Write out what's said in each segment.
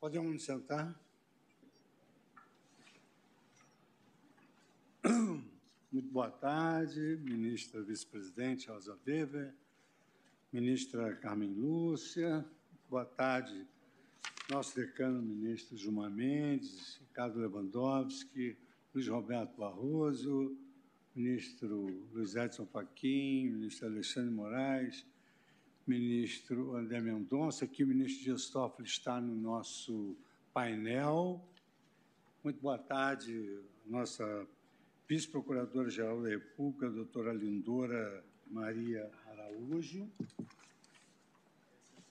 Podemos nos um sentar? Muito boa tarde, ministra vice-presidente Rosa Weber, ministra Carmen Lúcia, boa tarde, nosso decano ministro Gilmar Mendes, Ricardo Lewandowski, Luiz Roberto Barroso, ministro Luiz Edson Fachin, ministro Alexandre Moraes, ministro André Mendonça, que o ministro Dias Toffoli está no nosso painel. Muito boa tarde, nossa vice-procuradora-geral da República, doutora Lindora Maria Araújo.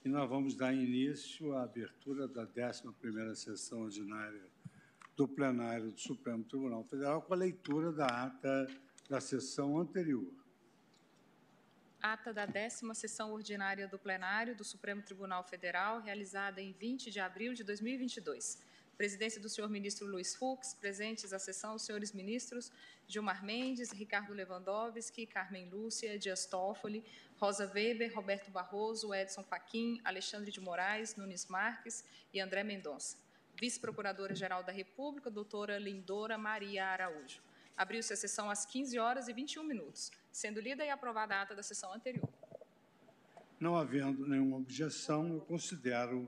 E nós vamos dar início à abertura da 11ª sessão ordinária do plenário do Supremo Tribunal Federal com a leitura da ata da sessão anterior. Ata da décima sessão ordinária do plenário do Supremo Tribunal Federal, realizada em 20 de abril de 2022. Presidência do senhor ministro Luiz Fux, presentes à sessão os senhores ministros Gilmar Mendes, Ricardo Lewandowski, Carmen Lúcia, Dias Toffoli, Rosa Weber, Roberto Barroso, Edson Fachin, Alexandre de Moraes, Nunes Marques e André Mendonça. Vice-procuradora-geral da República, doutora Lindora Maria Araújo. Abriu-se a sessão às 15 horas e 21 minutos sendo lida e aprovada a ata da sessão anterior. Não havendo nenhuma objeção, eu considero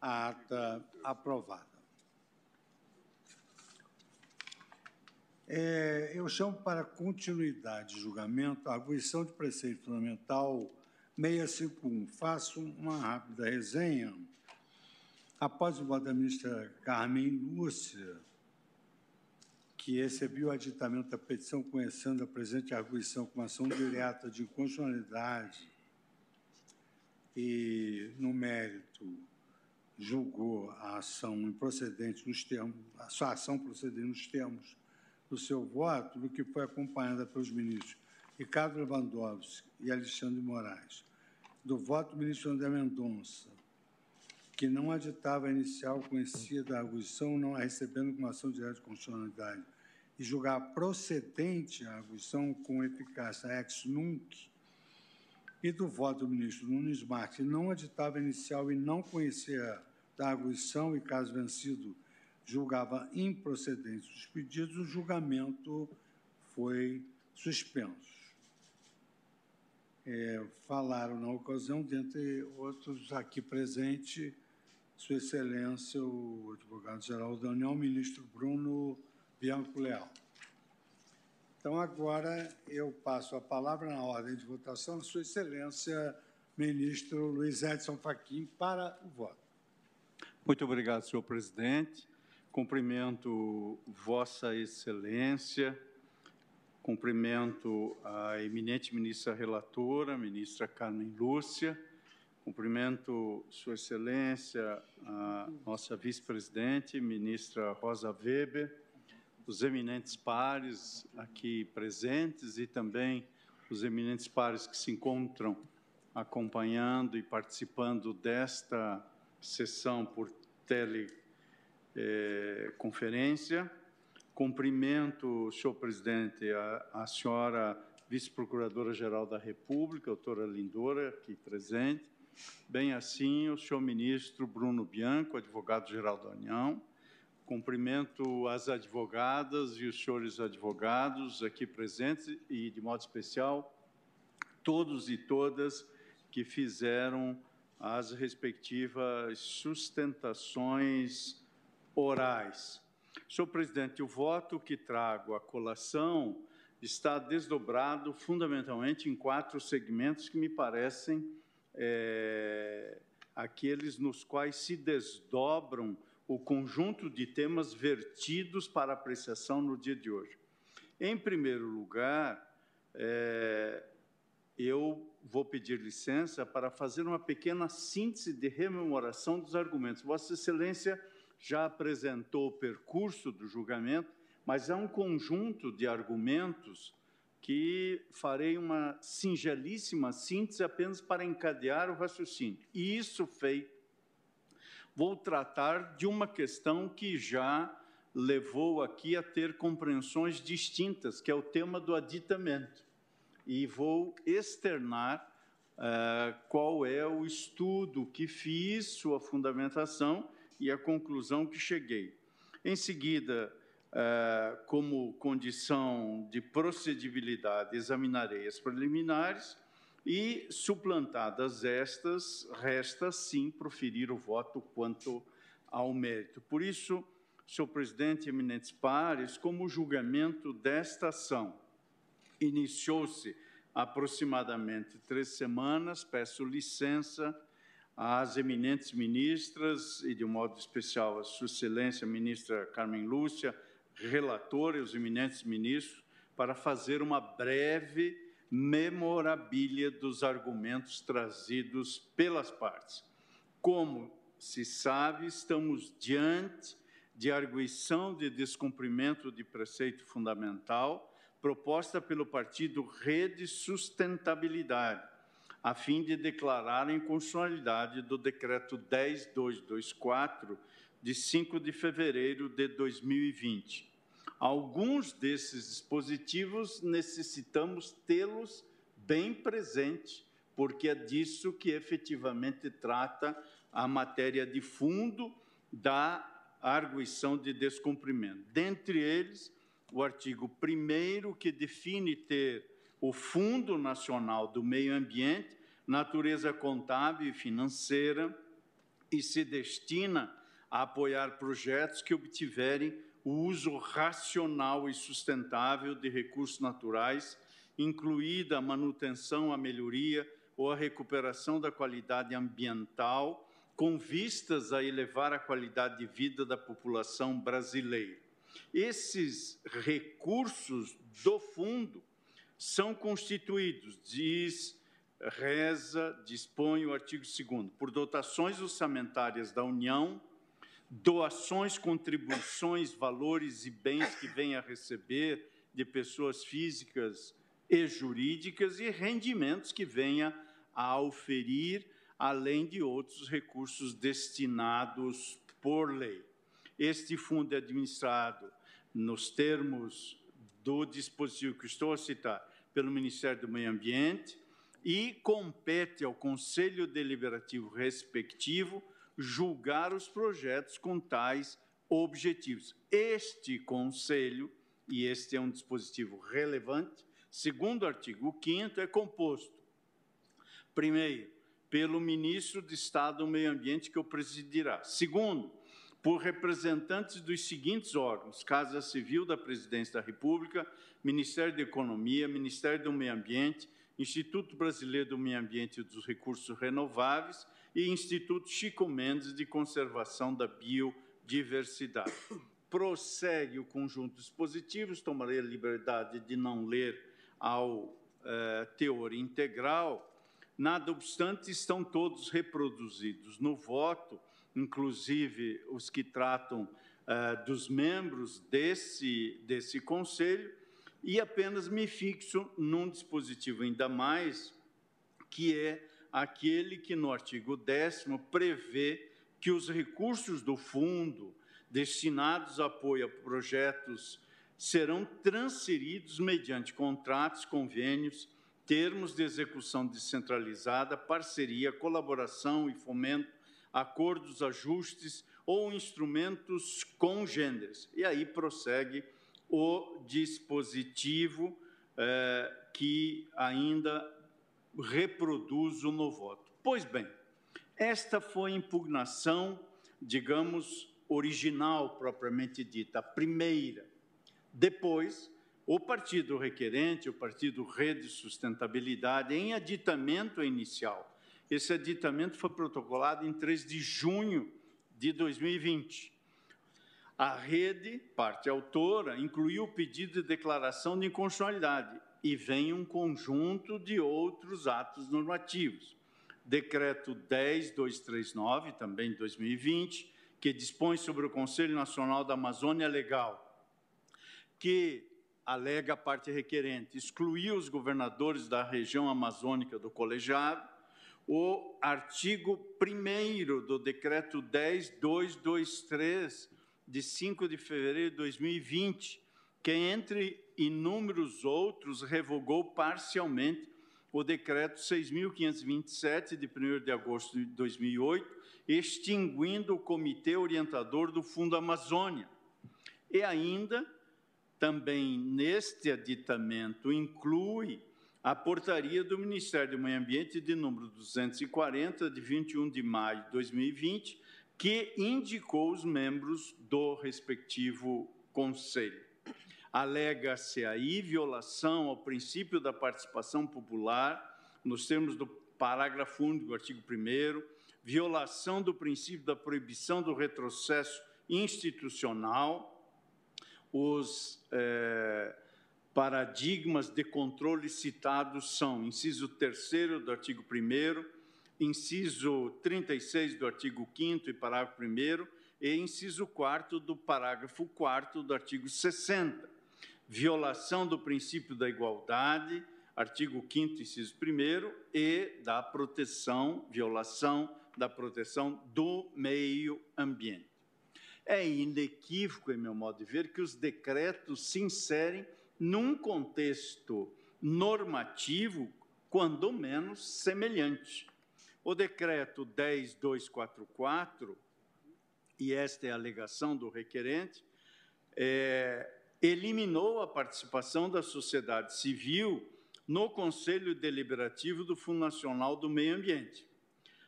a ata aprovada. É, eu chamo para continuidade de julgamento a arguição de preceito fundamental 651. Faço uma rápida resenha. Após o voto da ministra Carmen Lúcia, que recebeu o aditamento da petição conhecendo a presente arguição como ação direta de inconstitucionalidade e, no mérito, julgou a ação improcedente nos termos, a sua ação procedente nos termos do seu voto, do que foi acompanhada pelos ministros Ricardo Lewandowski e Alexandre Moraes, do voto do ministro André Mendonça, que não aditava a inicial conhecia da arguição, não a recebendo como ação direta de constitucionalidade, e julgar procedente a arguição com eficácia ex nunc, e do voto do ministro Nunes Marques, não aditava a inicial e não conhecia da arguição, e caso vencido, julgava improcedentes os pedidos, o julgamento foi suspenso. É, falaram na ocasião, dentre outros aqui presente, Sua Excelência, o advogado-geral da União, ministro Bruno Bianco Leal. Então, agora eu passo a palavra na ordem de votação a Sua Excelência, ministro Luiz Edson Fachin, para o voto. Muito obrigado, senhor presidente. Cumprimento Vossa Excelência, cumprimento a eminente ministra relatora, ministra Carmen Lúcia, cumprimento Sua Excelência, a nossa vice-presidente, ministra Rosa Weber, os eminentes pares aqui presentes e também os eminentes pares que se encontram acompanhando e participando desta sessão por teleconferência. Eh, Cumprimento, senhor presidente, a, a senhora vice-procuradora-geral da República, doutora Lindora, aqui presente, bem assim o senhor ministro Bruno Bianco, advogado-geral da União. Cumprimento as advogadas e os senhores advogados aqui presentes e, de modo especial, todos e todas que fizeram as respectivas sustentações orais. Senhor presidente, o voto que trago à colação está desdobrado fundamentalmente em quatro segmentos que me parecem é, aqueles nos quais se desdobram o conjunto de temas vertidos para apreciação no dia de hoje. Em primeiro lugar, é, eu vou pedir licença para fazer uma pequena síntese de rememoração dos argumentos. Vossa Excelência já apresentou o percurso do julgamento, mas há um conjunto de argumentos que farei uma singelíssima síntese apenas para encadear o raciocínio. E isso feito, vou tratar de uma questão que já levou aqui a ter compreensões distintas, que é o tema do aditamento. E vou externar eh, uh, qual é o estudo que fiz, sua fundamentação, e a conclusão que cheguei. Em seguida, eh, como condição de procedibilidade, examinarei as preliminares e, suplantadas estas, resta sim proferir o voto quanto ao mérito. Por isso, senhor presidente Eminentes Pares, como o julgamento desta ação iniciou-se aproximadamente três semanas, peço licença às eminentes ministras e, de um modo especial, à Sua Excelência, ministra Carmen Lúcia, relator e os eminentes ministros, para fazer uma breve memorabilia dos argumentos trazidos pelas partes. Como se sabe, estamos diante de arguição de descumprimento de preceito fundamental proposta pelo partido Rede Sustentabilidade, a fim de declarar a inconstitucionalidade do decreto 10224 de 5 de fevereiro de 2020. Alguns desses dispositivos necessitamos tê-los bem presente, porque é disso que efetivamente trata a matéria de fundo da arguição de descumprimento. Dentre eles, o artigo 1 que define ter o Fundo Nacional do Meio Ambiente, natureza contábil e financeira, e se destina a apoiar projetos que obtiverem o uso racional e sustentável de recursos naturais, incluída a manutenção, a melhoria ou a recuperação da qualidade ambiental, com vistas a elevar a qualidade de vida da população brasileira. Esses recursos do fundo são constituídos, diz, reza, dispõe o artigo 2, por dotações orçamentárias da União, doações, contribuições, valores e bens que venha a receber de pessoas físicas e jurídicas e rendimentos que venha a oferir, além de outros recursos destinados por lei. Este fundo é administrado nos termos do dispositivo que estou a citar pelo Ministério do Meio Ambiente e compete ao Conselho Deliberativo respectivo julgar os projetos com tais objetivos. Este Conselho, e este é um dispositivo relevante, segundo o artigo 5 é composto, primeiro, pelo ministro de Estado do Meio Ambiente, que o presidirá. Segundo, por representantes dos seguintes órgãos: Casa Civil da Presidência da República, Ministério da Economia, Ministério do Meio Ambiente, Instituto Brasileiro do Meio Ambiente e dos Recursos Renováveis e Instituto Chico Mendes de Conservação da Biodiversidade. Prossegue o conjunto de dispositivos, tomarei a liberdade de não ler ao eh, teor integral. Nada obstante, estão todos reproduzidos no voto inclusive os que tratam uh, dos membros desse, desse conselho, e apenas me fixo num dispositivo ainda mais, que é aquele que no artigo 10 prevê que os recursos do fundo destinados a apoio a projetos serão transferidos mediante contratos, convênios, termos de execução descentralizada, parceria, colaboração e fomento acordos, ajustes ou instrumentos congêneres. E aí prossegue o dispositivo eh, que ainda reproduz o no voto. Pois bem, esta foi a impugnação, digamos, original propriamente dita, a primeira. Depois, o partido requerente, o partido Rede Sustentabilidade, em aditamento inicial, esse aditamento foi protocolado em 3 de junho de 2020. A rede, parte autora, incluiu o pedido de declaração de inconstitucionalidade e vem um conjunto de outros atos normativos. Decreto 10239, também de 2020, que dispõe sobre o Conselho Nacional da Amazônia Legal, que alega a parte requerente, excluiu os governadores da região amazônica do colegiado, o artigo 1 do decreto 10223 de 5 de fevereiro de 2020, que entre inúmeros outros revogou parcialmente o decreto 6.527, de 1 de agosto de 2008, extinguindo o Comitê Orientador do Fundo Amazônia. E ainda, também neste aditamento, inclui a portaria do Ministério do Meio Ambiente de número 240, de 21 de maio de 2020, que indicou os membros do respectivo conselho. Alega-se aí violação ao princípio da participação popular, nos termos do parágrafo único do artigo 1, violação do princípio da proibição do retrocesso institucional, os eh, paradigmas de controle citados são inciso 3 do artigo 1, inciso 36 do artigo 5 e parágrafo 1, e inciso 4 do parágrafo 4 do artigo 60. Violação do princípio da igualdade, artigo 5, inciso 1, e da proteção, violação da proteção do meio ambiente. É inequívoco, em meu modo de ver, que os decretos se inserem num contexto normativo, quando menos semelhante. O decreto 10244, e esta é a alegação do requerente, é, eliminou a participação da sociedade civil no Conselho Deliberativo do Fundo Nacional do Meio Ambiente.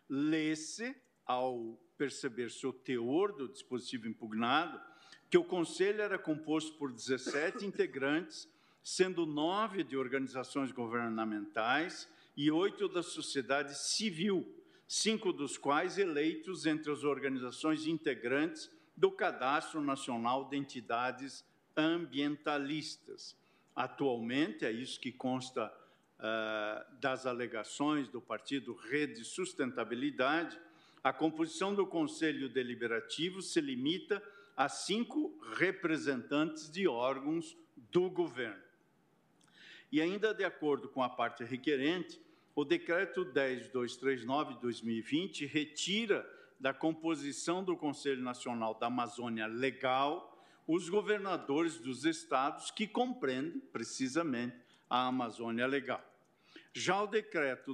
Lê-se, ao perceber-se o teor do dispositivo impugnado, que o Conselho era composto por 17 integrantes, sendo nove de organizações governamentais e oito da sociedade civil, cinco dos quais eleitos entre as organizações integrantes do Cadastro Nacional de Entidades Ambientalistas. Atualmente, é isso que consta uh, das alegações do partido Rede Sustentabilidade, a composição do Conselho Deliberativo se limita a cinco representantes de órgãos do governo. E ainda de acordo com a parte requerente, o decreto 10239/2020 retira da composição do Conselho Nacional da Amazônia Legal os governadores dos estados que compreendem precisamente a Amazônia Legal. Já o decreto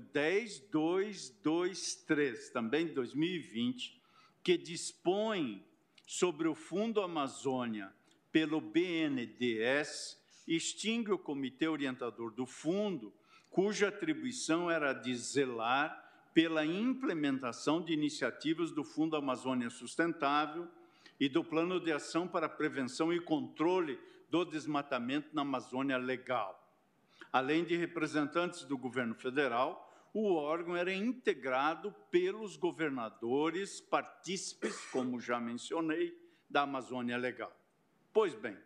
10223, também de 2020, que dispõe sobre o Fundo Amazônia pelo BNDES extingue o Comitê Orientador do Fundo, cuja atribuição era de zelar pela implementação de iniciativas do Fundo Amazônia Sustentável e do Plano de Ação para a Prevenção e Controle do Desmatamento na Amazônia Legal. Além de representantes do governo federal, o órgão era integrado pelos governadores partícipes, como já mencionei, da Amazônia Legal. Pois bem,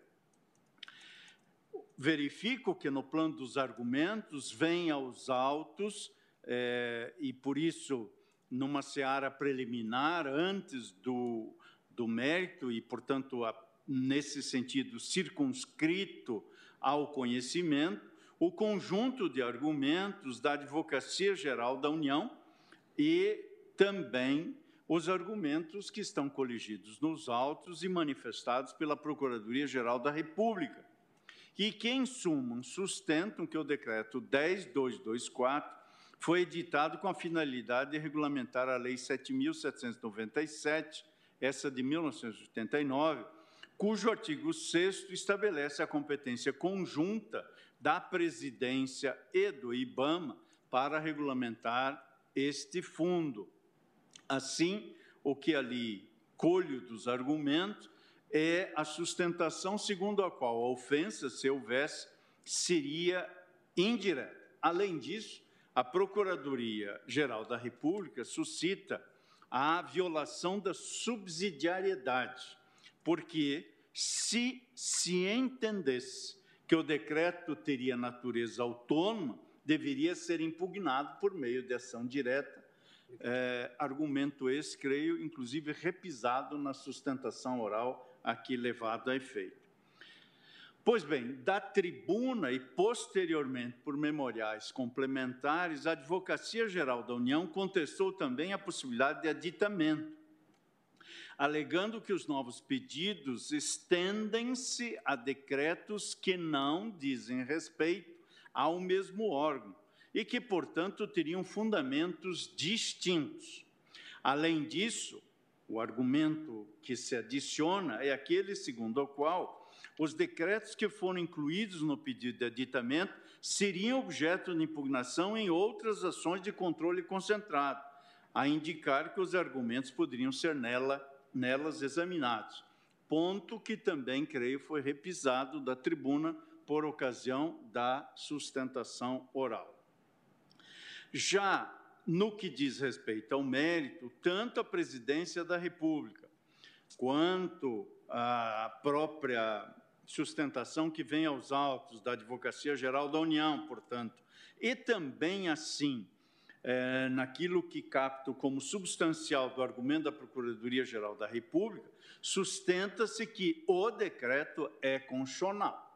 verifico que no plano dos argumentos vem aos autos, eh, e por isso, numa seara preliminar, antes do, do mérito, e, portanto, a, nesse sentido, circunscrito ao conhecimento, o conjunto de argumentos da Advocacia Geral da União e também os argumentos que estão coligidos nos autos e manifestados pela Procuradoria Geral da República. E que, em suma, sustentam que o decreto 10224 foi editado com a finalidade de regulamentar a Lei 7797, essa de 1989, cujo artigo 6 estabelece a competência conjunta da presidência e do IBAMA para regulamentar este fundo. Assim, o que ali colho dos argumentos é a sustentação segundo a qual a ofensa, se houvesse, seria indireta. Além disso, a Procuradoria-Geral da República suscita a violação da subsidiariedade, porque se se entendesse que o decreto teria natureza autônoma, deveria ser impugnado por meio de ação direta. É, argumento esse, creio, inclusive repisado na sustentação oral aqui levado a efeito. Pois bem, da tribuna e posteriormente por memoriais complementares, a Advocacia Geral da União contestou também a possibilidade de aditamento alegando que os novos pedidos estendem-se a decretos que não dizem respeito ao mesmo órgão e que, portanto, teriam fundamentos distintos. Além disso, o argumento que se adiciona é aquele segundo o qual os decretos que foram incluídos no pedido de aditamento seriam objeto de impugnação em outras ações de controle concentrado, a indicar que os argumentos poderiam ser nela, nelas examinados. Ponto que também, creio, foi repisado da tribuna por ocasião da sustentação oral. Já no que diz respeito ao mérito, tanto a presidência da República quanto a própria sustentação que vem aos autos da Advocacia Geral da União, portanto, e também assim, é, naquilo que capto como substancial do argumento da Procuradoria Geral da República, sustenta-se que o decreto é constitucional,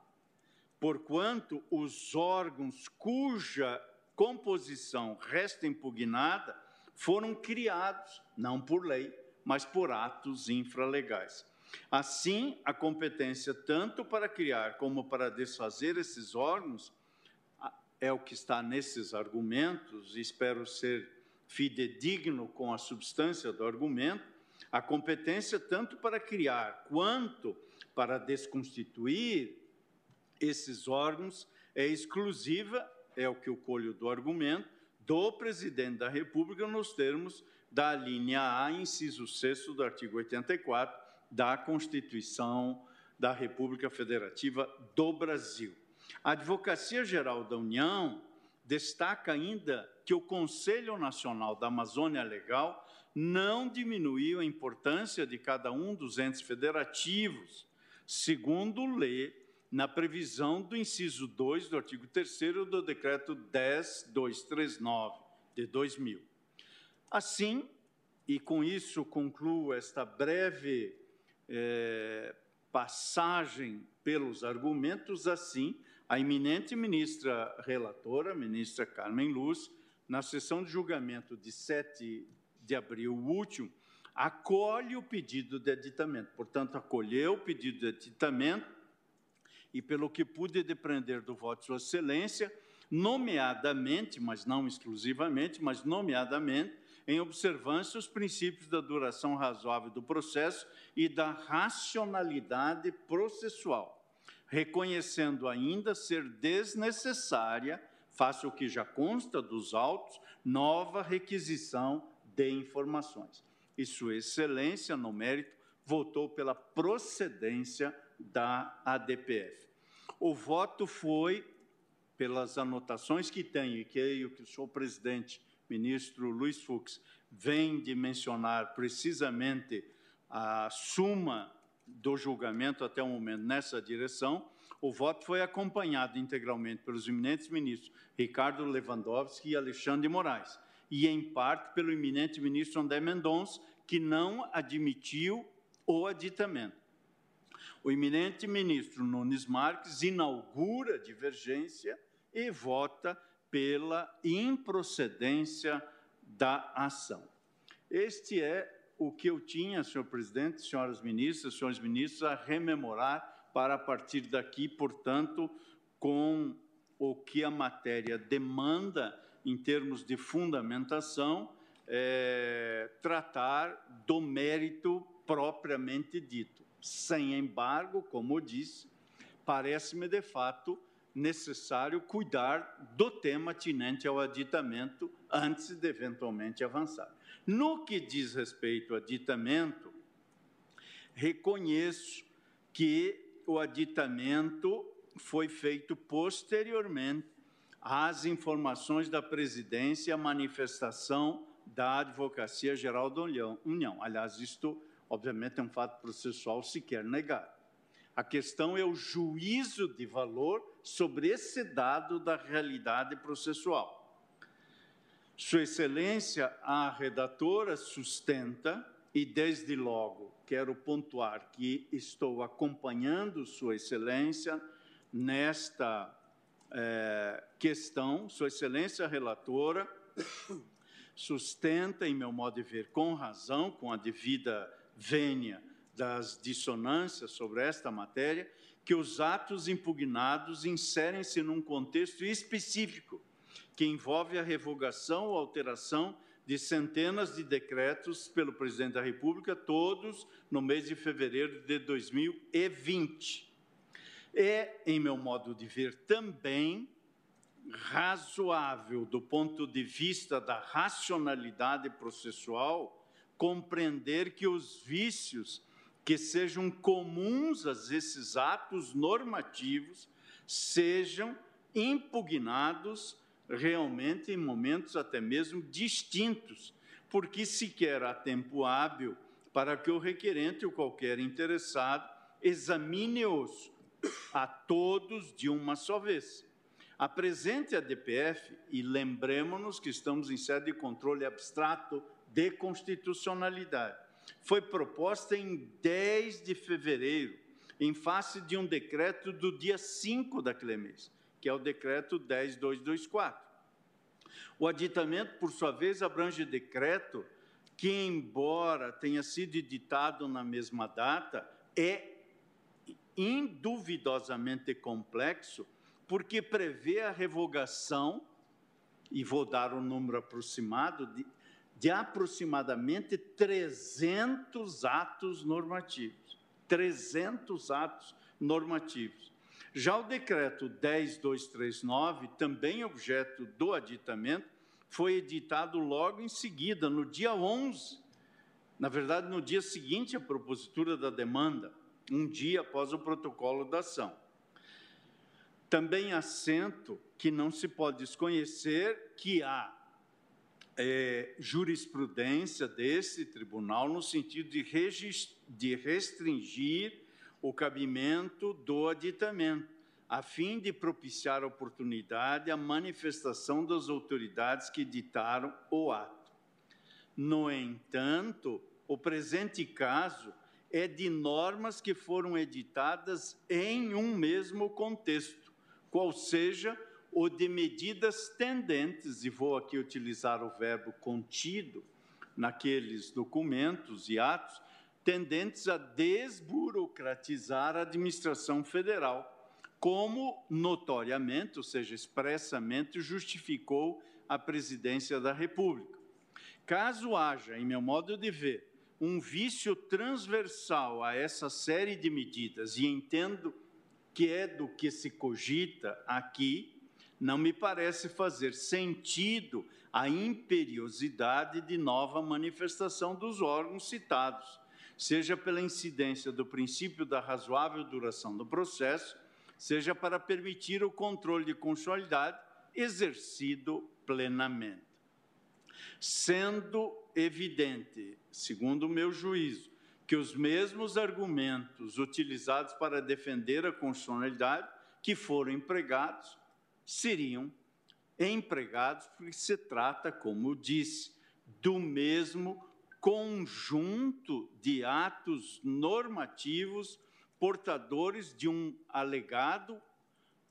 porquanto os órgãos cuja composição resta impugnada foram criados, não por lei, mas por atos infralegais. Assim, a competência tanto para criar como para desfazer esses órgãos é o que está nesses argumentos, e espero ser fidedigno com a substância do argumento. A competência tanto para criar quanto para desconstituir esses órgãos é exclusiva é o que eu colho do argumento, do presidente da República, nos termos da linha A, inciso 6 do artigo 84 da Constituição da República Federativa do Brasil. A Advocacia Geral da União destaca ainda que o Conselho Nacional da Amazônia Legal não diminuiu a importância de cada um dos entes federativos, segundo lê na previsão do inciso 2 do artigo 3 do decreto 10239 de 2000. Assim, e com isso concluo esta breve eh, passagem pelos argumentos, assim, a eminente ministra relatora, ministra Carmen Luz, na sessão de julgamento de 7 de abril último, acolhe o pedido de aditamento. Portanto, acolheu o pedido de aditamento e pelo que pude depreender do voto de Sua Excelência, nomeadamente, mas não exclusivamente, mas nomeadamente, em observância aos princípios da duração razoável do processo e da racionalidade processual, reconhecendo ainda ser desnecessária, face o que já consta dos autos, nova requisição de informações. E Sua Excelência, no mérito, votou pela procedência da ADPF. O voto foi, pelas anotações que tenho, e creio que o senhor presidente, ministro Luiz Fux, vem de mencionar precisamente a suma do julgamento até o momento nessa direção, o voto foi acompanhado integralmente pelos eminentes ministros Ricardo Lewandowski e Alexandre de Moraes, e em parte pelo eminente ministro André Mendonça, que não admitiu o aditamento. O eminente ministro Nunes Marques inaugura a divergência e vota pela improcedência da ação. Este é o que eu tinha, senhor presidente, senhoras ministras, senhores ministros, a rememorar para a partir daqui, portanto, com o que a matéria demanda em termos de fundamentação, é, tratar do mérito propriamente dito sem embargo, como eu disse, parece-me de fato necessário cuidar do tema atinente ao aditamento antes de eventualmente avançar. No que diz respeito ao aditamento, reconheço que o aditamento foi feito posteriormente às informações da presidência e à manifestação da Advocacia Geral da União. Aliás, isto obviamente é um fato processual sequer negado. A questão é o juízo de valor sobre esse dado da realidade processual. Sua Excelência, a redatora, sustenta, e desde logo quero pontuar que estou acompanhando Sua Excelência nesta eh, questão. Sua Excelência, a relatora, sustenta, em meu modo de ver, com razão, com a devida vênia das dissonâncias sobre esta matéria, que os atos impugnados inserem-se num contexto específico que envolve a revogação ou alteração de centenas de decretos pelo presidente da República, todos no mês de fevereiro de 2020. É, em meu modo de ver, também razoável do ponto de vista da racionalidade processual compreender que os vícios que sejam comuns a esses atos normativos sejam impugnados realmente em momentos até mesmo distintos, porque sequer há tempo hábil para que o requerente ou qualquer interessado examine-os a todos de uma só vez. Apresente a DPF e lembremos-nos que estamos em sede de controle abstrato de constitucionalidade. Foi proposta em 10 de fevereiro, em face de um decreto do dia 5 daquele mês que é o decreto 10224. O aditamento, por sua vez, abrange decreto que, embora tenha sido editado na mesma data, é induvidosamente complexo, porque prevê a revogação, e vou dar o um número aproximado, de, de aproximadamente 300 atos normativos. 300 atos normativos. Já o decreto 10239, também objeto do aditamento, foi editado logo em seguida, no dia 11, na verdade, no dia seguinte à propositura da demanda, um dia após o protocolo da ação. Também assento que não se pode desconhecer que há é, jurisprudência desse tribunal no sentido de, de restringir o cabimento do aditamento, a fim de propiciar a oportunidade à manifestação das autoridades que ditaram o ato. No entanto, o presente caso é de normas que foram editadas em um mesmo contexto, qual seja o de medidas tendentes, e vou aqui utilizar o verbo contido naqueles documentos e atos, tendentes a desburocratizar a administração federal, como notoriamente, ou seja, expressamente, justificou a presidência da República. Caso haja, em meu modo de ver, um vício transversal a essa série de medidas, e entendo que é do que se cogita aqui, não me parece fazer sentido a imperiosidade de nova manifestação dos órgãos citados, seja pela incidência do princípio da razoável duração do processo, seja para permitir o controle de constitucionalidade exercido plenamente. Sendo evidente, segundo o meu juízo, que os mesmos argumentos utilizados para defender a constitucionalidade que foram empregados seriam empregados porque se trata, como disse, do mesmo conjunto de atos normativos portadores de um alegado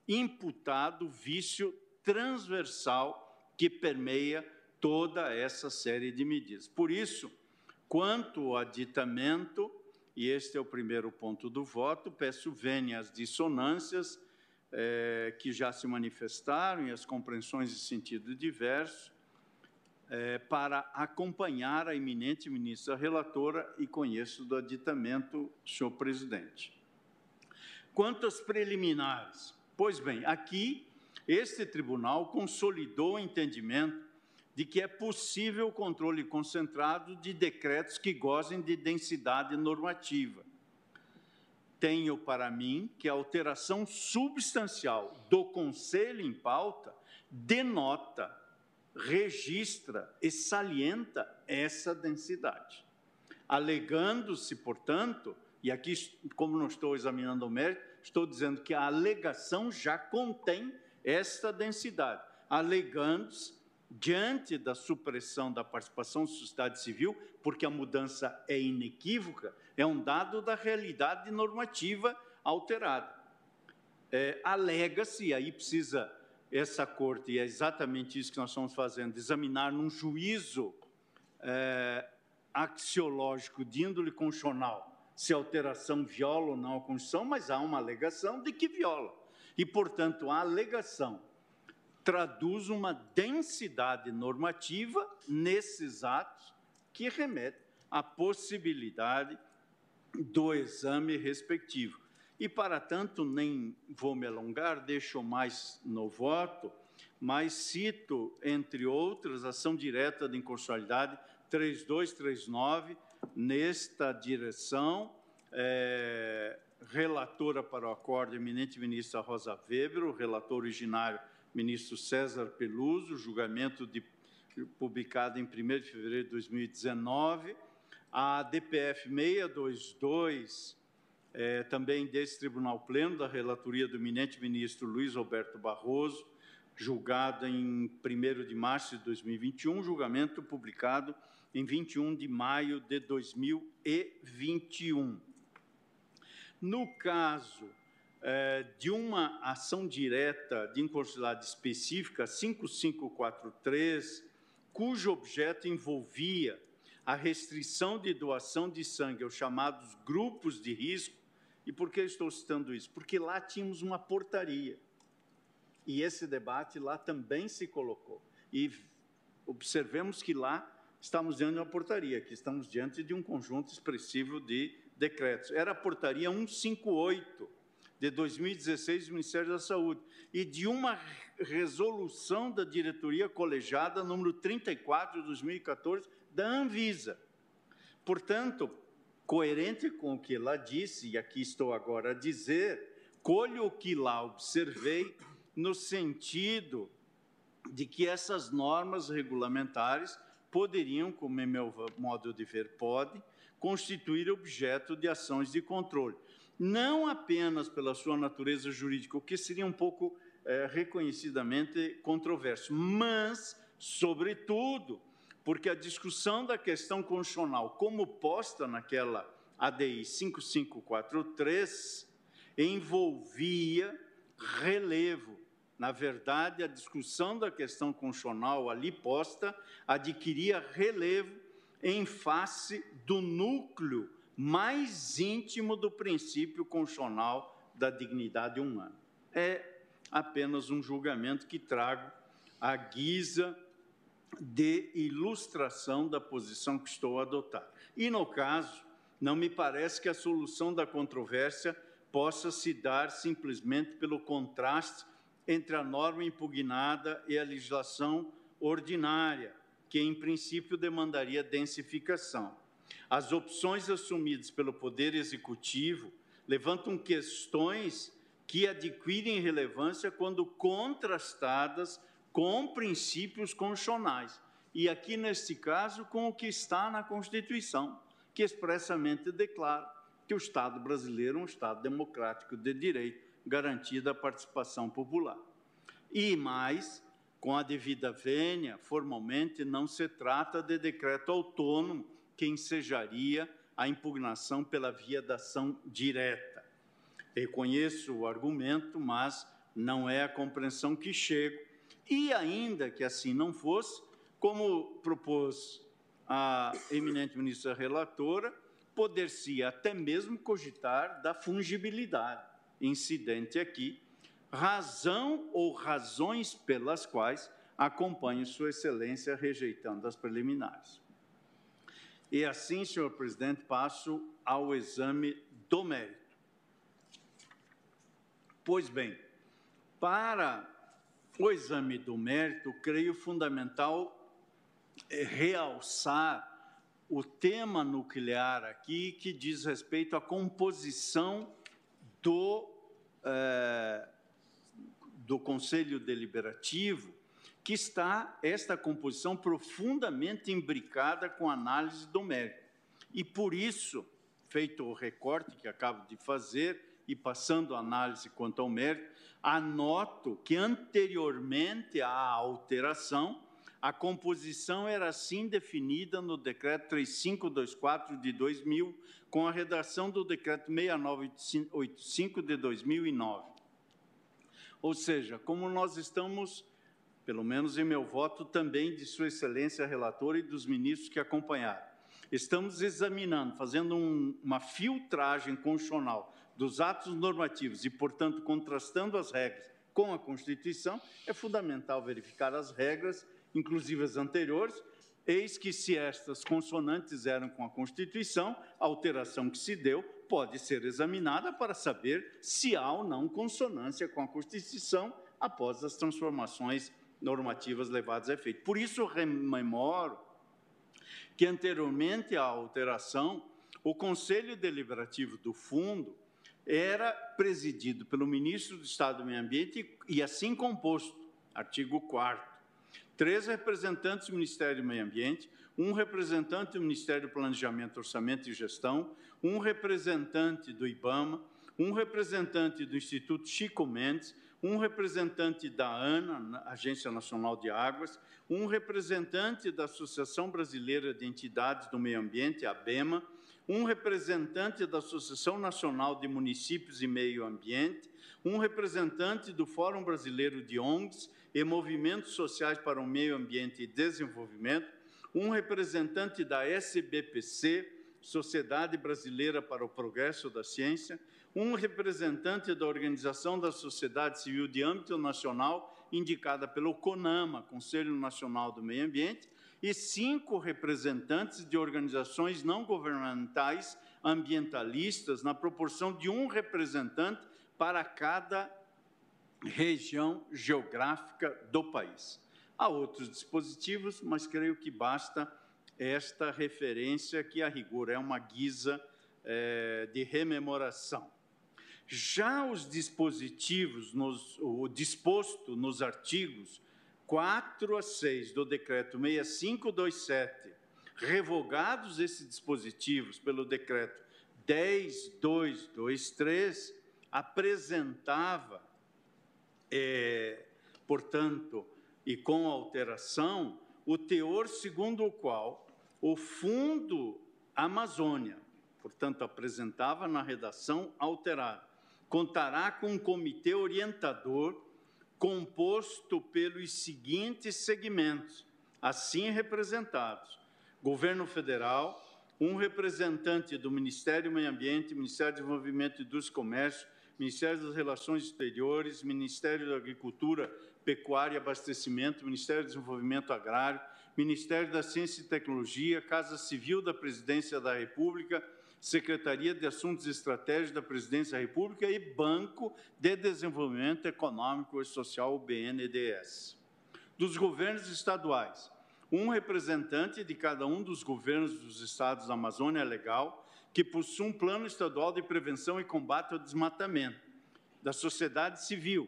imputado vício transversal que permeia toda essa série de medidas. Por isso, quanto ao aditamento, e este é o primeiro ponto do voto, peço vênia às dissonâncias eh, que já se manifestaram e as compreensões de sentido diverso, é, para acompanhar a eminente ministra relatora e conheço do aditamento, senhor presidente. Quanto às preliminares, pois bem, aqui este tribunal consolidou o entendimento de que é possível o controle concentrado de decretos que gozem de densidade normativa. Tenho para mim que a alteração substancial do conselho em pauta denota registra e salienta essa densidade, alegando-se, portanto, e aqui, como não estou examinando o mérito, estou dizendo que a alegação já contém esta densidade, alegando-se diante da supressão da participação da sociedade civil, porque a mudança é inequívoca, é um dado da realidade normativa alterada. É, alega-se, e aí precisa essa corte, e é exatamente isso que nós estamos fazendo, examinar num juízo é, axiológico de índole constitucional se a alteração viola ou não a Constituição, mas há uma alegação de que viola. E, portanto, a alegação traduz uma densidade normativa nesses atos que remete à possibilidade do exame respectivo. E, para tanto, nem vou me alongar, deixo mais no voto, mas cito, entre outras, ação direta de inconstitucionalidade 3239, nesta direção, é, relatora para o acordo, eminente ministra Rosa Weber, o relator originário, ministro César Peluso, julgamento de, publicado em 1 de fevereiro de 2019, a DPF 622, é, também desse Tribunal Pleno, da relatoria do eminente ministro Luiz Roberto Barroso, julgada em 1 de março de 2021, julgamento publicado em 21 de maio de 2021. No caso eh, de uma ação direta de inconstitucionalidade específica 5543, cujo objeto envolvia a restrição de doação de sangue aos chamados grupos de risco, e por que estou citando isso? Porque lá tínhamos uma portaria. E esse debate lá também se colocou. E observemos que lá estamos diante de uma portaria, que estamos diante de um conjunto expressivo de decretos. Era a portaria 158 de 2016 do Ministério da Saúde e de uma resolução da diretoria colegiada número 34 de 2014 da Anvisa. Portanto, coerente com o que lá disse e aqui estou agora a dizer, colho o que lá observei no sentido de que essas normas regulamentares poderiam, como em meu modo de ver pode, constituir objeto de ações de controle, não apenas pela sua natureza jurídica, o que seria um pouco é, reconhecidamente controverso, mas, sobretudo, porque a discussão da questão constitucional, como posta naquela ADI 5543, envolvia relevo na verdade, a discussão da questão constitucional ali posta adquiria relevo em face do núcleo mais íntimo do princípio constitucional da dignidade humana. É apenas um julgamento que trago à guisa de ilustração da posição que estou a adotar. E, no caso, não me parece que a solução da controvérsia possa se dar simplesmente pelo contraste entre a norma impugnada e a legislação ordinária, que em princípio demandaria densificação. As opções assumidas pelo Poder Executivo levantam questões que adquirem relevância quando contrastadas com princípios constitucionais, e aqui neste caso com o que está na Constituição, que expressamente declara que o Estado brasileiro é um Estado democrático de direito garantida a participação popular. E mais, com a devida vênia, formalmente não se trata de decreto autônomo que ensejaria a impugnação pela via da ação direta. Reconheço o argumento, mas não é a compreensão que chego. E ainda que assim não fosse, como propôs a eminente ministra relatora, poder-se até mesmo cogitar da fungibilidade incidente aqui, razão ou razões pelas quais acompanho Sua Excelência rejeitando as preliminares. E assim, senhor presidente, passo ao exame do mérito. Pois bem, para o exame do mérito, creio fundamental realçar o tema nuclear aqui que diz respeito à composição do é, do Conselho Deliberativo, que está esta composição profundamente imbricada com a análise do mérito. E por isso, feito o recorte que acabo de fazer e passando a análise quanto ao mérito, anoto que anteriormente à alteração, a composição era assim definida no decreto 3524 de 2000, com a redação do decreto 6985 de 2009. Ou seja, como nós estamos, pelo menos em meu voto também de Sua Excelência relatora e dos ministros que acompanharam, estamos examinando, fazendo um, uma filtragem constitucional dos atos normativos e, portanto, contrastando as regras com a Constituição, é fundamental verificar as regras, inclusive as anteriores, eis que se estas consonantes eram com a Constituição, a alteração que se deu pode ser examinada para saber se há ou não consonância com a Constituição após as transformações normativas levadas a efeito. Por isso, rememoro que anteriormente à alteração, o Conselho Deliberativo do Fundo era presidido pelo ministro do Estado do Meio Ambiente e assim composto, artigo 4 três representantes do Ministério do Meio Ambiente, um representante do Ministério do Planejamento, Orçamento e Gestão, um representante do IBAMA, um representante do Instituto Chico Mendes, um representante da ANA, Agência Nacional de Águas, um representante da Associação Brasileira de Entidades do Meio Ambiente, ABEMA, um representante da Associação Nacional de Municípios e Meio Ambiente, um representante do Fórum Brasileiro de ONGs e Movimentos Sociais para o Meio Ambiente e Desenvolvimento, um representante da SBPC, Sociedade Brasileira para o Progresso da Ciência, um representante da Organização da Sociedade Civil de âmbito nacional, indicada pelo CONAMA, Conselho Nacional do Meio Ambiente, e cinco representantes de organizações não governamentais ambientalistas, na proporção de um representante para cada região geográfica do país. Há outros dispositivos, mas creio que basta esta referência, que a rigor é uma guisa é, de rememoração. Já os dispositivos, nos, o disposto nos artigos 4 a 6 do Decreto 6527, revogados esses dispositivos pelo Decreto 10223, apresentava, é, portanto, e com alteração, o teor segundo o qual o Fundo Amazônia, portanto, apresentava na redação alterada, contará com um comitê orientador composto pelos seguintes segmentos, assim representados: Governo Federal, um representante do Ministério do Meio Ambiente, Ministério do Desenvolvimento e dos Comércios, Ministério das Relações Exteriores, Ministério da Agricultura, Pecuária e Abastecimento, Ministério do Desenvolvimento Agrário, Ministério da Ciência e Tecnologia, Casa Civil da Presidência da República, Secretaria de Assuntos Estratégicos da Presidência da República e Banco de Desenvolvimento Econômico e Social, BNDES. Dos governos estaduais, um representante de cada um dos governos dos estados da Amazônia é Legal, que possui um plano estadual de prevenção e combate ao desmatamento, da sociedade civil,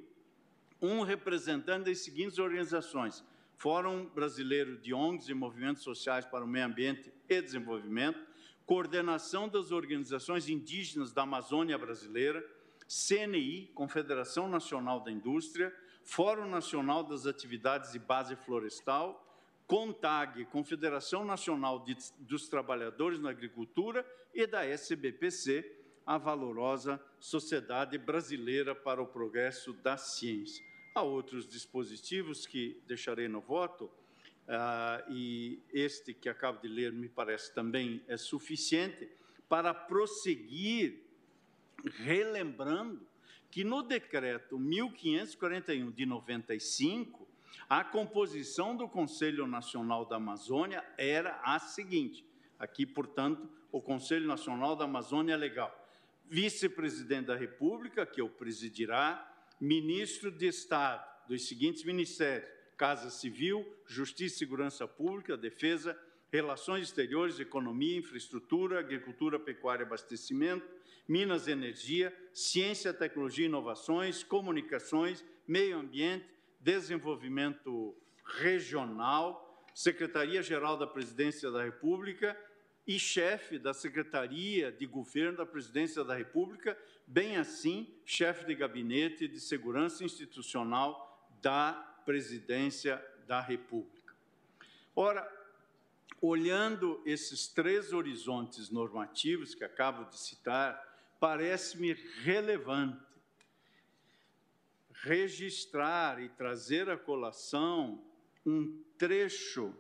um representante das seguintes organizações: Fórum Brasileiro de ONGs e Movimentos Sociais para o Meio Ambiente e Desenvolvimento, Coordenação das Organizações Indígenas da Amazônia Brasileira, CNI, Confederação Nacional da Indústria, Fórum Nacional das Atividades de Base Florestal, CONTAG, Confederação Nacional de, dos Trabalhadores na Agricultura, e da SBPC, a valorosa Sociedade Brasileira para o Progresso da Ciência. Há outros dispositivos que deixarei no voto, uh, e este que acabo de ler me parece também é suficiente para prosseguir relembrando que no decreto 1541 de 95 a composição do Conselho Nacional da Amazônia era a seguinte: aqui, portanto, o Conselho Nacional da Amazônia é Legal. Vice-presidente da República, que o presidirá, ministro de Estado dos seguintes ministérios: Casa Civil, Justiça e Segurança Pública, Defesa, Relações Exteriores, Economia, Infraestrutura, Agricultura, Pecuária e Abastecimento, Minas e Energia, Ciência, Tecnologia e Inovações, Comunicações, Meio Ambiente, Desenvolvimento Regional, Secretaria-Geral da Presidência da República e chefe da Secretaria de Governo da Presidência da República, bem assim, chefe de Gabinete de Segurança Institucional da Presidência da República. Ora, olhando esses três horizontes normativos que acabo de citar, parece-me relevante registrar e trazer à colação um trecho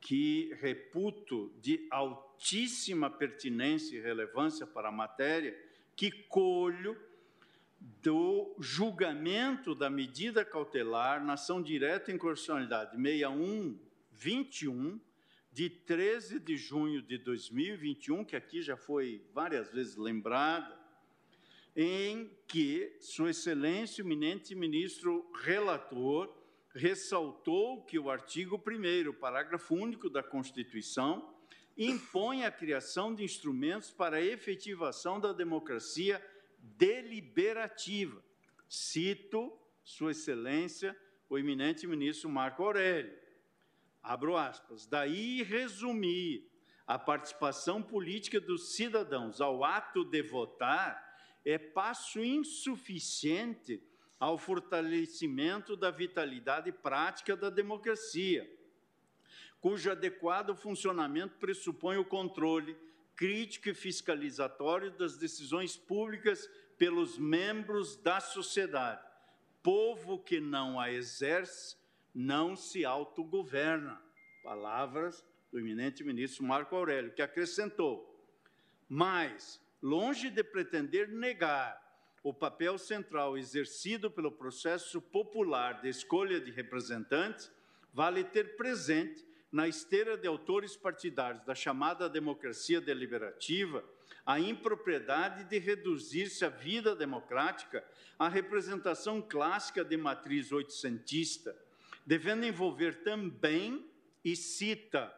que reputo de altíssima pertinência e relevância para a matéria, que colho do julgamento da medida cautelar na ação direta em constitucionalidade 6121, de 13 de junho de 2021, que aqui já foi várias vezes lembrada, em que Sua Excelência, o eminente ministro relator, ressaltou que o artigo 1, parágrafo único da Constituição, impõe a criação de instrumentos para a efetivação da democracia deliberativa. Cito Sua Excelência, o eminente ministro Marco Aurélio. Abro aspas. Daí resumir a participação política dos cidadãos ao ato de votar é passo insuficiente ao fortalecimento da vitalidade prática da democracia, cujo adequado funcionamento pressupõe o controle crítico e fiscalizatório das decisões públicas pelos membros da sociedade. Povo que não a exerce não se autogoverna. Palavras do eminente ministro Marco Aurélio, que acrescentou: Mas, longe de pretender negar o papel central exercido pelo processo popular de escolha de representantes, vale ter presente na esteira de autores partidários da chamada democracia deliberativa, a impropriedade de reduzir-se à vida democrática à representação clássica de matriz oitocentista, devendo envolver também, e cita,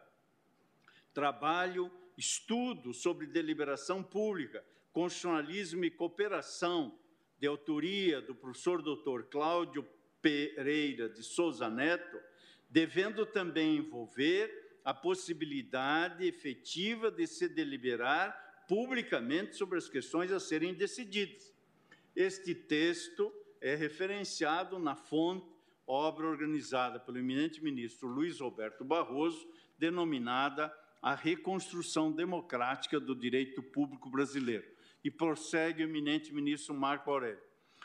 trabalho, estudo sobre deliberação pública, constitucionalismo e cooperação, de autoria do professor doutor Cláudio Pereira de Souza Neto, devendo também envolver a possibilidade efetiva de se deliberar publicamente sobre as questões a serem decididas. Este texto é referenciado na fonte obra organizada pelo eminente ministro Luiz Roberto Barroso, denominada A Reconstrução Democrática do Direito Público Brasileiro. E prossegue o eminente ministro Marco Aurélio.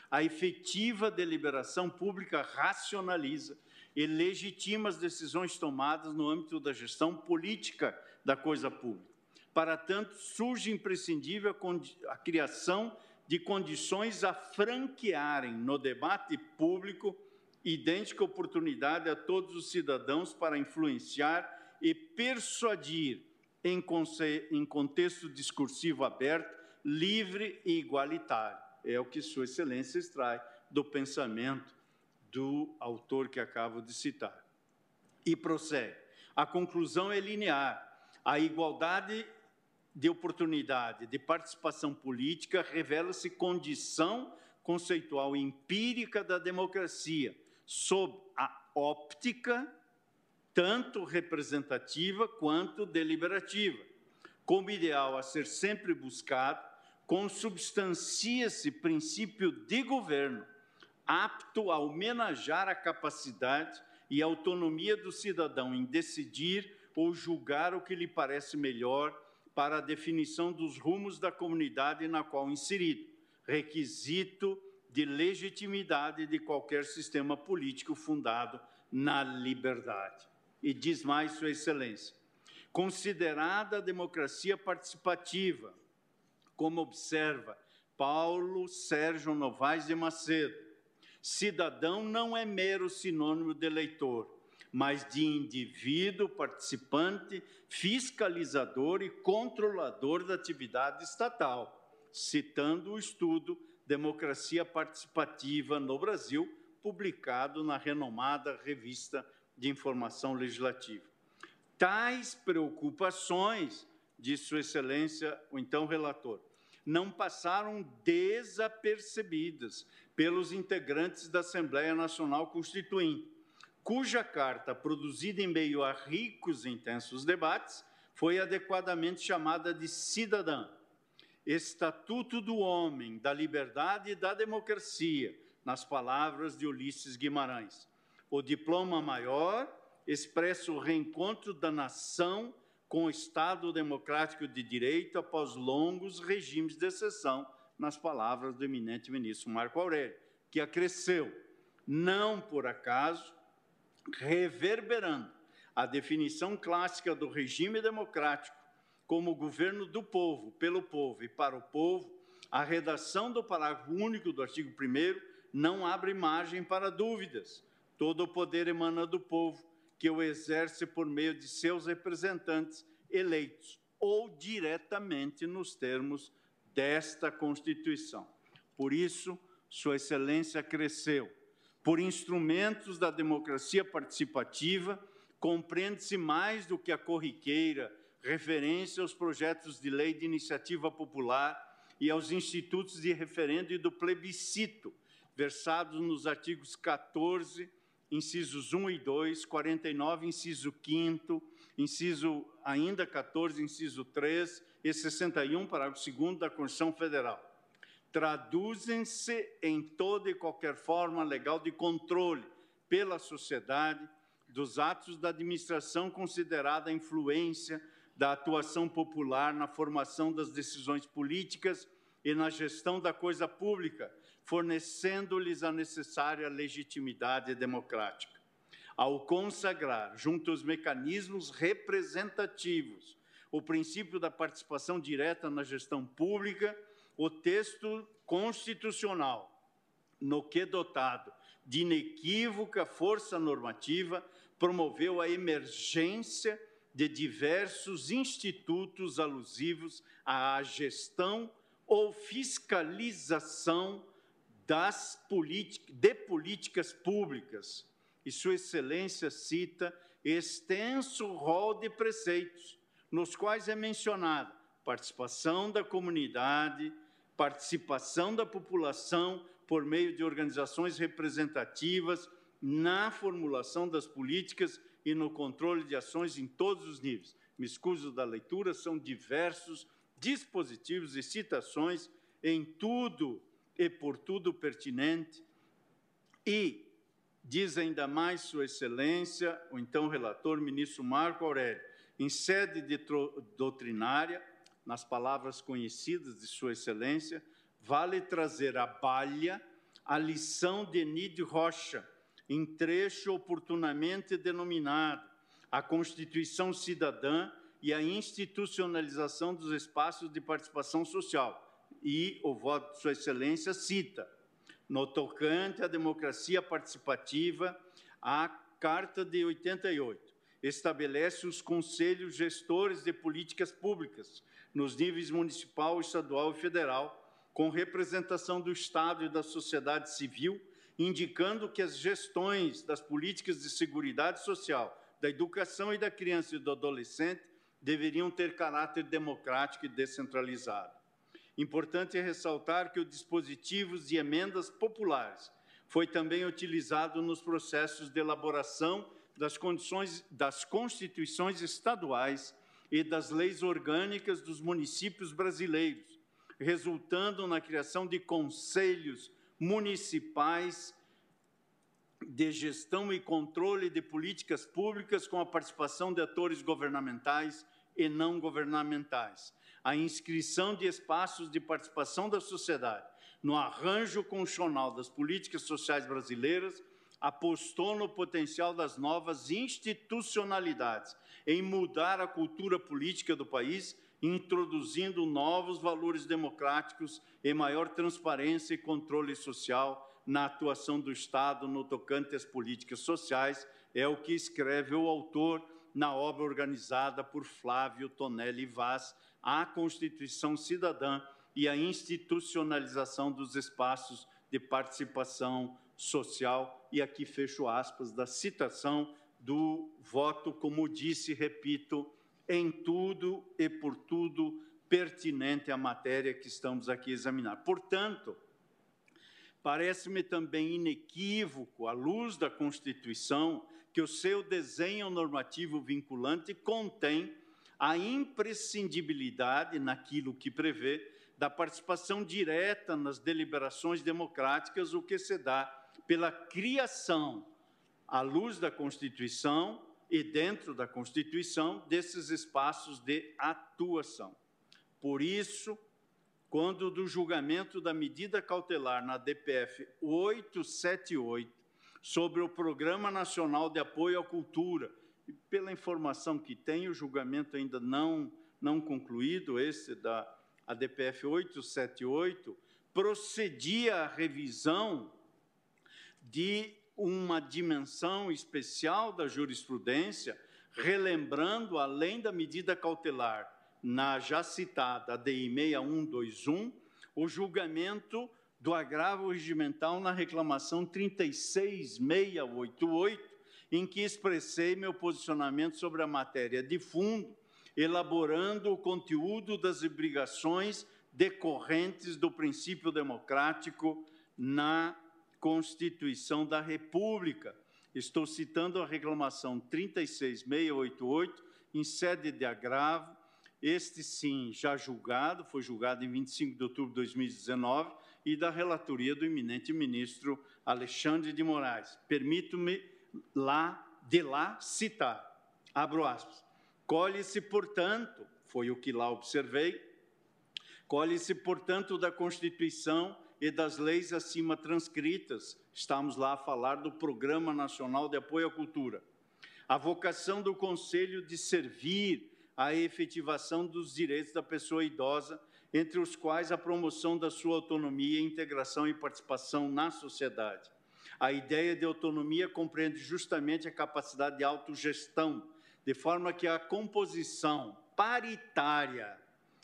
A efetiva deliberação pública racionaliza e legitima as decisões tomadas no âmbito da gestão política da coisa pública. Para tanto, surge imprescindível a, a, criação de condições a franquearem no debate público idêntica oportunidade a todos os cidadãos para influenciar e persuadir em, em contexto discursivo aberto, livre e igualitário. É o que Sua Excelência extrai do pensamento do autor que acabo de citar. E prossegue. A conclusão é linear. A igualdade de oportunidade de participação política revela-se condição conceitual empírica da democracia, sob a óptica tanto representativa quanto deliberativa. Como ideal a ser sempre buscado, consubstancia-se princípio de governo, apto a homenagear a capacidade e autonomia do cidadão em decidir ou julgar o que lhe parece melhor para a definição dos rumos da comunidade na qual inserido, requisito de legitimidade de qualquer sistema político fundado na liberdade. E diz mais Sua Excelência: considerada a democracia participativa, como observa Paulo Sérgio Novaes de Macedo, Cidadão não é mero sinônimo de eleitor, mas de indivíduo participante, fiscalizador e controlador da atividade estatal, citando o estudo Democracia Participativa no Brasil, publicado na renomada Revista de Informação Legislativa. Tais preocupações, de Sua Excelência, o então relator, não passaram desapercebidas pelos integrantes da Assembleia Nacional Constituinte, cuja carta, produzida em meio a ricos e intensos debates, foi adequadamente chamada de cidadã. Estatuto do Homem, da Liberdade e da Democracia, nas palavras de Ulisses Guimarães. O diploma maior expressa o reencontro da nação com o Estado Democrático de Direito após longos regimes de exceção nas palavras do eminente ministro Marco Aurélio, que acresceu, não por acaso, reverberando a definição clássica do regime democrático como governo do povo, pelo povo e para o povo, a redação do parágrafo único do artigo 1 não abre margem para dúvidas. Todo o poder emana do povo, que o exerce por meio de seus representantes eleitos ou diretamente nos termos desta Constituição. Por isso, Sua Excelência cresceu. Por instrumentos da democracia participativa, compreende-se mais do que a corriqueira referência aos projetos de lei de iniciativa popular e aos institutos de referendo e do plebiscito, versados nos artigos 14, incisos 1 e 2, 49, inciso 5, inciso ainda 14, inciso 3 e 61, parágrafo 2 da Constituição Federal. Traduzem-se em toda e qualquer forma legal de controle pela sociedade dos atos da administração considerada influência da atuação popular na formação das decisões políticas e na gestão da coisa pública, fornecendo-lhes a necessária legitimidade democrática. Ao consagrar, junto aos mecanismos representativos, o princípio da participação direta na gestão pública, o texto constitucional, no que dotado de inequívoca força normativa, promoveu a emergência de diversos institutos alusivos à gestão ou fiscalização das de políticas públicas. E Sua Excelência cita extenso rol de preceitos, nos quais é mencionada participação da comunidade, participação da população por meio de organizações representativas na formulação das políticas e no controle de ações em todos os níveis. Me excuso da leitura, são diversos dispositivos e citações em tudo e por tudo pertinente. E diz ainda mais Sua Excelência, o então relator, ministro Marco Aurélio, em sede doutrinária, nas palavras conhecidas de Sua Excelência, vale trazer à balha a lição de Nid Rocha, em trecho oportunamente denominado a Constituição Cidadã e a institucionalização dos espaços de participação social. E o voto de Sua Excelência cita, no tocante à democracia participativa, a Carta de 88 estabelece os conselhos gestores de políticas públicas nos níveis municipal, estadual e federal, com representação do Estado e da sociedade civil, indicando que as gestões das políticas de segurança social, da educação e da criança e do adolescente deveriam ter caráter democrático e descentralizado. Importante é ressaltar que o dispositivo de emendas populares foi também utilizado nos processos de elaboração das condições das constituições estaduais e das leis orgânicas dos municípios brasileiros, resultando na criação de conselhos municipais de gestão e controle de políticas públicas com a participação de atores governamentais e não governamentais. A inscrição de espaços de participação da sociedade no arranjo constitucional das políticas sociais brasileiras apostou no potencial das novas institucionalidades em mudar a cultura política do país introduzindo novos valores democráticos e maior transparência e controle social na atuação do Estado no tocante às políticas sociais, é o que escreve o autor na obra organizada por Flávio Tonelli Vaz, A Constituição Cidadã e a Institucionalização dos Espaços de Participação Social. E aqui fecho aspas da citação do voto, como disse, repito, em tudo e por tudo pertinente à matéria que estamos aqui a examinar. Portanto, parece-me também inequívoco, à luz da Constituição, que o seu desenho normativo vinculante contém a imprescindibilidade, naquilo que prevê, da participação direta nas deliberações democráticas, o que se dá pela criação, à luz da Constituição, e dentro da Constituição desses espaços de atuação. Por isso, quando do julgamento da medida cautelar na DPF 878 sobre o Programa Nacional de Apoio à Cultura, e pela informação que tem, o julgamento ainda não não concluído esse da a DPF 878, procedia à revisão de uma dimensão especial da jurisprudência, relembrando, além da medida cautelar, na já citada ADI 6121, o julgamento do agravo regimental na reclamação 36688, em que expressei meu posicionamento sobre a matéria de fundo, elaborando o conteúdo das obrigações decorrentes do princípio democrático na Constituição da República. Estou citando a reclamação 36688 em sede de agravo, este sim já julgado, foi julgado em 25 de outubro de 2019 e da relatoria do eminente ministro Alexandre de Moraes. Permito-me lá de lá citar. Abro aspas. Colhe-se, portanto, foi o que lá observei, colhe-se, portanto, da Constituição e das leis acima transcritas. Estamos lá a falar do Programa Nacional de Apoio à Cultura. A vocação do Conselho de servir à efetivação dos direitos da pessoa idosa, entre os quais a promoção da sua autonomia, integração e participação na sociedade. A ideia de autonomia compreende justamente a capacidade de autogestão, de forma que a composição paritária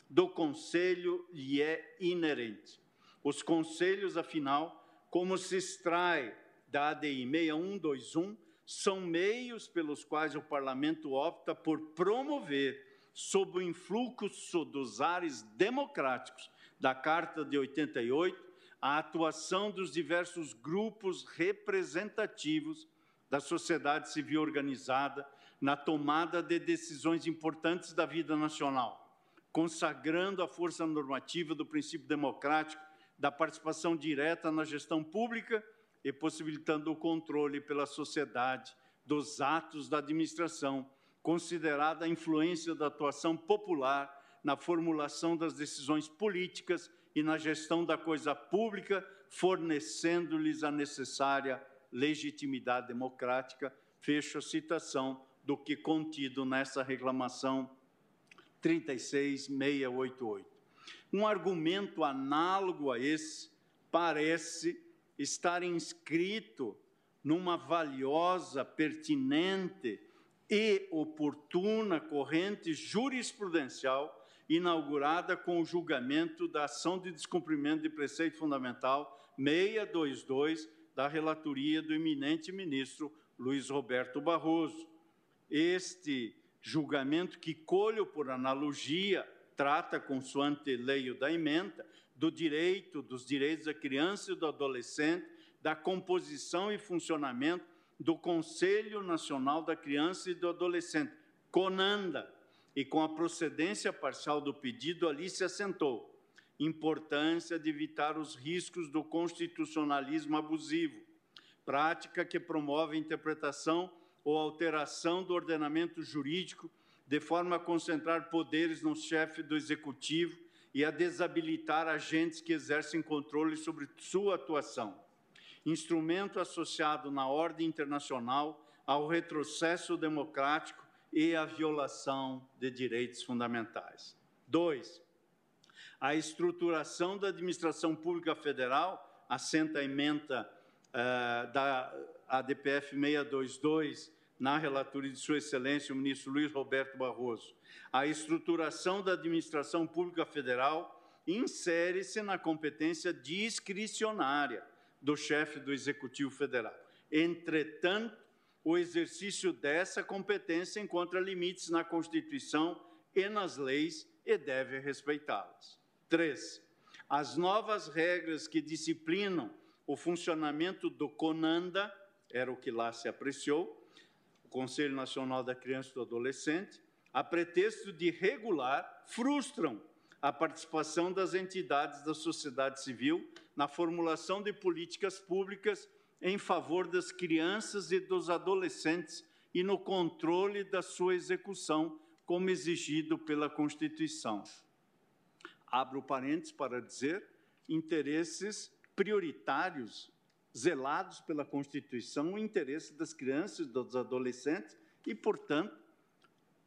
do conselho lhe é inerente. Os conselhos, afinal, como se extrai da ADI 6121, são meios pelos quais o parlamento opta por promover, sob o influxo dos ares democráticos da Carta de 88, a atuação dos diversos grupos representativos da sociedade civil organizada na tomada de decisões importantes da vida nacional, consagrando a força normativa do princípio democrático da participação direta na gestão pública e possibilitando o controle pela sociedade dos atos da administração, considerada a influência da atuação popular na formulação das decisões políticas e na gestão da coisa pública, fornecendo-lhes a necessária legitimidade democrática. Fecho a citação do que contido nessa reclamação 36688. Um argumento análogo a esse parece estar inscrito numa valiosa, pertinente e oportuna corrente jurisprudencial inaugurada com o julgamento da ação de descumprimento de preceito fundamental 622 da relatoria do eminente ministro Luiz Roberto Barroso. Este julgamento que colho por analogia trata consoante leio da emenda do direito, dos direitos da criança e do adolescente, da composição e funcionamento do Conselho Nacional da Criança e do Adolescente, CONANDA, e com a procedência parcial do pedido, ali se assentou. Importância de evitar os riscos do constitucionalismo abusivo, prática que promove a interpretação ou alteração do ordenamento jurídico de forma a concentrar poderes no chefe do executivo e a desabilitar agentes que exercem controle sobre sua atuação. Instrumento associado na ordem internacional ao retrocesso democrático e à violação de direitos fundamentais. 2. A estruturação da administração pública federal, assenta a emenda uh, da ADPF 622 na relatoria de Sua Excelência, o ministro Luiz Roberto Barroso. A estruturação da administração pública federal insere-se na competência discricionária do chefe do Executivo Federal. Entretanto, o exercício dessa competência encontra limites na Constituição e nas leis e deve respeitá-las. 3. As novas regras que disciplinam o funcionamento do CONANDA, era o que lá se apreciou, Conselho Nacional da Criança e do Adolescente, a pretexto de regular, frustram a participação das entidades da sociedade civil na formulação de políticas públicas em favor das crianças e dos adolescentes e no controle da sua execução, como exigido pela Constituição. Abro parênteses para dizer interesses prioritários zelados pela Constituição, o interesse das crianças e dos adolescentes e, portanto,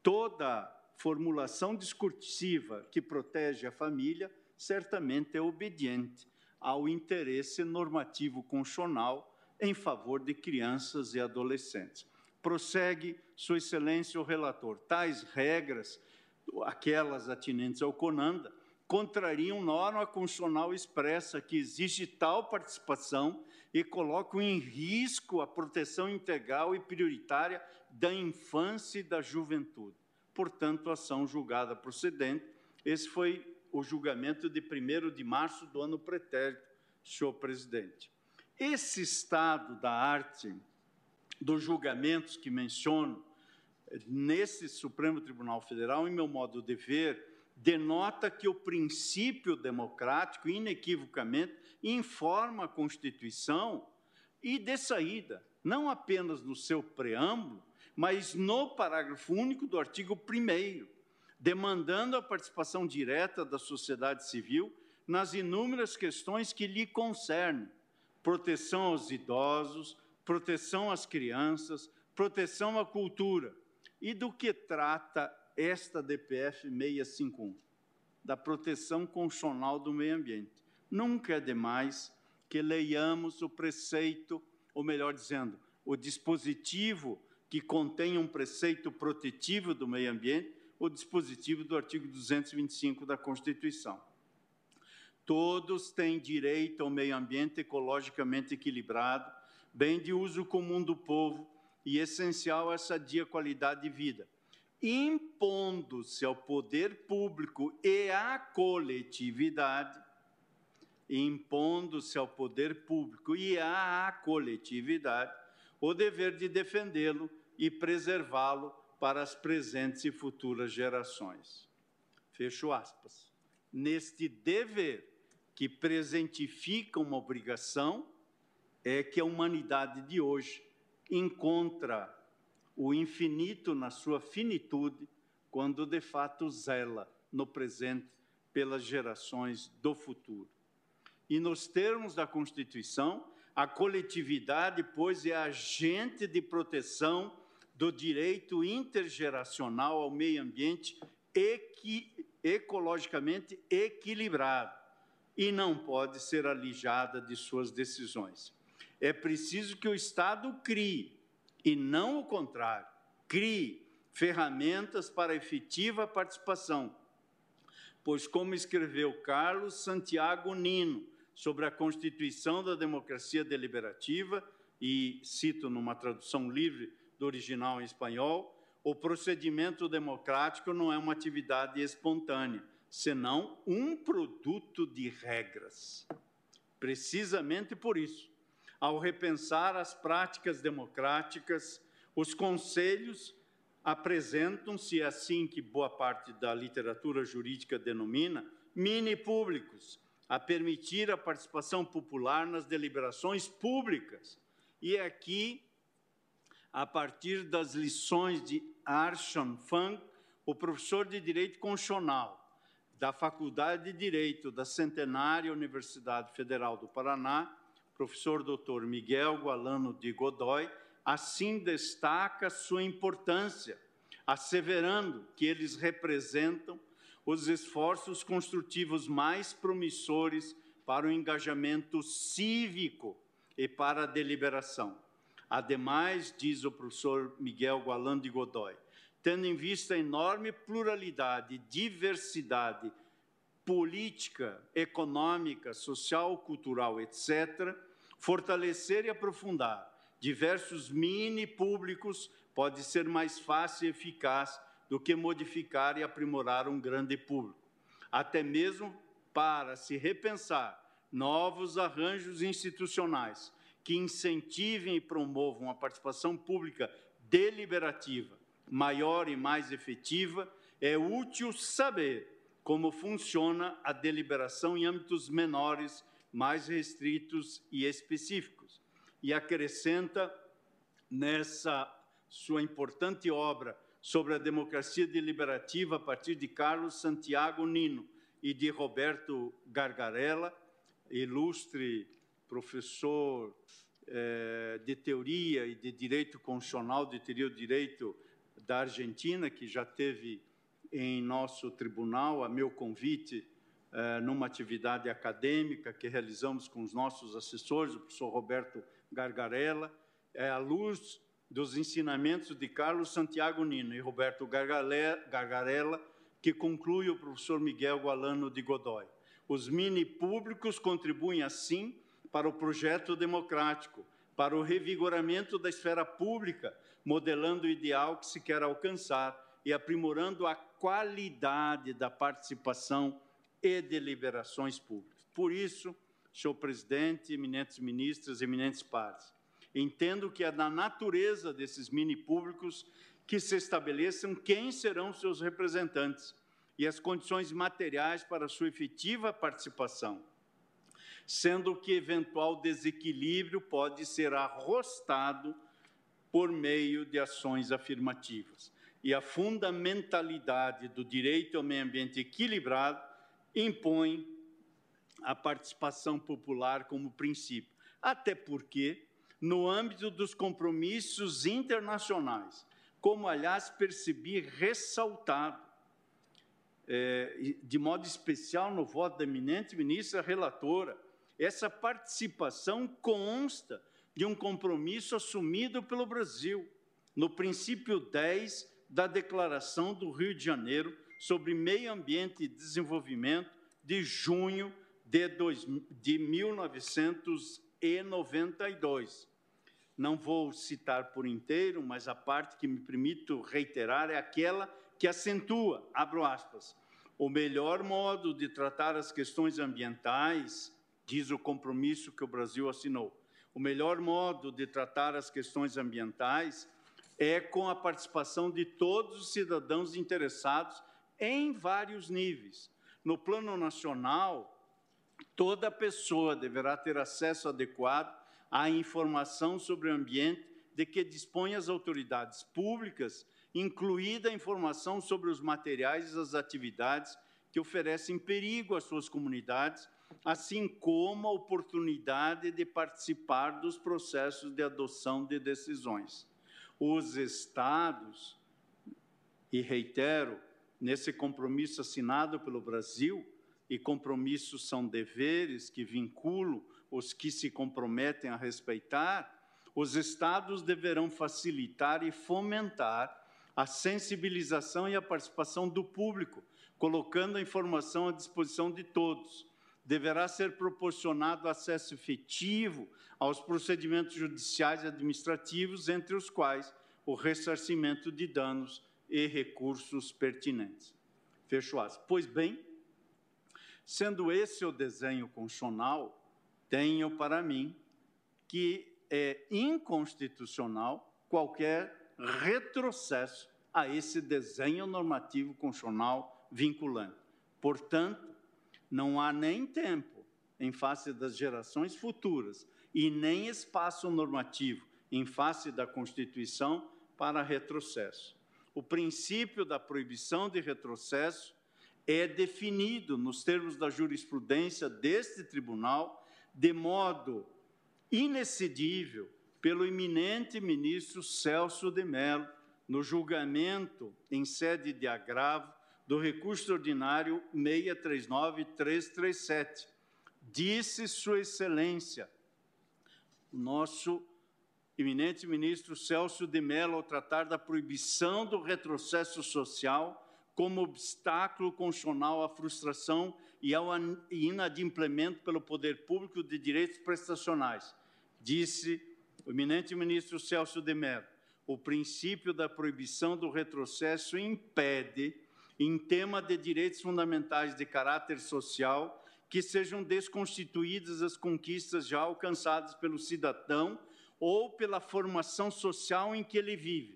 toda formulação discursiva que protege a família certamente é obediente ao interesse normativo constitucional em favor de crianças e adolescentes. Prossegue, Sua Excelência, o relator. Tais regras, aquelas atinentes ao Conanda, contrariam norma constitucional expressa que exige tal participação e colocam em risco a proteção integral e prioritária da infância e da juventude. Portanto, ação julgada procedente. Esse foi o julgamento de 1 de março do ano pretérito, senhor presidente. Esse estado da arte dos julgamentos que menciono nesse Supremo Tribunal Federal, em meu modo de ver, denota que o princípio democrático, inequivocamente, informa a Constituição e, de saída, não apenas no seu preâmbulo, mas no parágrafo único do artigo 1, demandando a participação direta da sociedade civil nas inúmeras questões que lhe concernem proteção aos idosos, proteção às crianças, proteção à cultura. E do que trata esta DPF 651? Da proteção constitucional do meio ambiente. Nunca é demais que leiamos o preceito, ou melhor dizendo, o dispositivo que contém um preceito protetivo do meio ambiente, o dispositivo do artigo 225 da Constituição. Todos têm direito ao meio ambiente ecologicamente equilibrado, bem de uso comum do povo e essencial a essa dia qualidade de vida, impondo-se ao poder público e à coletividade, impondo-se ao poder público e à coletividade o dever de defendê-lo e preservá-lo para as presentes e futuras gerações. Fecho aspas neste dever que presentifica uma obrigação é que a humanidade de hoje encontra o infinito na sua finitude quando de fato zela no presente pelas gerações do futuro. E nos termos da Constituição, a coletividade, pois, é agente de proteção do direito intergeracional ao meio ambiente equi ecologicamente equilibrado e não pode ser alijada de suas decisões. É preciso que o Estado crie, e não o contrário, crie ferramentas para efetiva participação. Pois, como escreveu Carlos Santiago Nino sobre a Constituição da Democracia Deliberativa, e cito numa tradução livre do original em espanhol, o procedimento democrático não é uma atividade espontânea, senão um produto de regras. Precisamente por isso, ao repensar as práticas democráticas, os conselhos apresentam-se assim que boa parte da literatura jurídica denomina mini públicos, a permitir a participação popular nas deliberações públicas. E aqui a partir das lições de Arshon Fang, o professor de Direito Constitucional da Faculdade de Direito da Centenária Universidade Federal do Paraná, professor Dr. Miguel Gualano de Godoy, assim destaca sua importância, asseverando que eles representam os esforços construtivos mais promissores para o engajamento cívico e para a deliberação. Ademais, diz o professor Miguel Gualan de Godoy, tendo em vista a enorme pluralidade, diversidade política, econômica, social, cultural, etc., fortalecer e aprofundar diversos mini públicos pode ser mais fácil e eficaz do que modificar e aprimorar um grande público. Até mesmo para se repensar novos arranjos institucionais, que incentivem e promovam a participação pública deliberativa maior e mais efetiva, é útil saber como funciona a deliberação em âmbitos menores, mais restritos e específicos. E acrescenta nessa sua importante obra sobre a democracia deliberativa a partir de Carlos Santiago Nino e de Roberto Gargarella, ilustre professor eh, de teoria e de direito constitucional, de teoria do direito da Argentina, que já teve em nosso tribunal, a meu convite, eh, numa atividade acadêmica que realizamos com os nossos assessores, o professor Roberto Gargarella, é à luz dos ensinamentos de Carlos Santiago Nino e Roberto Gargale- Gargarella, que conclui o professor Miguel Gualano de Godoy. Os mini públicos contribuem assim para o projeto democrático, para o revigoramento da esfera pública, modelando o ideal que se quer alcançar e aprimorando a qualidade da participação e deliberações públicas. Por isso, senhor presidente, eminentes ministros, eminentes pares, Entendo que é na natureza desses mini públicos que se estabeleçam quem serão seus representantes e as condições materiais para sua efetiva participação, sendo que eventual desequilíbrio pode ser arrostado por meio de ações afirmativas. E a fundamentalidade do direito ao meio ambiente equilibrado impõe a participação popular como princípio, até porque no âmbito dos compromissos internacionais, como, aliás, percebi ressaltado, eh, e de modo especial no voto da eminente ministra relatora, essa participação consta de um compromisso assumido pelo Brasil, no princípio 10 da Declaração do Rio de Janeiro sobre Meio Ambiente e Desenvolvimento, de junho de, dois, de 1992. Não vou citar por inteiro, mas a parte que me permito reiterar é aquela que acentua, abro aspas, o melhor modo de tratar as questões ambientais, diz o compromisso que o Brasil assinou. O melhor modo de tratar as questões ambientais é com a participação de todos os cidadãos interessados em vários níveis. No plano nacional, Toda pessoa deverá ter acesso adequado à informação sobre o ambiente de que dispõem as autoridades públicas, incluída a informação sobre os materiais e as atividades que oferecem perigo às suas comunidades, assim como a oportunidade de participar dos processos de adoção de decisões. Os estados, e reitero, nesse compromisso assinado pelo Brasil, e compromissos são deveres que vinculam os que se comprometem a respeitar, os estados deverão facilitar e fomentar a sensibilização e a participação do público, colocando a informação à disposição de todos. Deverá ser proporcionado acesso efetivo aos procedimentos judiciais e administrativos, entre os quais o ressarcimento de danos e recursos pertinentes. Fecho aspas. Pois bem, Sendo esse o desenho constitucional, tenho para mim que é inconstitucional qualquer retrocesso a esse desenho normativo constitucional vinculante. Portanto, não há nem tempo em face das gerações futuras e nem espaço normativo em face da Constituição para retrocesso. O princípio da proibição de retrocesso é definido nos termos da jurisprudência deste tribunal de modo inexcedível pelo eminente ministro Celso de Mello no julgamento em sede de agravo do recurso ordinário 639337. Disse sua excelência, o nosso eminente ministro Celso de Mello ao tratar da proibição do retrocesso social como obstáculo constitucional à frustração e ao an- e inadimplemento pelo poder público de direitos prestacionais, disse o eminente ministro Celso de Mello. O princípio da proibição do retrocesso impede, em tema de direitos fundamentais de caráter social, que sejam desconstituídas as conquistas já alcançadas pelo cidadão ou pela formação social em que ele vive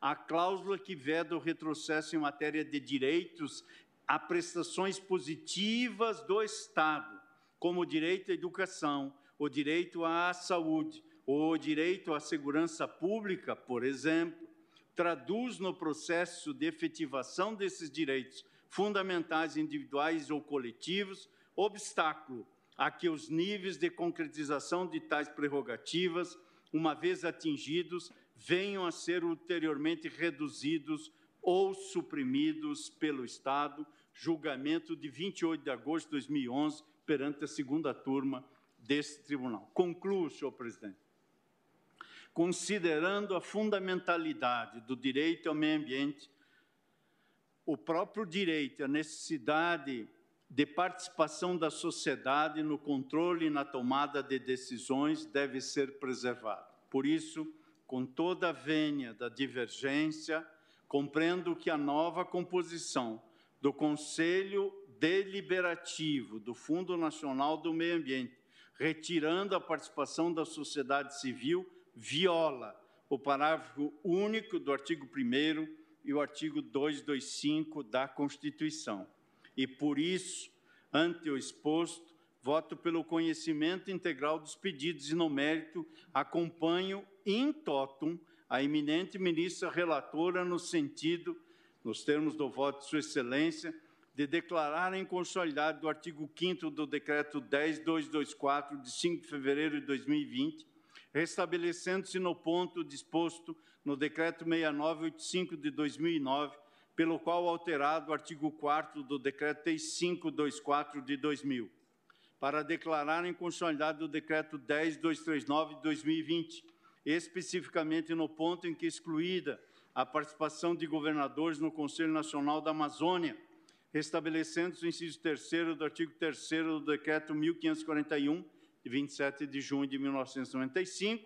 a cláusula que veda o retrocesso em matéria de direitos a prestações positivas do Estado, como o direito à educação, o direito à saúde, o direito à segurança pública, por exemplo, traduz no processo de efetivação desses direitos fundamentais individuais ou coletivos obstáculo a que os níveis de concretização de tais prerrogativas, uma vez atingidos, venham a ser ulteriormente reduzidos ou suprimidos pelo Estado, julgamento de 28 de agosto de 2011 perante a segunda turma deste tribunal. Concluo, senhor presidente. Considerando a fundamentalidade do direito ao meio ambiente, o próprio direito, a necessidade de participação da sociedade no controle e na tomada de decisões deve ser preservado. Por isso, com toda a vênia da divergência, compreendo que a nova composição do Conselho Deliberativo do Fundo Nacional do Meio Ambiente, retirando a participação da sociedade civil, viola o parágrafo único do artigo 1 e o artigo 225 da Constituição. E por isso, ante o exposto, voto pelo conhecimento integral dos pedidos e no mérito acompanho in totum a eminente ministra relatora no sentido, nos termos do voto de sua excelência, de declarar a inconstitucionalidade do artigo 5 do decreto 10224 de 5 de fevereiro de 2020, restabelecendo-se no ponto disposto no decreto 6985 de 2009, pelo qual alterado o artigo 4 do decreto 3524 de 2000, para declarar a inconstitucionalidade do decreto 10239 de 2020, especificamente no ponto em que é excluída a participação de governadores no Conselho Nacional da Amazônia, restabelecendo-se o inciso 3 do artigo 3 do decreto 1541 de 27 de junho de 1995,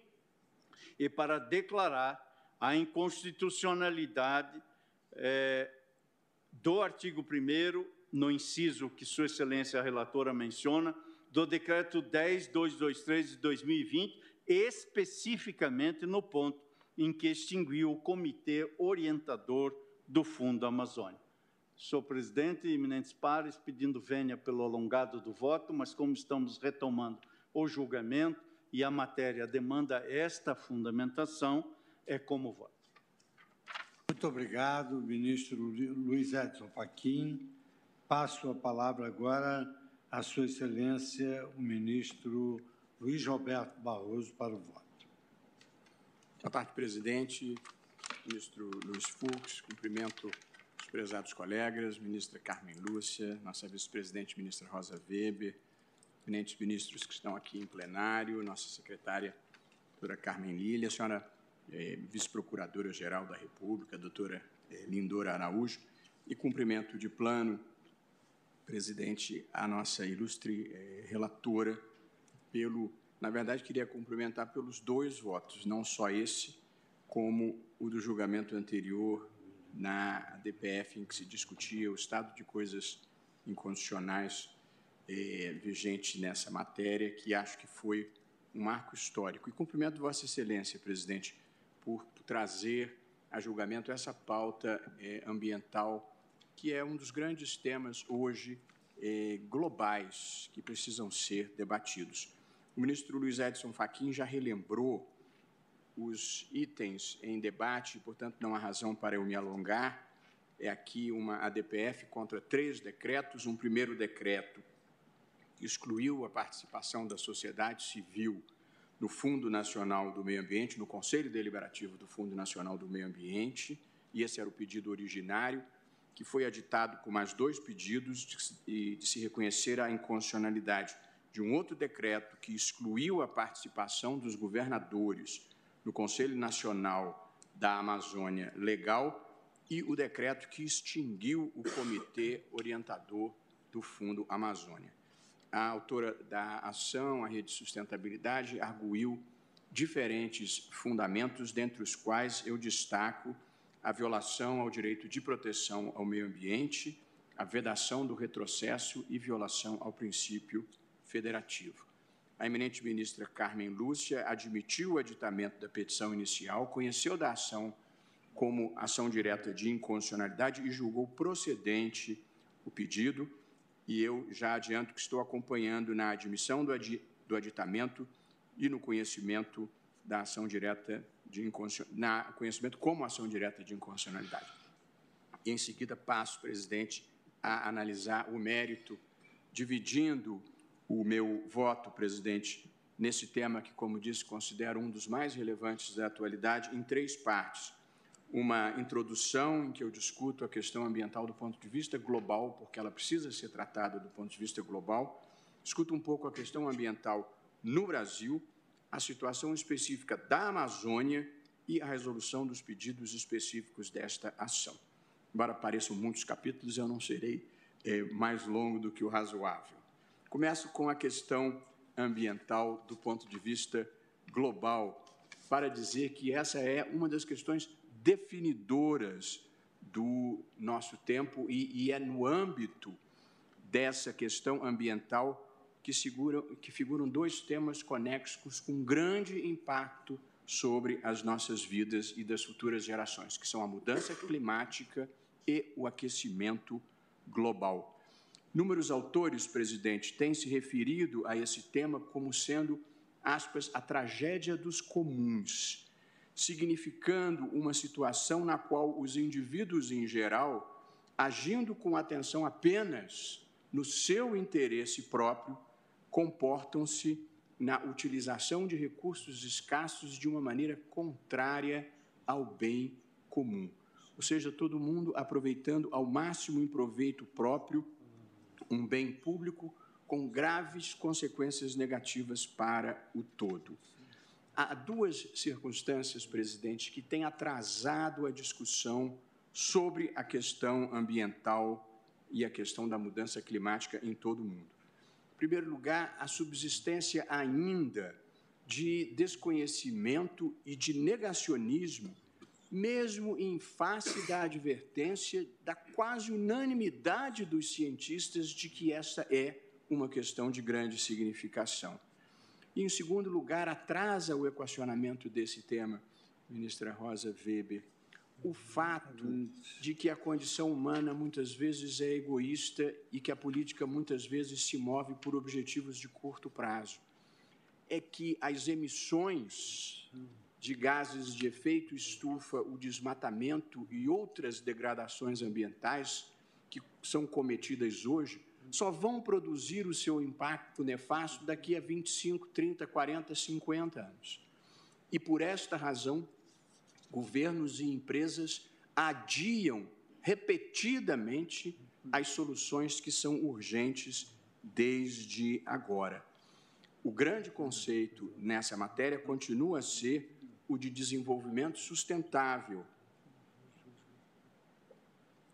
e para declarar a inconstitucionalidade é, do artigo 1 no inciso que Sua Excelência a relatora menciona, do decreto 10223 de 2020, especificamente no ponto em que extinguiu o comitê orientador do Fundo Amazônia. Sou presidente, eminentes pares, pedindo vênia pelo alongado do voto, mas como estamos retomando o julgamento e a matéria demanda esta fundamentação, é como voto. Muito obrigado, ministro Luiz Edson Fachin. Passo a palavra agora à Sua Excelência, o ministro Luiz Roberto Barroso, para o voto. Boa tarde, presidente, ministro Luiz Fux, cumprimento os prezados colegas, ministra Carmen Lúcia, nossa vice-presidente, ministra Rosa Weber, eminentes ministros que estão aqui em plenário, nossa secretária, doutora Carmen Lília, a senhora eh, vice-procuradora-geral da República, doutora eh, Lindora Araújo, e cumprimento de plano, presidente, a nossa ilustre eh, relatora, pelo, na verdade, queria cumprimentar pelos dois votos, não só esse, como o do julgamento anterior na DPF, em que se discutia o estado de coisas incondicionais eh, vigente nessa matéria, que acho que foi um marco histórico. E cumprimento Vossa Excelência, presidente, por trazer a julgamento essa pauta eh, ambiental, que é um dos grandes temas hoje eh, globais que precisam ser debatidos. O ministro Luiz Edson Fachin já relembrou os itens em debate, portanto, não há razão para eu me alongar. É aqui uma ADPF contra três decretos. Um primeiro decreto excluiu a participação da sociedade civil no Fundo Nacional do Meio Ambiente, no Conselho Deliberativo do Fundo Nacional do Meio Ambiente, e esse era o pedido originário, que foi aditado com mais dois pedidos de, de se reconhecer a inconstitucionalidade de um outro decreto que excluiu a participação dos governadores no Conselho Nacional da Amazônia Legal e o decreto que extinguiu o Comitê Orientador do Fundo Amazônia a autora da ação, a Rede de Sustentabilidade, arguiu diferentes fundamentos, dentre os quais eu destaco a violação ao direito de proteção ao meio ambiente, a vedação do retrocesso e violação ao princípio federativo. A eminente ministra Carmen Lúcia admitiu o aditamento da petição inicial, conheceu da ação como ação direta de inconstitucionalidade e julgou procedente o pedido e eu já adianto que estou acompanhando na admissão do, adi, do aditamento e no conhecimento da ação direta de na conhecimento como ação direta de inconstitucionalidade. E em seguida passo, presidente, a analisar o mérito, dividindo o meu voto, presidente, nesse tema que, como disse, considero um dos mais relevantes da atualidade, em três partes. uma introdução em que eu discuto a questão ambiental do ponto de vista global, porque ela precisa ser tratada do ponto de vista global. Discuto um pouco a questão ambiental no Brasil, a situação específica da Amazônia e a resolução dos pedidos específicos desta ação. Embora pareçam muitos capítulos, eu não serei eh, mais longo do que o razoável. Começo com a questão ambiental do ponto de vista global, para dizer que essa é uma das questões definidoras do nosso tempo e, e é no âmbito dessa questão ambiental que, segura, que figuram dois temas conexos com grande impacto sobre as nossas vidas e das futuras gerações, que são a mudança climática e o aquecimento global. Números autores, presidente, têm se referido a esse tema como sendo, aspas, a tragédia dos comuns, significando uma situação na qual os indivíduos em geral, agindo com atenção apenas no seu interesse próprio, comportam-se na utilização de recursos escassos de uma maneira contrária ao bem comum. Ou seja, todo mundo aproveitando ao máximo em proveito próprio um bem público com graves consequências negativas para o todo. Há duas circunstâncias, presidente, que têm atrasado a discussão sobre a questão ambiental e a questão da mudança climática em todo o mundo. Em primeiro lugar, a subsistência ainda de desconhecimento e de negacionismo, mesmo em face da advertência da quase unanimidade dos cientistas de que esta é uma questão de grande significação. E, em segundo lugar, atrasa o equacionamento desse tema, ministra Rosa Weber, o fato de que a condição humana muitas vezes é egoísta e que a política muitas vezes se move por objetivos de curto prazo. É que as emissões de gases de efeito estufa, o desmatamento e outras degradações ambientais que são cometidas hoje só vão produzir o seu impacto nefasto daqui a 25, 30, 40, 50 anos. E por esta razão, governos e empresas adiam repetidamente as soluções que são urgentes desde agora. O grande conceito nessa matéria continua a ser o de desenvolvimento sustentável,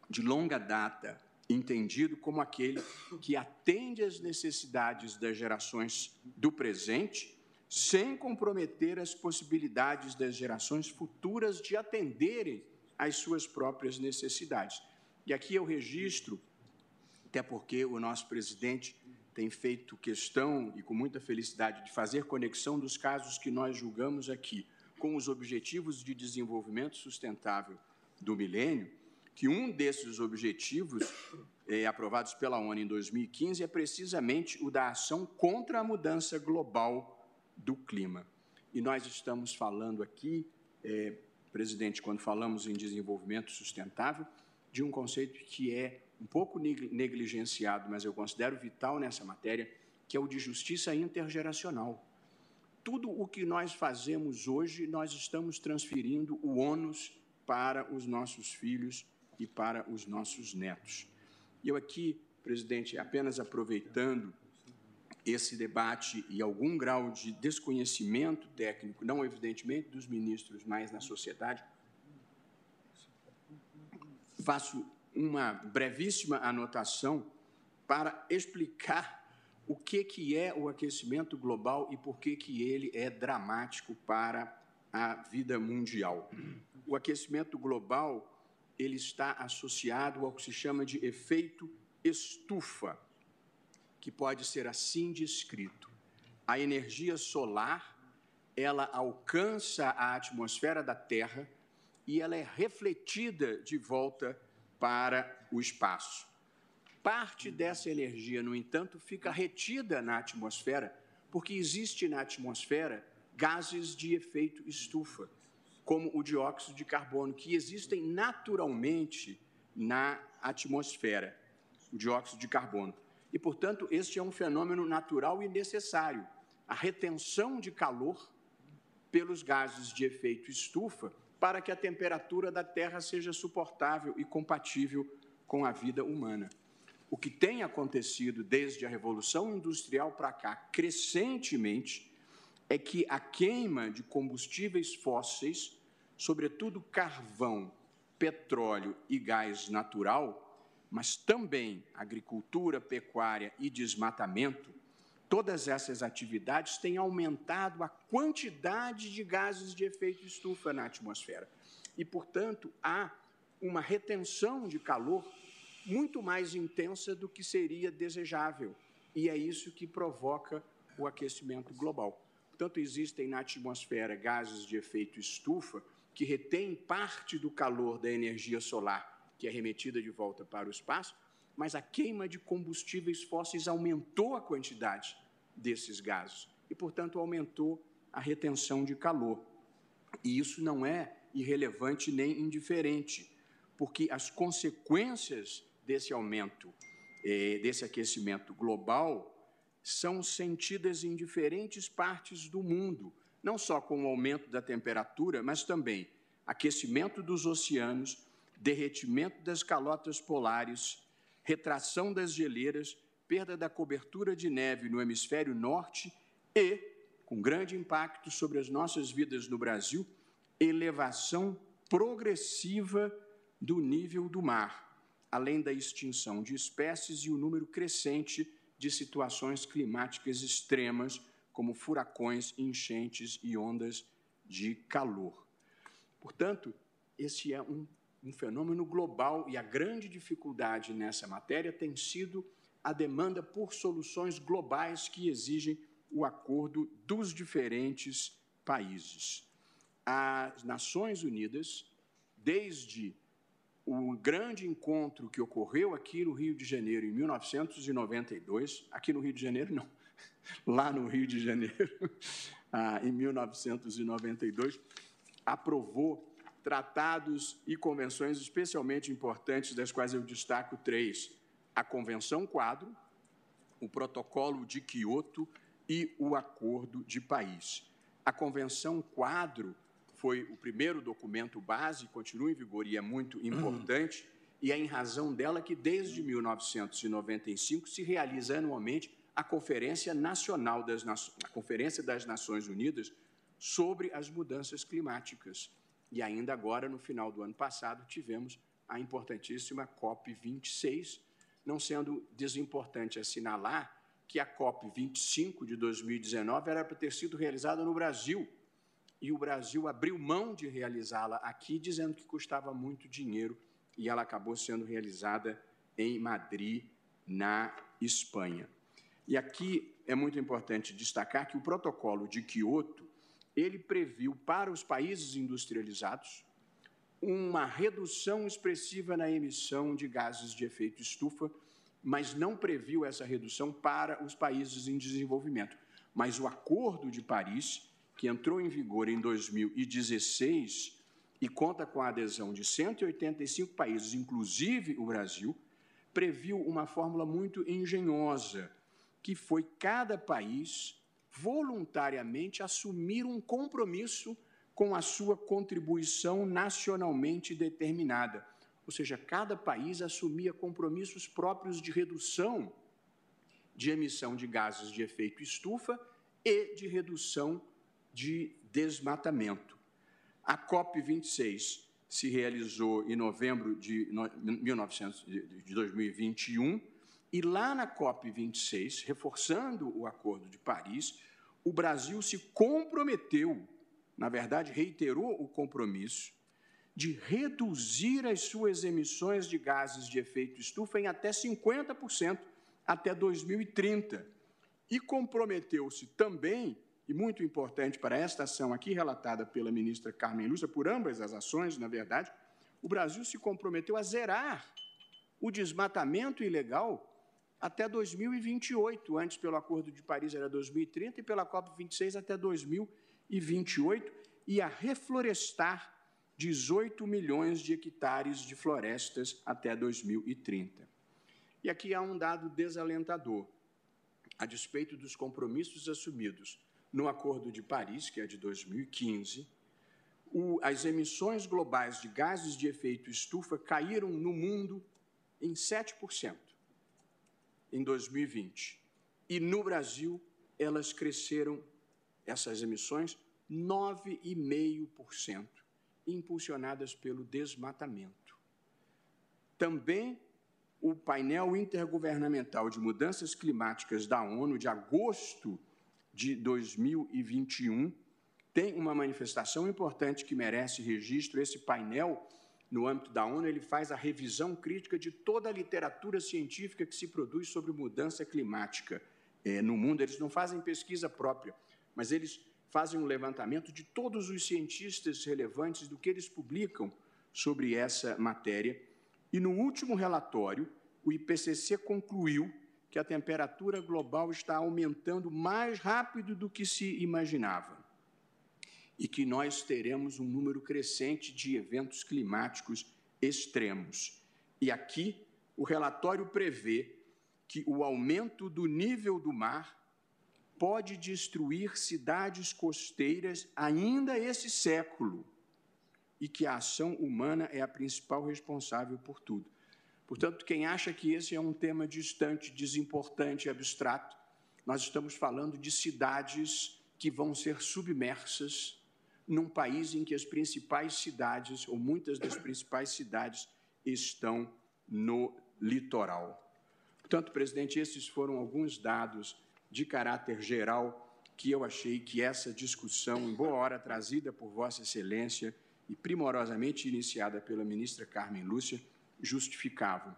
de longa data, entendido como aquele que atende às necessidades das gerações do presente sem comprometer as possibilidades das gerações futuras de atenderem às suas próprias necessidades. E aqui eu registro, até porque o nosso presidente tem feito questão, e com muita felicidade, de fazer conexão dos casos que nós julgamos aqui com os Objetivos de Desenvolvimento Sustentável do Milênio, que um desses objetivos eh, aprovados pela ONU em 2015 é precisamente o da ação contra a mudança global do clima. E nós estamos falando aqui, eh, presidente, quando falamos em desenvolvimento sustentável, de um conceito que é um pouco negligenciado, mas eu considero vital nessa matéria, que é o de justiça intergeracional. Tudo o que nós fazemos hoje, nós estamos transferindo o ônus para os nossos filhos e para os nossos netos. E eu aqui, presidente, apenas aproveitando esse debate e algum grau de desconhecimento técnico, não evidentemente dos ministros, mas na sociedade, faço uma brevíssima anotação para explicar o que, que é o aquecimento global e por que, que ele é dramático para a vida mundial. O aquecimento global ele está associado ao que se chama de efeito estufa que pode ser assim descrito. A energia solar, ela alcança a atmosfera da Terra e ela é refletida de volta para o espaço. Parte dessa energia, no entanto, fica retida na atmosfera, porque existe na atmosfera gases de efeito estufa, como o dióxido de carbono, que existem naturalmente na atmosfera, o dióxido de carbono. E, portanto, este é um fenômeno natural e necessário. A retenção de calor pelos gases de efeito estufa para que a temperatura da Terra seja suportável e compatível com a vida humana. O que tem acontecido desde a Revolução Industrial para cá, crescentemente, é que a queima de combustíveis fósseis, sobretudo carvão, petróleo e gás natural, mas também agricultura, pecuária e desmatamento, todas essas atividades têm aumentado a quantidade de gases de efeito estufa na atmosfera. E, portanto, há uma retenção de calor muito mais intensa do que seria desejável. E é isso que provoca o aquecimento global. Portanto, existem na atmosfera gases de efeito estufa que retêm parte do calor da energia solar, que é remetida de volta para o espaço, mas a queima de combustíveis fósseis aumentou a quantidade desses gases e, portanto, aumentou a retenção de calor. E isso não é irrelevante nem indiferente, porque as consequências desse aumento, eh, desse aquecimento global, são sentidas em diferentes partes do mundo, não só com o aumento da temperatura, mas também aquecimento dos oceanos, derretimento das calotas polares, retração das geleiras, perda da cobertura de neve no hemisfério norte e, com grande impacto sobre as nossas vidas no Brasil, elevação progressiva do nível do mar, além da extinção de espécies e o número crescente de situações climáticas extremas, como furacões, enchentes e ondas de calor. Portanto, esse é um um fenômeno global e a grande dificuldade nessa matéria tem sido a demanda por soluções globais que exigem o acordo dos diferentes países. As Nações Unidas, desde o grande encontro que ocorreu aqui no Rio de Janeiro em 1992, aqui no Rio de Janeiro não, lá no Rio de Janeiro, ah, em 1992, aprovou tratados e convenções especialmente importantes, das quais eu destaco três: a Convenção Quadro, o Protocolo de Quioto e o Acordo de País. A Convenção Quadro foi o primeiro documento base, continua em vigor e é muito importante, e é em razão dela que, desde 1995, se realiza anualmente a Conferência Nacional das, Na... a Conferência das Nações Unidas sobre as Mudanças Climáticas. E ainda agora, no final do ano passado, tivemos a importantíssima COP26, não sendo desimportante assinalar que a COP25 de 2019 era para ter sido realizada no Brasil. E o Brasil abriu mão de realizá-la aqui, dizendo que custava muito dinheiro, e ela acabou sendo realizada em Madrid, na Espanha. E aqui é muito importante destacar que o protocolo de Quioto ele previu para os países industrializados uma redução expressiva na emissão de gases de efeito estufa, mas não previu essa redução para os países em desenvolvimento. Mas o Acordo de Paris, que entrou em vigor em 2016 e conta com a adesão de 185 países, inclusive o Brasil, previu uma fórmula muito engenhosa, que foi cada país voluntariamente assumir um compromisso com a sua contribuição nacionalmente determinada. Ou seja, cada país assumia compromissos próprios de redução de emissão de gases de efeito estufa e de redução de desmatamento. A COP26 se realizou em novembro de, 1900, de 2021. E lá na COP26, reforçando o Acordo de Paris, o Brasil se comprometeu, na verdade, reiterou o compromisso, de reduzir as suas emissões de gases de efeito estufa em até 50% até 2030. E comprometeu-se também, e muito importante para esta ação aqui relatada pela ministra Carmen Lúcia, por ambas as ações, na verdade, o Brasil se comprometeu a zerar o desmatamento ilegal até 2028. Antes, pelo Acordo de Paris, era 2030, e pela COP26 até 2028, e a reflorestar 18 milhões de hectares de florestas até 2030. E aqui há um dado desalentador. A despeito dos compromissos assumidos no Acordo de Paris, que é de 2015, o- as emissões globais de gases de efeito estufa caíram no mundo em 7% em 2020. E no Brasil, elas cresceram, essas emissões, 9,5%, impulsionadas pelo desmatamento. Também o painel intergovernamental de mudanças climáticas da ONU, de agosto de 2021, tem uma manifestação importante que merece registro. Esse painel, no âmbito da ONU, ele faz a revisão crítica de toda a literatura científica que se produz sobre mudança climática eh, no mundo. Eles não fazem pesquisa própria, mas eles fazem um levantamento de todos os cientistas relevantes do que eles publicam sobre essa matéria. E no último relatório, o IPCC concluiu que a temperatura global está aumentando mais rápido do que se imaginava e que nós teremos um número crescente de eventos climáticos extremos. E aqui o relatório prevê que o aumento do nível do mar pode destruir cidades costeiras ainda esse século e que a ação humana é a principal responsável por tudo. Portanto, quem acha que esse é um tema distante, desimportante, abstrato, nós estamos falando de cidades que vão ser submersas num país em que as principais cidades, ou muitas das principais cidades, estão no litoral. Portanto, presidente, esses foram alguns dados de caráter geral que eu achei que essa discussão, em boa hora trazida por Vossa Excelência e primorosamente iniciada pela ministra Carmen Lúcia, justificavam.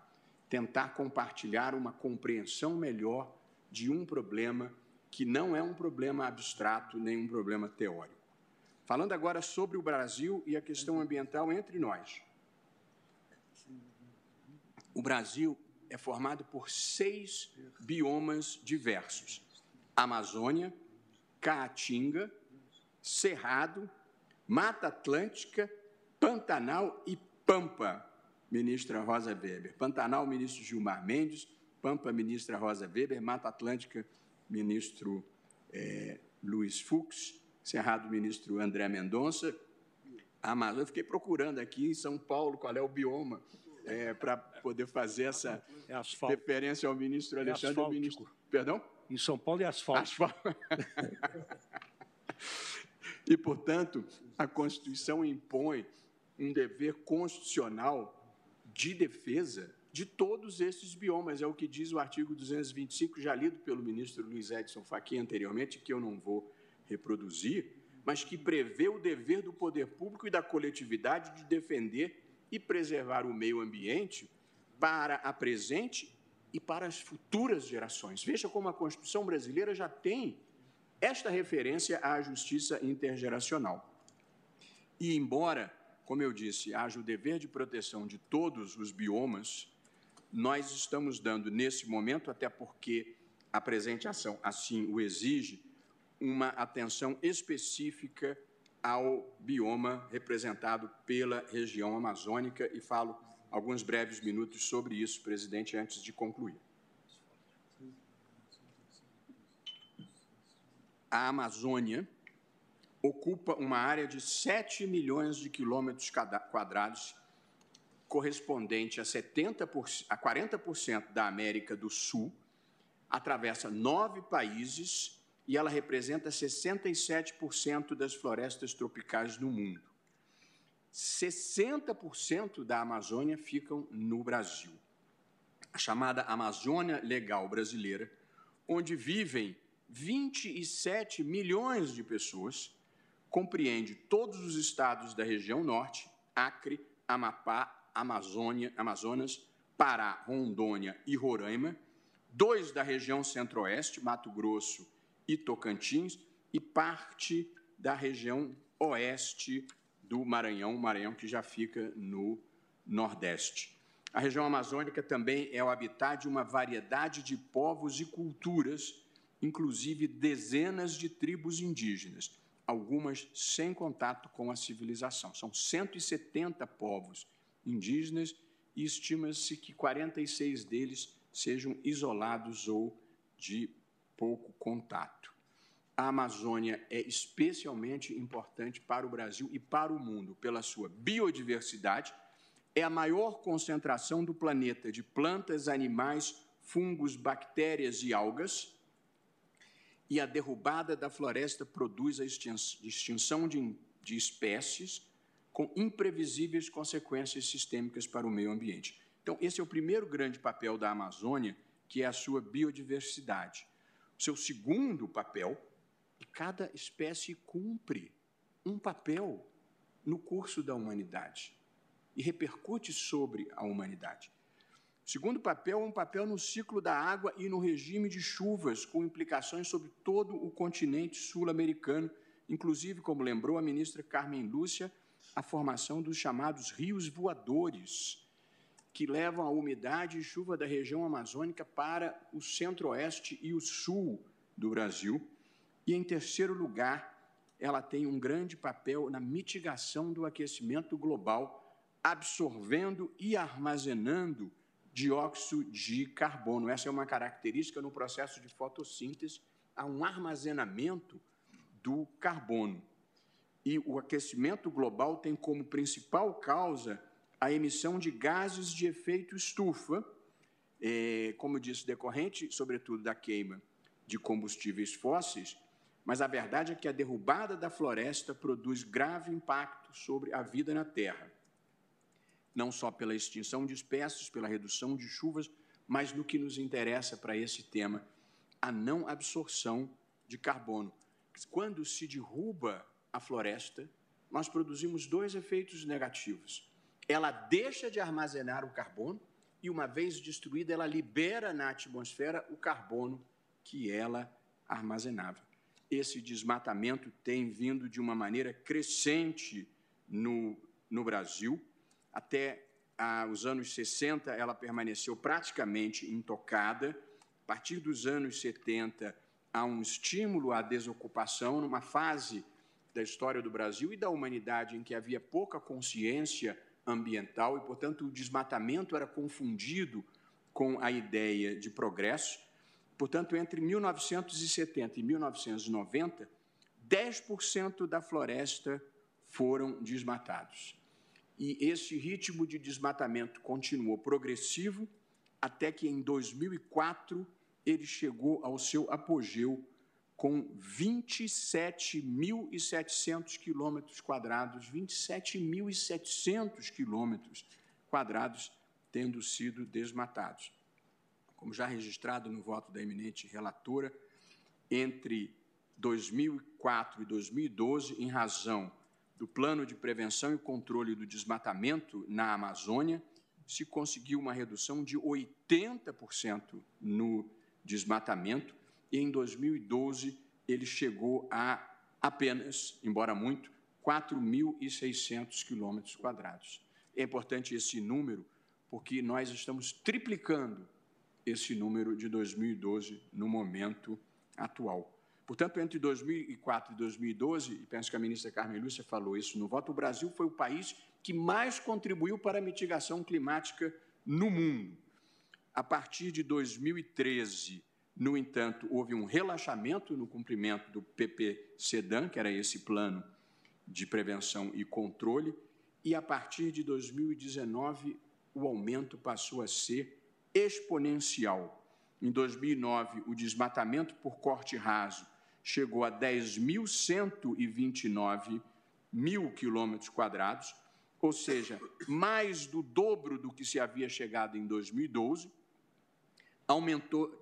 Tentar compartilhar uma compreensão melhor de um problema que não é um problema abstrato nem um problema teórico. Falando agora sobre o Brasil e a questão ambiental entre nós. O Brasil é formado por seis biomas diversos: Amazônia, Caatinga, Cerrado, Mata Atlântica, Pantanal e Pampa, ministra Rosa Weber. Pantanal, ministro Gilmar Mendes, Pampa, ministra Rosa Weber, Mata Atlântica, ministro eh, Luiz Fux, Cerrado, ministro André Mendonça, Amazônia. Eu fiquei procurando aqui em São Paulo qual é o bioma para poder fazer essa É asfalto. referência ao ministro Alexandre. e ao asfáltico. ministro... Perdão? Em São Paulo é asfalto. Asfalto. e, portanto, a Constituição impõe um dever constitucional de defesa de todos esses biomas. É o que diz o artigo 225, já lido pelo ministro Luiz Edson Fachin anteriormente, que eu não vou reproduzir, mas que prevê o dever do poder público e da coletividade de defender e preservar o meio ambiente para a presente e para as futuras gerações. Veja como a Constituição brasileira já tem esta referência à justiça intergeracional. E embora, como eu disse, haja o dever de proteção de todos os biomas, nós estamos dando nesse momento, até porque a presente ação assim o exige, uma atenção específica ao bioma representado pela região amazônica e falo alguns breves minutos sobre isso, presidente, antes de concluir. A Amazônia, ocupa uma área de 7 milhões de quilômetros cada- quadrados, correspondente a, 70%, a 40% da América do Sul, atravessa nove países e ela representa 67% das florestas tropicais no mundo. 60% da Amazônia ficam no Brasil. A chamada Amazônia Legal Brasileira, onde vivem 27 milhões de pessoas, compreende todos os estados da região norte, Acre, Amapá, Amazônia, Amazonas, Pará, Rondônia e Roraima, dois da região centro-oeste, Mato Grosso e Tocantins, e parte da região oeste do Maranhão, um Maranhão que já fica no Nordeste. A região amazônica também é o habitat de uma variedade de povos e culturas, inclusive dezenas de tribos indígenas, algumas sem contato com a civilização. São 170 povos indígenas e estima-se que 46 deles sejam isolados ou de pouco contato. a Amazônia é especialmente importante para o Brasil e para o mundo pela sua biodiversidade. É a maior concentração do planeta de plantas, animais, fungos, bactérias e algas. E a derrubada da floresta produz a extin- extinção de, de espécies com imprevisíveis consequências sistêmicas para o meio ambiente. Então, esse é o primeiro grande papel da Amazônia, que é a sua biodiversidade. O seu segundo papel, e cada espécie cumpre um papel no curso da humanidade e repercute sobre a humanidade. O segundo papel é um papel no ciclo da água e no regime de chuvas, com implicações sobre todo o continente sul-americano, inclusive, como lembrou a ministra Carmen Lúcia, a formação dos chamados rios voadores, que levam a umidade e chuva da região amazônica para o centro-oeste e o sul do Brasil. E, em terceiro lugar, ela tem um grande papel na mitigação do aquecimento global, absorvendo e armazenando dióxido de carbono. Essa é uma característica no processo de fotossíntese, há um armazenamento do carbono. E o aquecimento global tem como principal causa a emissão de gases de efeito estufa, eh, como disse, decorrente, sobretudo, da queima de combustíveis fósseis, mas a verdade é que a derrubada da floresta produz grave impacto sobre a vida na Terra, não só pela extinção de espécies, pela redução de chuvas, mas no que nos interessa para esse tema, a não absorção de carbono. Quando se derruba a floresta, nós produzimos dois efeitos negativos. Ela deixa de armazenar o carbono e, uma vez destruída, ela libera na atmosfera o carbono que ela armazenava. Esse desmatamento tem vindo de uma maneira crescente no, no Brasil. Até ah, os anos 60, ela permaneceu praticamente intocada. A partir dos anos 70, há um estímulo à desocupação, numa fase da história do Brasil e da humanidade em que havia pouca consciência ambiental e, portanto, o desmatamento era confundido com a ideia de progresso. Portanto, entre 1970 e 1990, 10% da floresta foram desmatados. E esse ritmo de desmatamento continuou progressivo até que, em 2004, ele chegou ao seu apogeu com 27.700 quilômetros quadrados, 27.700 quilômetros quadrados tendo sido desmatados. Como já registrado no voto da eminente relatora, entre 2004 e 2012, em razão do Plano de Prevenção e Controle do Desmatamento na Amazônia, se conseguiu uma redução de 80% no desmatamento, e em 2012 ele chegou a apenas, embora muito, 4.600 quilômetros quadrados. É importante esse número porque nós estamos triplicando esse número de 2012 no momento atual. Portanto, entre 2004 e 2012, e penso que a ministra Carmen Lúcia falou isso no voto, o Brasil foi o país que mais contribuiu para a mitigação climática no mundo. A partir de 2013, no entanto, houve um relaxamento no cumprimento do PPCDAN, que era esse plano de prevenção e controle, e a partir de 2019 o aumento passou a ser exponencial. Em 2009, o desmatamento por corte raso chegou a 10.129 mil quilômetros quadrados, ou seja, mais do dobro do que se havia chegado em 2012. Aumentou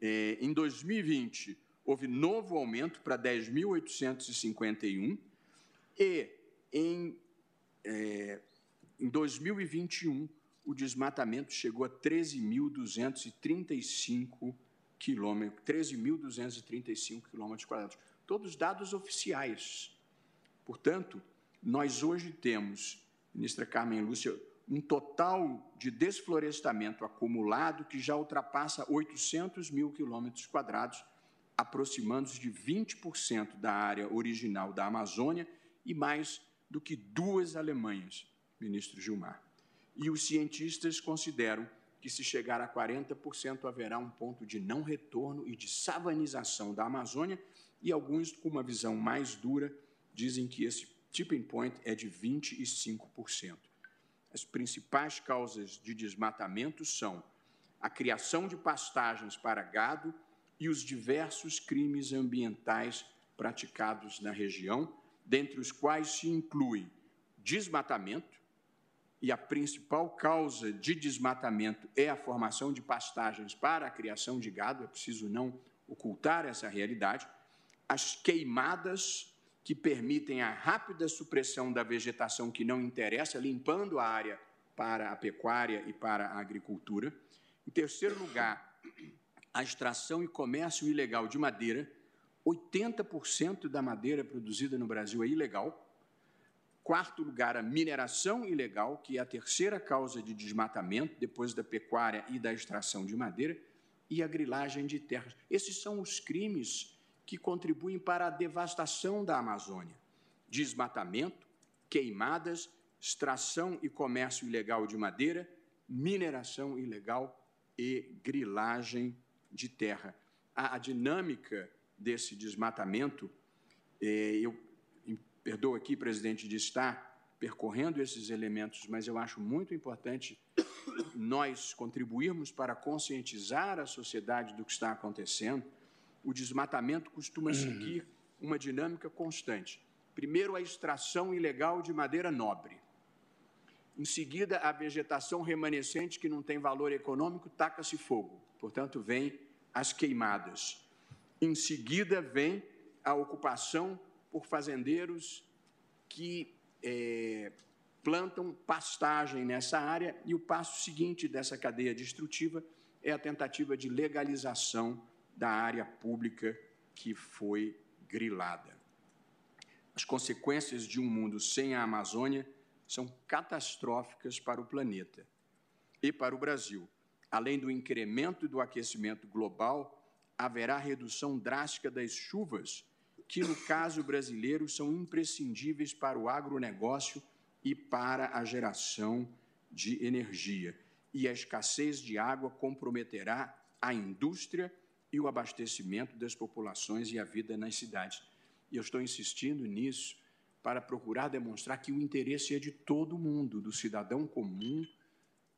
eh, em 2020, houve novo aumento para 10.851 e em, eh, em 2021 o desmatamento chegou a 13.235 quilômetros, 13.235 quilômetros quadrados. Todos dados oficiais. Portanto, nós hoje temos, ministra Carmen Lúcia, um total de desflorestamento acumulado que já ultrapassa 800 mil quilômetros quadrados, aproximando-se de 20% da área original da Amazônia e mais do que duas Alemanhas, ministro Gilmar. E os cientistas consideram que se chegar a 40%, haverá um ponto de não retorno e de savanização da Amazônia, e alguns com uma visão mais dura dizem que esse tipping point é de 25%. As principais causas de desmatamento são a criação de pastagens para gado e os diversos crimes ambientais praticados na região, dentre os quais se inclui desmatamento, e a principal causa de desmatamento é a formação de pastagens para a criação de gado, é preciso não ocultar essa realidade, as queimadas que permitem a rápida supressão da vegetação que não interessa, limpando a área para a pecuária e para a agricultura. Em terceiro lugar, a extração e comércio ilegal de madeira. 80% da madeira produzida no Brasil é ilegal. Quarto lugar, a mineração ilegal, que é a terceira causa de desmatamento, depois da pecuária e da extração de madeira, e a grilagem de terras. Esses são os crimes que contribuem para a devastação da Amazônia: desmatamento, queimadas, extração e comércio ilegal de madeira, mineração ilegal e grilagem de terra. A, a dinâmica desse desmatamento, eh, eu perdoa aqui, presidente, de estar percorrendo esses elementos, mas eu acho muito importante nós contribuirmos para conscientizar a sociedade do que está acontecendo. O desmatamento costuma seguir uma dinâmica constante. Primeiro, a extração ilegal de madeira nobre. Em seguida, a vegetação remanescente que não tem valor econômico taca-se fogo. Portanto, vem as queimadas. Em seguida, vem a ocupação por fazendeiros que eh, plantam pastagem nessa área, e o passo seguinte dessa cadeia destrutiva é a tentativa de legalização da área pública que foi grilada. As consequências de um mundo sem a Amazônia são catastróficas para o planeta e para o Brasil. Além do incremento do aquecimento global, haverá redução drástica das chuvas que, no caso brasileiro, são imprescindíveis para o agronegócio e para a geração de energia. E a escassez de água comprometerá a indústria e o abastecimento das populações e a vida nas cidades. E eu estou insistindo nisso para procurar demonstrar que o interesse é de todo mundo, do cidadão comum,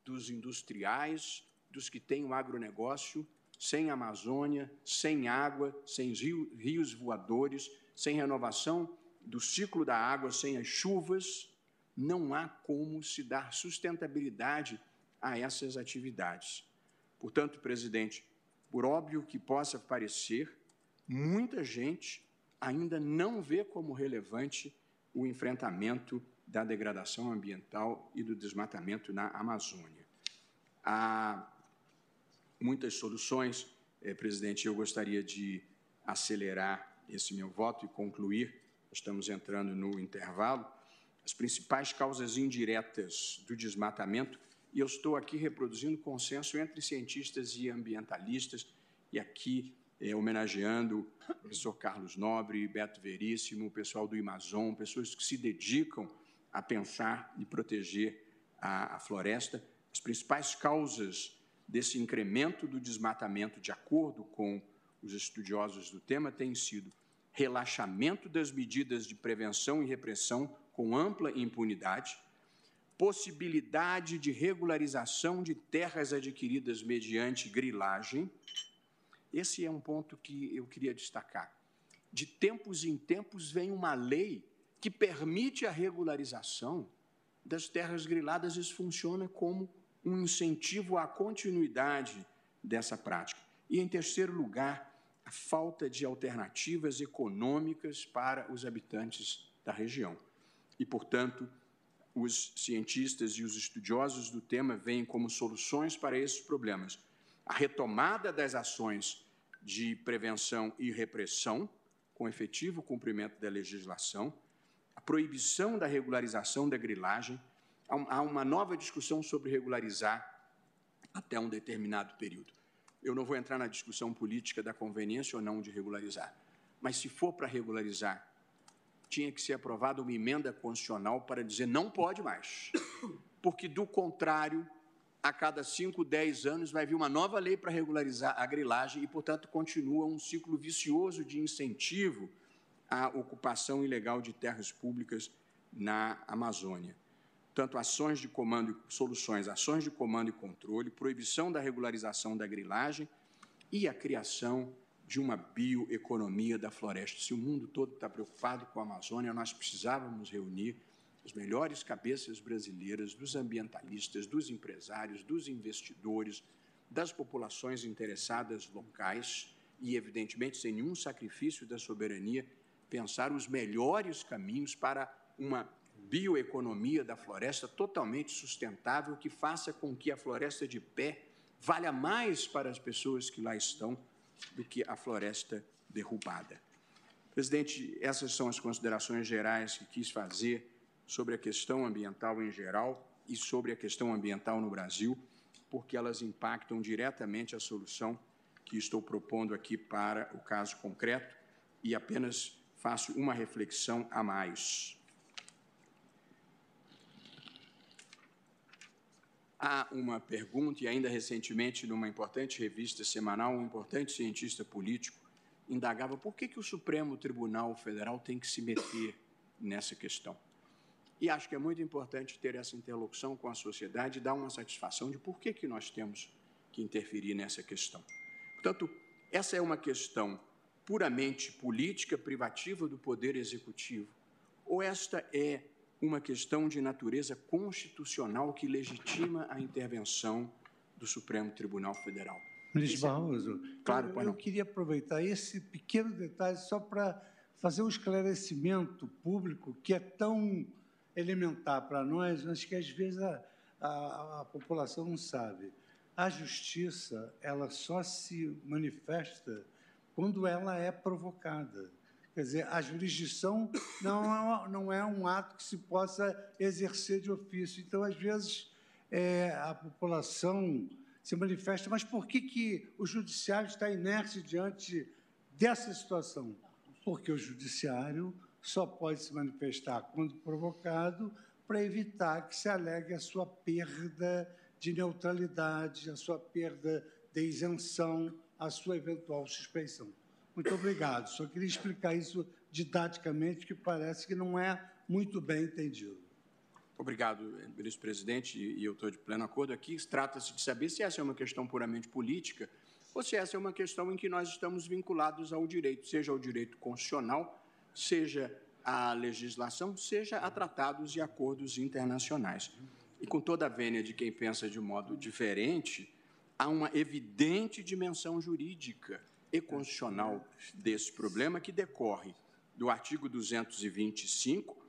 dos industriais, dos que têm o agronegócio sem Amazônia, sem água, sem rio, rios voadores, sem renovação do ciclo da água, sem as chuvas, não há como se dar sustentabilidade a essas atividades. Portanto, presidente, por óbvio que possa parecer, muita gente ainda não vê como relevante o enfrentamento da degradação ambiental e do desmatamento na Amazônia. A muitas soluções. Eh, presidente, eu gostaria de acelerar esse meu voto e concluir. Estamos entrando no intervalo. As principais causas indiretas do desmatamento, e eu estou aqui reproduzindo consenso entre cientistas e ambientalistas, e aqui eh, homenageando o professor Carlos Nobre, Beto Veríssimo, o pessoal do Amazon, pessoas que se dedicam a pensar e proteger a, a floresta. As principais causas desse incremento do desmatamento, de acordo com os estudiosos do tema, tem sido relaxamento das medidas de prevenção e repressão com ampla impunidade, possibilidade de regularização de terras adquiridas mediante grilagem. Esse é um ponto que eu queria destacar. De tempos em tempos vem uma lei que permite a regularização das terras griladas, isso funciona como um incentivo à continuidade dessa prática. E, em terceiro lugar, a falta de alternativas econômicas para os habitantes da região. E, portanto, os cientistas e os estudiosos do tema veem como soluções para esses problemas a retomada das ações de prevenção e repressão, com efetivo cumprimento da legislação, a proibição da regularização da grilagem, há uma nova discussão sobre regularizar até um determinado período. Eu não vou entrar na discussão política da conveniência ou não de regularizar, mas se for para regularizar, tinha que ser aprovada uma emenda constitucional para dizer não pode mais, porque do contrário a cada 5, 10 anos vai vir uma nova lei para regularizar a grilagem e, portanto, continua um ciclo vicioso de incentivo à ocupação ilegal de terras públicas na Amazônia. Tanto ações de comando e soluções, ações de comando e controle, proibição da regularização da grilagem e a criação de uma bioeconomia da floresta. Se o mundo todo está preocupado com a Amazônia, nós precisávamos reunir as melhores cabeças brasileiras, dos ambientalistas, dos empresários, dos investidores, das populações interessadas locais e, evidentemente, sem nenhum sacrifício da soberania, pensar os melhores caminhos para uma bioeconomia da floresta totalmente sustentável que faça com que a floresta de pé valha mais para as pessoas que lá estão do que a floresta derrubada. Presidente, essas são as considerações gerais que quis fazer sobre a questão ambiental em geral e sobre a questão ambiental no Brasil, porque elas impactam diretamente a solução que estou propondo aqui para o caso concreto e apenas faço uma reflexão a mais. Há uma pergunta, e ainda recentemente, numa importante revista semanal, um importante cientista político indagava por que, que o Supremo Tribunal Federal tem que se meter nessa questão. E acho que é muito importante ter essa interlocução com a sociedade e dar uma satisfação de por que, que nós temos que interferir nessa questão. Portanto, essa é uma questão puramente política, privativa do Poder Executivo, ou esta é uma questão de natureza constitucional que legitima a intervenção do Supremo Tribunal Federal? Luiz Barroso, é Claro, eu, pois eu não. queria aproveitar esse pequeno detalhe só para fazer um esclarecimento público que é tão elementar para nós, mas que às vezes a, a- a população não sabe. A justiça ela só se manifesta quando ela é provocada. Quer dizer, a jurisdição não é, uma- não é um ato que se possa exercer de ofício. Então, às vezes, é, a população se manifesta, mas por que, que o judiciário está inerte diante dessa situação? Porque o judiciário só pode se manifestar quando provocado para evitar que se alegue a sua perda de neutralidade, a sua perda de isenção, a sua eventual suspeição. Muito obrigado. Só queria explicar isso didaticamente, que parece que não é muito bem entendido. Obrigado, ministro presidente, e e eu estou de pleno acordo aqui. Trata-se de saber se essa é uma questão puramente política ou se essa é uma questão em que nós estamos vinculados ao direito, seja ao direito constitucional, seja à legislação, seja a tratados e acordos internacionais. E com toda a vênia de quem pensa de um modo diferente, há uma evidente dimensão jurídica e constitucional desse problema que decorre do artigo 225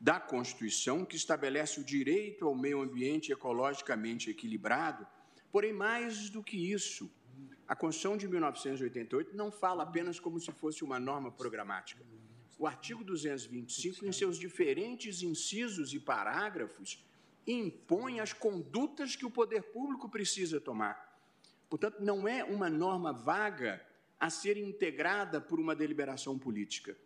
da Constituição, que estabelece o direito ao meio ambiente ecologicamente equilibrado. Porém, mais do que isso, a Constituição de 1988 não fala apenas como se fosse uma norma programática. O artigo 225, em seus diferentes incisos e parágrafos, impõe as condutas que o poder público precisa tomar. Portanto, não é uma norma vaga a ser integrada por uma deliberação política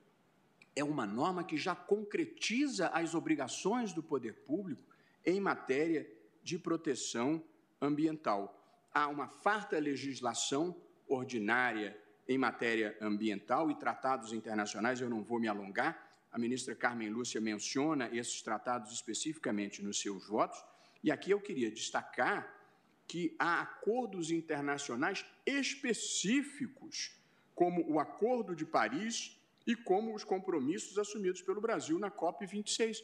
é uma norma que já concretiza as obrigações do poder público em matéria de proteção ambiental. Há uma farta legislação ordinária em matéria ambiental e tratados internacionais, eu não vou me alongar. A ministra Carmen Lúcia menciona esses tratados especificamente nos seus votos, e aqui eu queria destacar que há acordos internacionais específicos, como o Acordo de Paris e como os compromissos assumidos pelo Brasil na COP26.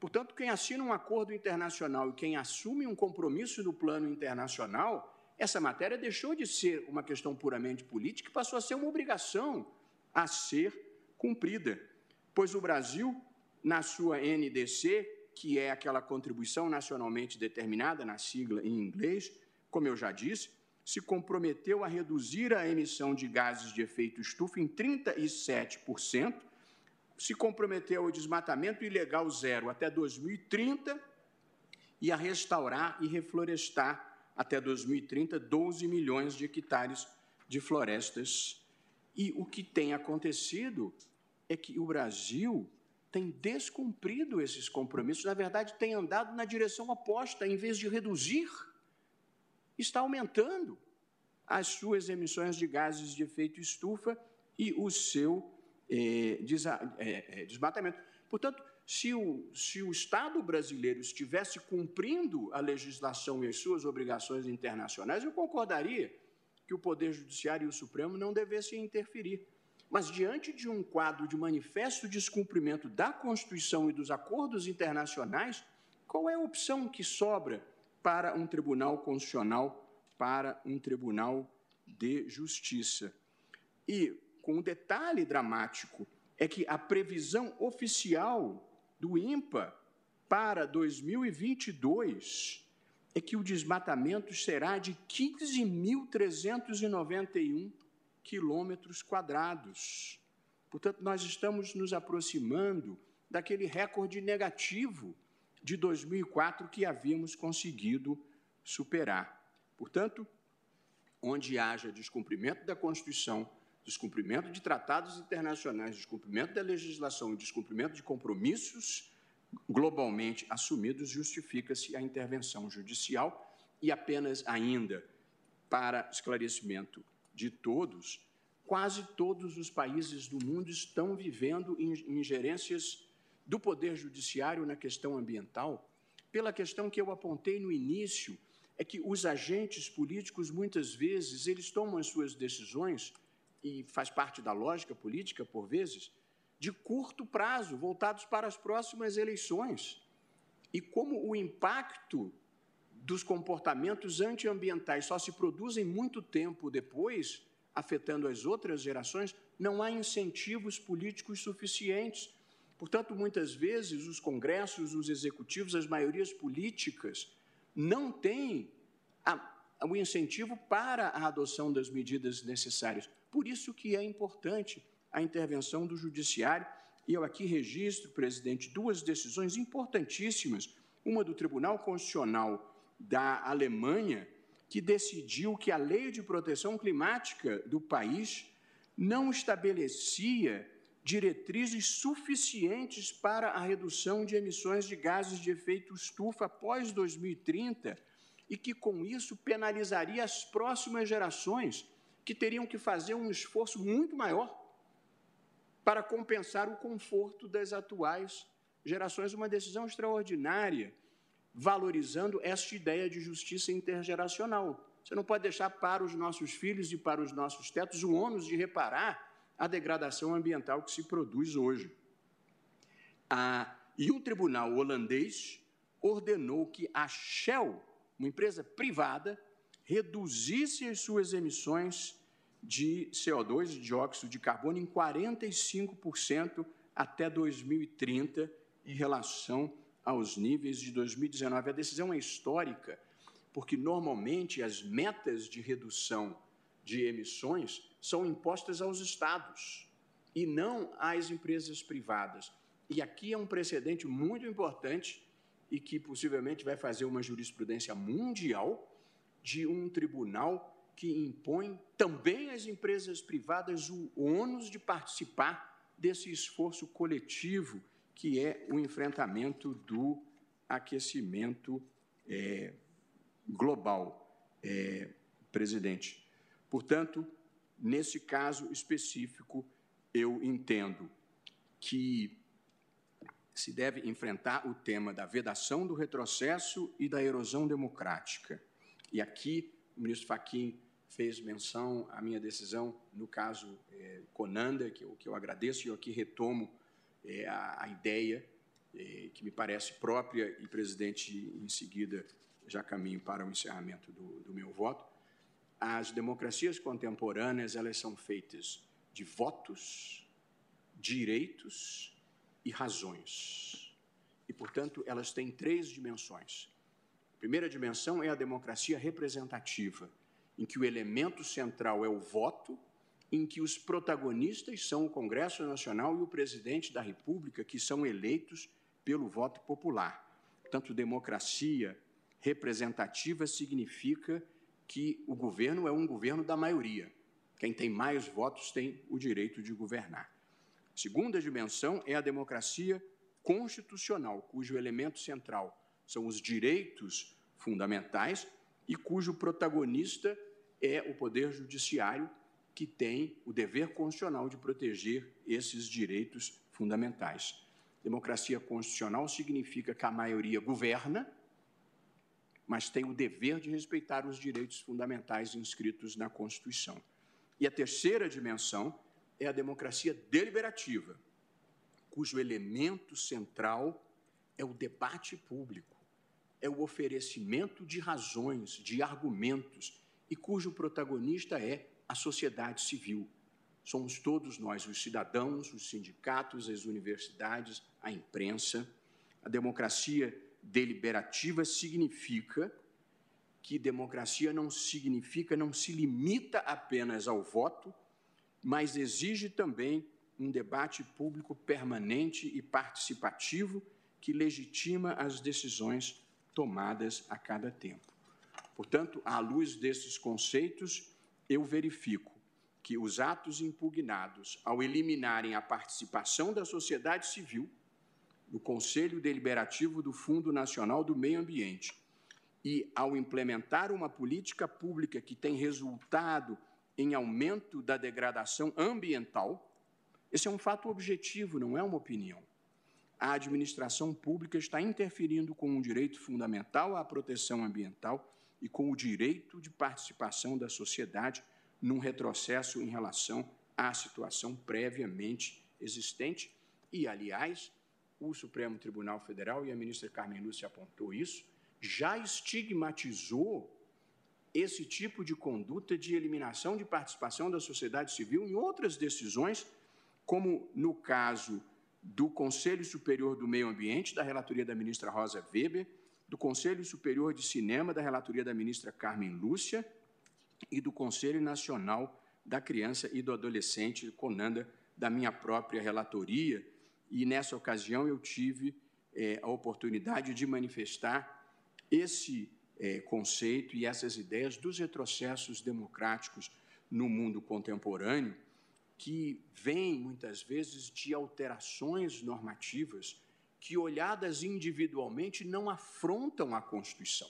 Portanto, quem assina um acordo internacional e quem assume um compromisso no plano internacional, essa matéria deixou de ser uma questão puramente política e passou a ser uma obrigação a ser cumprida. Pois o Brasil, na sua NDC, que é aquela contribuição nacionalmente determinada, na sigla em inglês, como eu já disse, se comprometeu a reduzir a emissão de gases de efeito estufa em 37% se comprometeu ao desmatamento ilegal zero até 2030 e a restaurar e reflorestar até 2030 12 milhões de hectares de florestas. E o que tem acontecido é que o Brasil tem descumprido esses compromissos, na verdade, tem andado na direção oposta, em vez de reduzir, está aumentando as suas emissões de gases de efeito estufa e o seu eh, desa- eh, eh, desmatamento. Portanto, se o, se o Estado brasileiro estivesse cumprindo a legislação e as suas obrigações internacionais, eu concordaria que o Poder Judiciário e o Supremo não devessem interferir. Mas, diante de um quadro de manifesto descumprimento da Constituição e dos acordos internacionais, qual é a opção que sobra para um tribunal constitucional, para um tribunal de justiça? E, com um detalhe dramático, é que a previsão oficial do INPA para 2022 é que o desmatamento será de 15.391 quilômetros quadrados. Portanto, nós estamos nos aproximando daquele recorde negativo de 2004 que havíamos conseguido superar. Portanto, onde haja descumprimento da Constituição, descumprimento de tratados internacionais, descumprimento da legislação e descumprimento de compromissos globalmente assumidos, justifica-se a intervenção judicial e apenas ainda para esclarecimento de todos, quase todos os países do mundo estão vivendo in- ingerências do poder judiciário na questão ambiental, pela questão que eu apontei no início, é que os agentes políticos muitas vezes eles tomam as suas decisões e faz parte da lógica política por vezes de curto prazo, voltados para as próximas eleições. E como o impacto dos comportamentos antiambientais só se produzem muito tempo depois, afetando as outras gerações, não há incentivos políticos suficientes. Portanto, muitas vezes os congressos, os executivos, as maiorias políticas não têm a- o incentivo para a adoção das medidas necessárias. Por isso que é importante a intervenção do judiciário. E eu aqui registro, presidente, duas decisões importantíssimas, uma do Tribunal Constitucional da Alemanha, que decidiu que a lei de proteção climática do país não estabelecia diretrizes suficientes para a redução de emissões de gases de efeito estufa após 2030 e que com isso penalizaria as próximas gerações que teriam que fazer um esforço muito maior para compensar o conforto das atuais gerações. Uma decisão extraordinária, valorizando esta ideia de justiça intergeracional. Você não pode deixar para os nossos filhos e para os nossos tetos o ônus de reparar a degradação ambiental que se produz hoje. Ah, e o tribunal holandês ordenou que a Shell, uma empresa privada, reduzisse as suas emissões de CO2, de dióxido de carbono, em 45% até 2030, em relação aos níveis de 2019. A decisão é histórica, porque normalmente as metas de redução de emissões são impostas aos estados e não às empresas privadas. E aqui é um precedente muito importante e que possivelmente vai fazer uma jurisprudência mundial de um tribunal que impõe também às empresas privadas o ônus de participar desse esforço coletivo que é o enfrentamento do aquecimento eh, global, eh, presidente. Portanto, nesse caso específico, eu entendo que se deve enfrentar o tema da vedação do retrocesso e da erosão democrática. E aqui o ministro Fachin fez menção à minha decisão no caso eh, Conanda, que eu, que eu agradeço e eu aqui retomo eh, a, a ideia eh, que me parece própria e, presidente, em seguida já caminho para o encerramento do, do meu voto. As democracias contemporâneas elas são feitas de votos, direitos e razões. E, portanto, elas têm três dimensões. A primeira dimensão é a democracia representativa, em que o elemento central é o voto, em que os protagonistas são o Congresso Nacional e o presidente da República, que são eleitos pelo voto popular. Portanto, democracia representativa significa que o governo é um governo da maioria. Quem tem mais votos tem o direito de governar. Segunda dimensão é a democracia constitucional, cujo elemento central são os direitos fundamentais e cujo protagonista é o Poder Judiciário, que tem o dever constitucional de proteger esses direitos fundamentais. Democracia constitucional significa que a maioria governa, mas tem o dever de respeitar os direitos fundamentais inscritos na Constituição. E a terceira dimensão é a democracia deliberativa, cujo elemento central é o debate público, é o oferecimento de razões, de argumentos, e cujo protagonista é a sociedade civil. Somos todos nós, os cidadãos, os sindicatos, as universidades, a imprensa. A democracia deliberativa significa que democracia não significa, não se limita apenas ao voto, mas exige também um debate público permanente e participativo que legitima as decisões tomadas a cada tempo. Portanto, à luz desses conceitos, eu verifico que os atos impugnados, ao eliminarem a participação da sociedade civil, do Conselho Deliberativo do Fundo Nacional do Meio Ambiente e ao implementar uma política pública que tem resultado em aumento da degradação ambiental, esse é um fato objetivo, não é uma opinião. A administração pública está interferindo com o direito fundamental à proteção ambiental e com o direito de participação da sociedade num retrocesso em relação à situação previamente existente. E, aliás, o Supremo Tribunal Federal, e a ministra Carmen Lúcia apontou isso, já estigmatizou esse tipo de conduta de eliminação de participação da sociedade civil em outras decisões, como no caso do Conselho Superior do Meio Ambiente, da relatoria da ministra Rosa Weber, do Conselho Superior de Cinema, da relatoria da ministra Carmen Lúcia, e do Conselho Nacional da Criança e do Adolescente, Conanda, da minha própria relatoria, e nessa ocasião eu tive eh, a oportunidade de manifestar esse eh, conceito e essas ideias dos retrocessos democráticos no mundo contemporâneo, que vêm muitas vezes de alterações normativas que, olhadas individualmente, não afrontam a Constituição,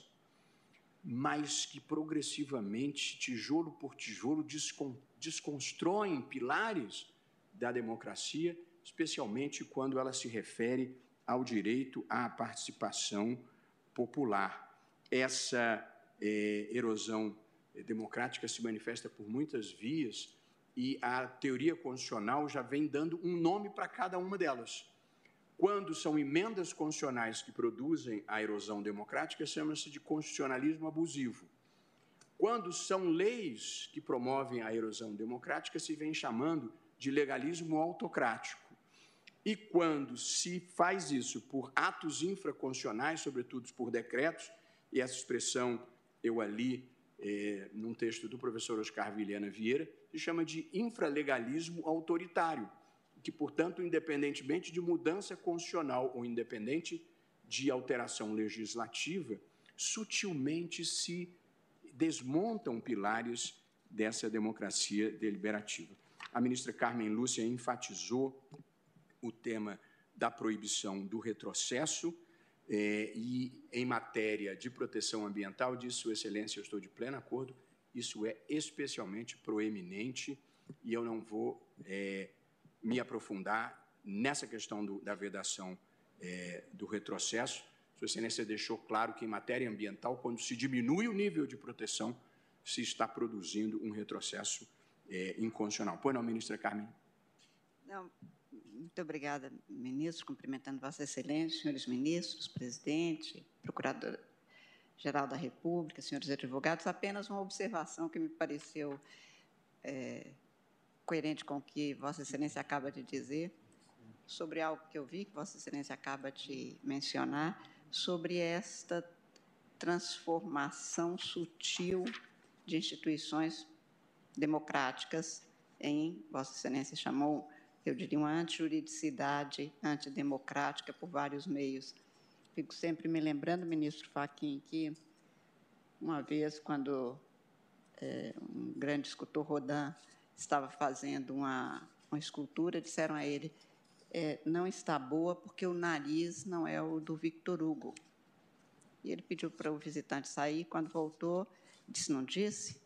mas que progressivamente, tijolo por tijolo, descon desconstroem pilares da democracia especialmente quando ela se refere ao direito à participação popular. Essa eh, erosão democrática se manifesta por muitas vias e a teoria constitucional já vem dando um nome para cada uma delas. Quando são emendas constitucionais que produzem a erosão democrática, chama-se de constitucionalismo abusivo. Quando são leis que promovem a erosão democrática, se vem chamando de legalismo autocrático. E quando se faz isso por atos infraconstitucionais, sobretudo por decretos, e essa expressão eu ali, eh, num texto do professor Oscar Vilhena Vieira, se chama de infralegalismo autoritário, que, portanto, independentemente de mudança constitucional ou independente de alteração legislativa, sutilmente se desmontam pilares dessa democracia deliberativa. A ministra Carmen Lúcia enfatizou o tema da proibição do retrocesso eh, e, em matéria de proteção ambiental, disse Sua Excelência, eu estou de pleno acordo, isso é especialmente proeminente e eu não vou eh, me aprofundar nessa questão do, da vedação eh, do retrocesso. Sua Excelência deixou claro que, em matéria ambiental, quando se diminui o nível de proteção, se está produzindo um retrocesso inconstitucional. Pois não, ministra Carmen? um Não, muito obrigada, ministro, cumprimentando Vossa Excelência, senhores ministros, presidente, procurador-geral da República, senhores advogados. Apenas uma observação que me pareceu é, coerente com o que Vossa Excelência acaba de dizer, sobre algo que eu vi que Vossa Excelência acaba de mencionar, sobre esta transformação sutil de instituições democráticas em, Vossa Excelência chamou eu diria, uma antijuridicidade antidemocrática por vários meios. Fico sempre me lembrando, ministro Faquim, que uma vez, quando é, um grande escultor Rodin estava fazendo uma, uma escultura, disseram a ele: é, não está boa porque o nariz não é o do Victor Hugo. E ele pediu para o visitante sair. Quando voltou, disse: Não disse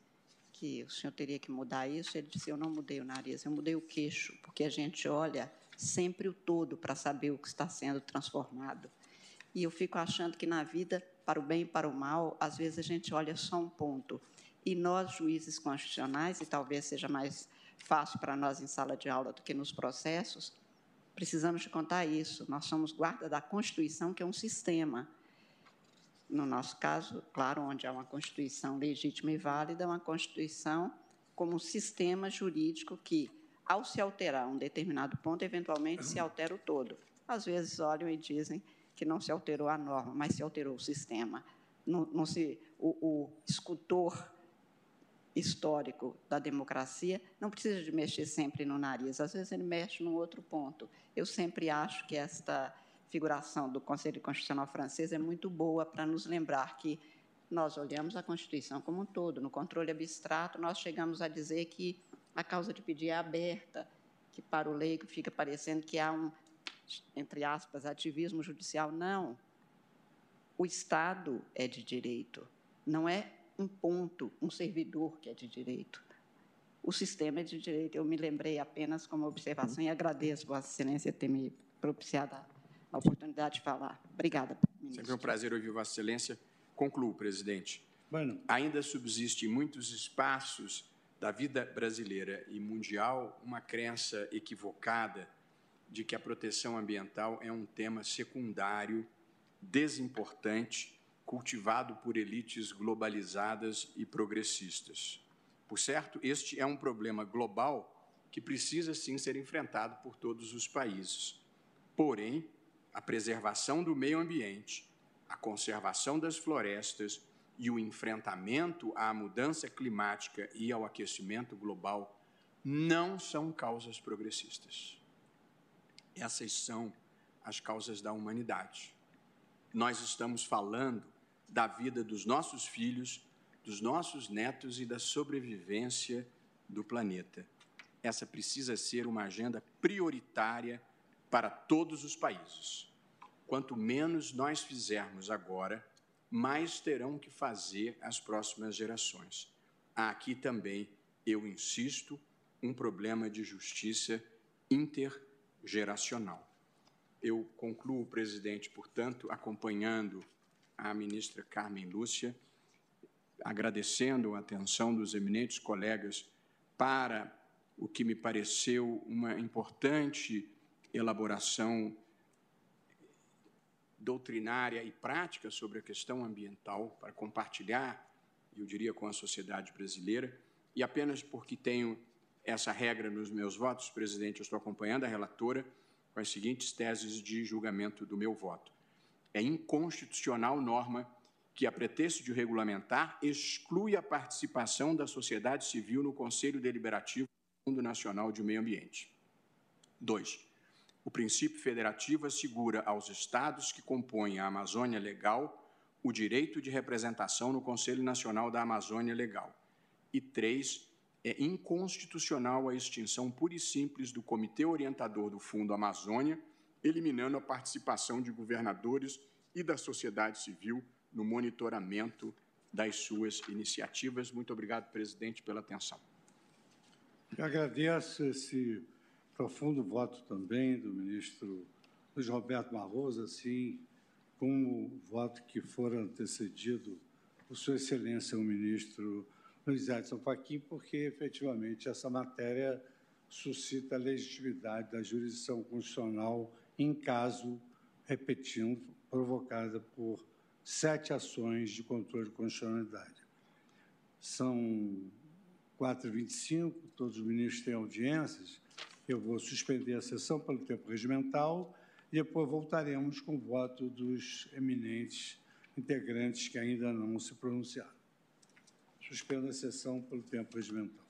que o senhor teria que mudar isso? Ele disse: Eu não mudei o nariz, eu mudei o queixo, porque a gente olha sempre o todo para saber o que está sendo transformado. E eu fico achando que na vida, para o bem e para o mal, às vezes a gente olha só um ponto. E nós, juízes constitucionais, e talvez seja mais fácil para nós em sala de aula do que nos processos, precisamos de contar isso. Nós somos guarda da Constituição, que é um sistema. No nosso caso, claro, onde há uma Constituição legítima e válida, uma Constituição como um sistema jurídico que, ao se alterar um determinado ponto, eventualmente se altera o todo. Às vezes olham e dizem que não se alterou a norma, mas se alterou o sistema. Não, não se, o, o escultor histórico da democracia não precisa de mexer sempre no nariz, às vezes ele mexe num outro ponto. Eu sempre acho que esta figuração do Conselho Constitucional francês é muito boa para nos lembrar que nós olhamos a Constituição como um todo, no controle abstrato nós chegamos a dizer que a causa de pedir é aberta, que para o leigo fica parecendo que há um entre aspas ativismo judicial, não. O Estado é de direito, não é um ponto, um servidor que é de direito. O sistema é de direito. Eu me lembrei apenas como observação e agradeço Vossa Excelência ter me propiciado a oportunidade de falar. Obrigada, ministro. Sempre um prazer ouvir Vossa Excelência. Concluo, presidente. Bueno, Ainda subsiste em muitos espaços da vida brasileira e mundial uma crença equivocada de que a proteção ambiental é um tema secundário, desimportante, cultivado por elites globalizadas e progressistas. Por certo, este é um problema global que precisa sim ser enfrentado por todos os países. Porém, a preservação do meio ambiente, a conservação das florestas e o enfrentamento à mudança climática e ao aquecimento global não são causas progressistas. Essas são as causas da humanidade. Nós estamos falando da vida dos nossos filhos, dos nossos netos e da sobrevivência do planeta. Essa precisa ser uma agenda prioritária para todos os países. Quanto menos nós fizermos agora, mais terão que fazer as próximas gerações. Há aqui também, eu insisto, um problema de justiça intergeracional. Eu concluo, presidente, portanto, acompanhando a ministra Carmen Lúcia, agradecendo a atenção dos eminentes colegas para o que me pareceu uma importante elaboração doutrinária e prática sobre a questão ambiental para compartilhar, eu diria, com a sociedade brasileira. E apenas porque tenho essa regra nos meus votos, presidente, eu estou acompanhando a relatora com as seguintes teses de julgamento do meu voto. É inconstitucional norma que, a pretexto de regulamentar, exclui a participação da sociedade civil no Conselho Deliberativo do Fundo Nacional de Meio Ambiente. 2. O princípio federativo assegura aos estados que compõem a Amazônia Legal o direito de representação no Conselho Nacional da Amazônia Legal. E 3 é inconstitucional a extinção pura e simples do Comitê Orientador do Fundo Amazônia, eliminando a participação de governadores e da sociedade civil no monitoramento das suas iniciativas. Muito obrigado, presidente, pela atenção. eu agradeço esse profundo voto também do ministro Luiz Roberto Barroso, assim como o voto que fora antecedido por Sua Excelência o ministro Luiz Edson Fachin, porque efetivamente essa matéria suscita a legitimidade da jurisdição constitucional em caso, repetindo, provocada por sete ações de controle de constitucionalidade. São 4h25, todos os ministros têm audiências. Eu vou suspender a sessão pelo tempo regimental e depois voltaremos com o voto dos eminentes integrantes que ainda não se pronunciaram. Suspendo a sessão pelo tempo regimental.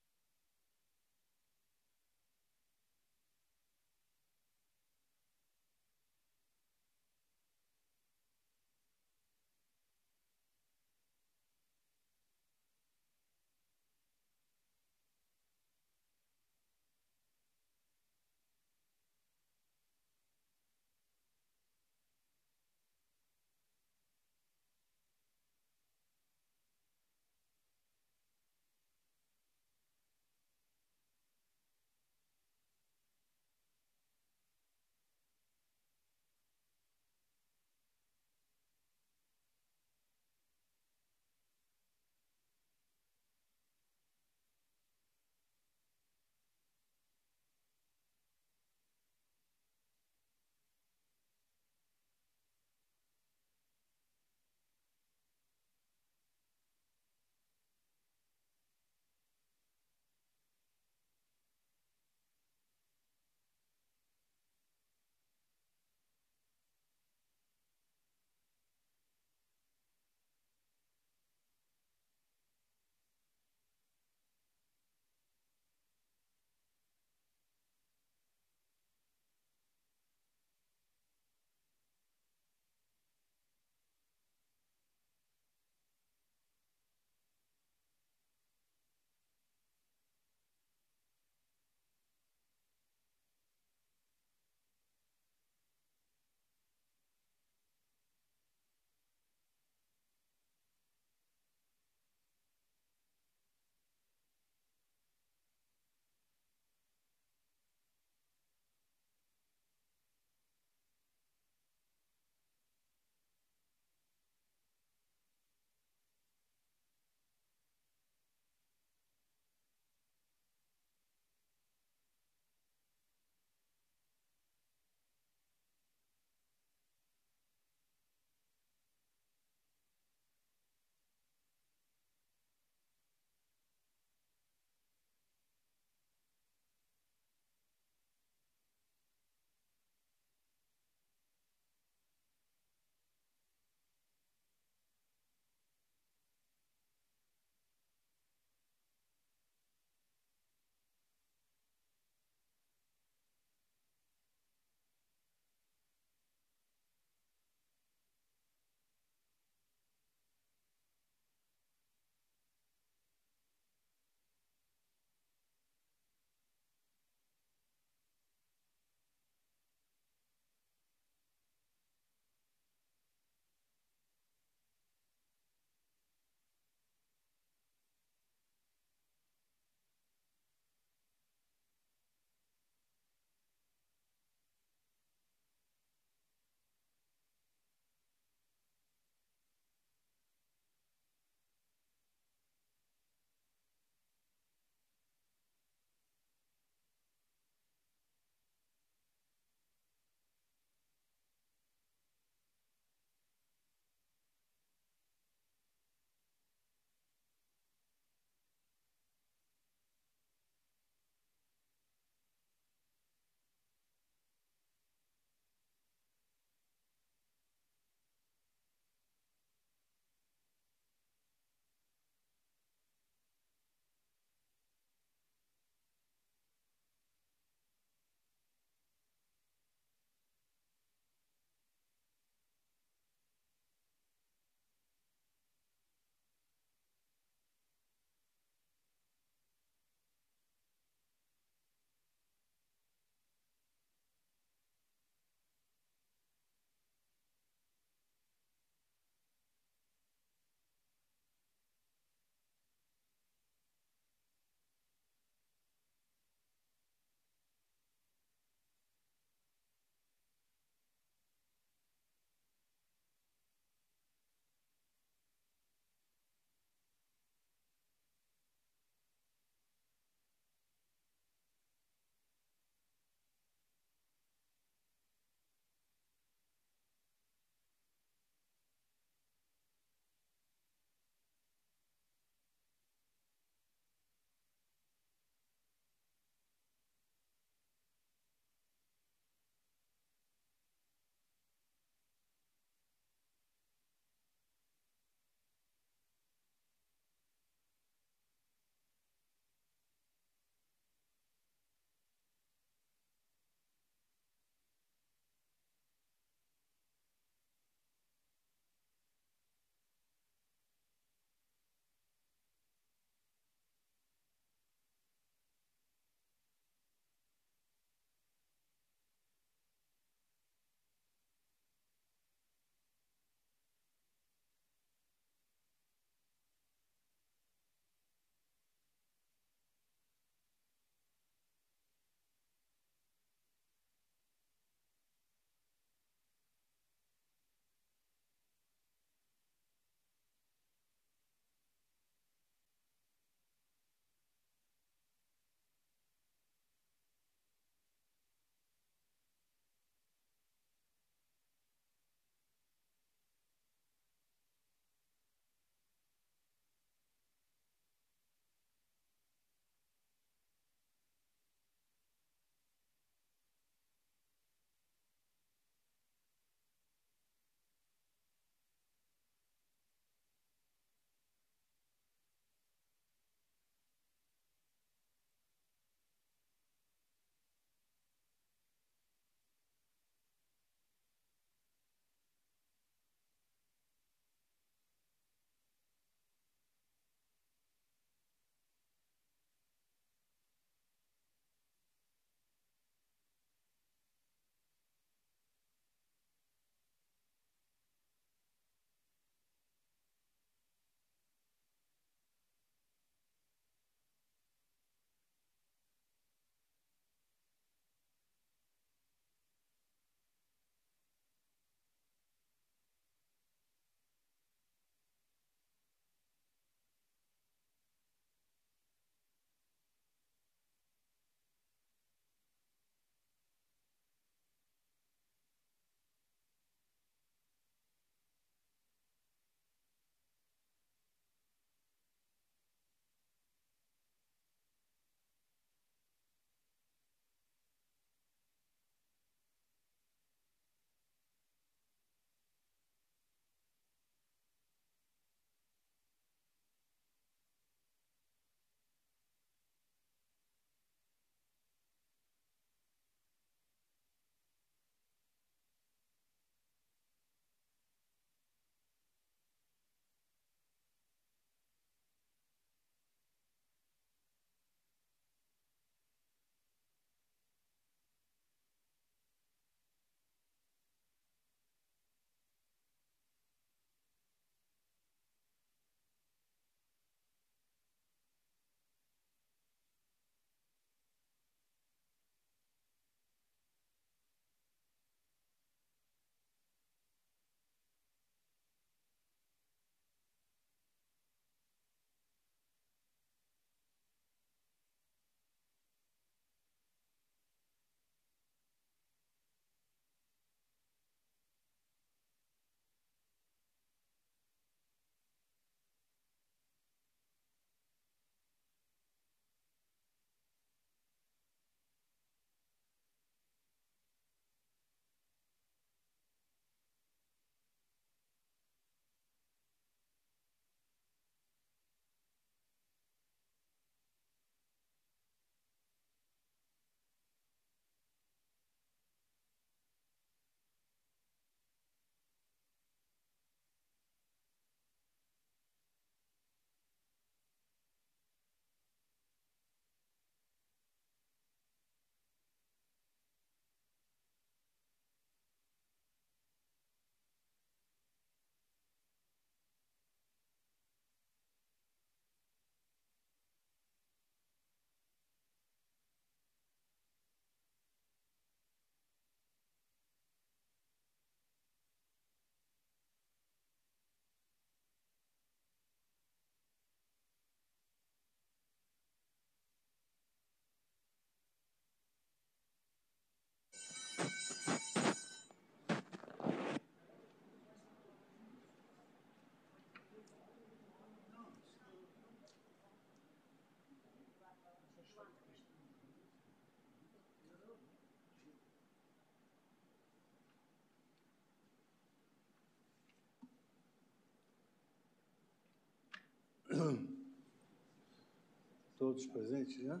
Todos presentes, né?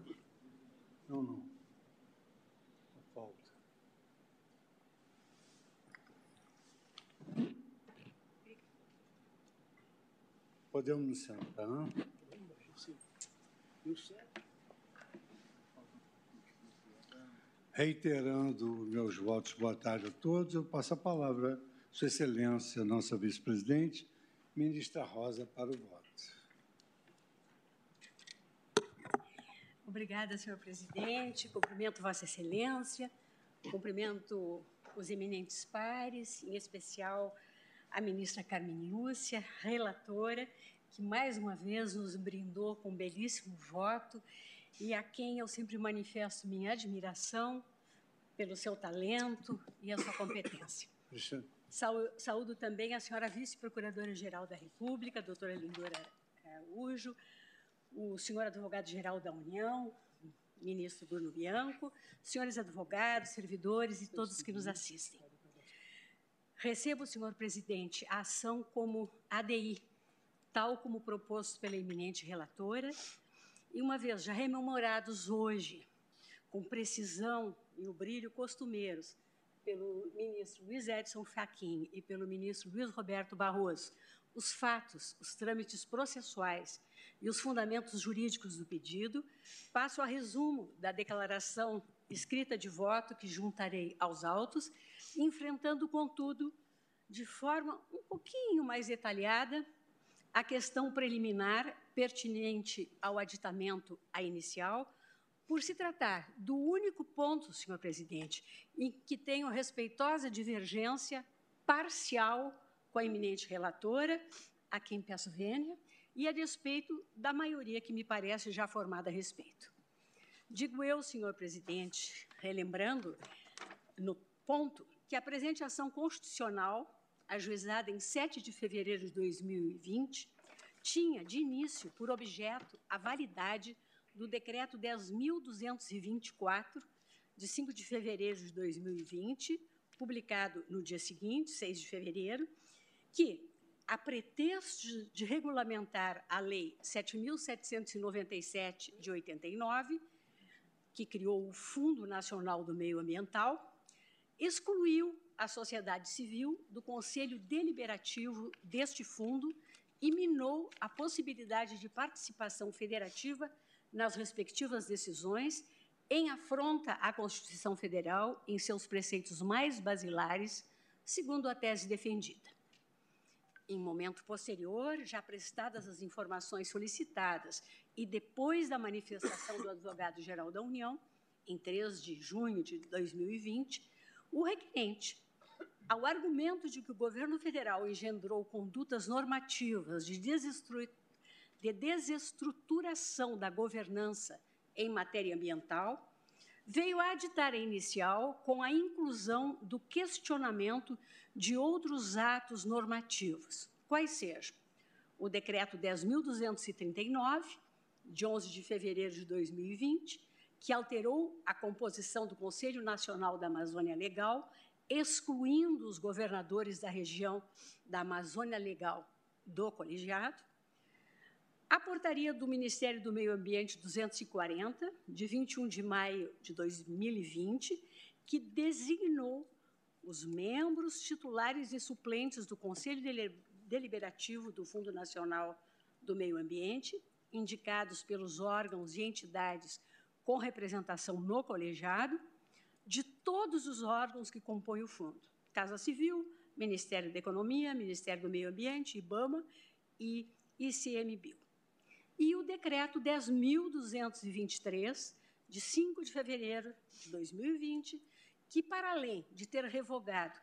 Não, não. Falta. Podemos nos sentar, não? Reiterando meus votos, boa tarde a todos, eu passo a palavra à Sua Excelência, nossa vice-presidente, ministra Rosa, para o voto. Obrigada, senhor presidente. Cumprimento Vossa Excelência, cumprimento os eminentes pares, em especial a ministra Carmen Lúcia, relatora, que mais uma vez nos brindou com um belíssimo voto e a quem eu sempre manifesto minha admiração pelo seu talento e a sua competência. Alexandre. Sau- Saúdo também a senhora vice-procuradora-geral da República, doutora Lindora Araújo, o senhor advogado-geral da União, ministro Bruno Bianco, senhores advogados, servidores e todos que nos assistem. Recebo, senhor presidente, a ação como ADI, tal como proposto pela eminente relatora, e uma vez já rememorados hoje, com precisão e o brilho costumeiros, pelo ministro Luiz Edson Fachin e pelo ministro Luiz Roberto Barroso, os fatos, os trâmites processuais e os fundamentos jurídicos do pedido, passo a resumo da declaração escrita de voto que juntarei aos autos, enfrentando, contudo, de forma um pouquinho mais detalhada, a questão preliminar pertinente ao aditamento à inicial, por se tratar do único ponto, senhor presidente, em que tenho respeitosa divergência parcial com a eminente relatora, a quem peço vênia, e a despeito da maioria que me parece já formada a respeito. Digo eu, senhor presidente, relembrando no ponto que a presente ação constitucional, ajuizada em 7 de fevereiro de 2020, tinha de início por objeto a validade do decreto 10.224, de 5 de fevereiro de 2020, publicado no dia seguinte, 6 de fevereiro, que, a pretexto de- de regulamentar a Lei 7.797 de 89, que criou o Fundo Nacional do Meio Ambiental, excluiu a sociedade civil do conselho deliberativo deste fundo e minou a possibilidade de participação federativa nas respectivas decisões, em afronta à Constituição Federal em seus preceitos mais basilares, segundo a tese defendida. Em momento posterior, já prestadas as informações solicitadas e depois da manifestação do advogado-geral da União, em 3 de junho de 2020, o requerente, ao argumento de que o governo federal engendrou condutas normativas de desestru- de desestruturação da governança em matéria ambiental, veio a aditar a inicial com a inclusão do questionamento de outros atos normativos, quais sejam o Decreto 10.239, de 11 de fevereiro de 2020, que alterou a composição do Conselho Nacional da Amazônia Legal, excluindo os governadores da região da Amazônia Legal do colegiado, a portaria do Ministério do Meio Ambiente 240, de 21 de maio de 2020, que designou os membros titulares e suplentes do Conselho Dele- Deliberativo do Fundo Nacional do Meio Ambiente, indicados pelos órgãos e entidades com representação no colegiado, de todos os órgãos que compõem o fundo: Casa Civil, Ministério da Economia, Ministério do Meio Ambiente, IBAMA e ICMBio e o decreto 10.223, de 5 de fevereiro de 2020, que, para além de ter revogado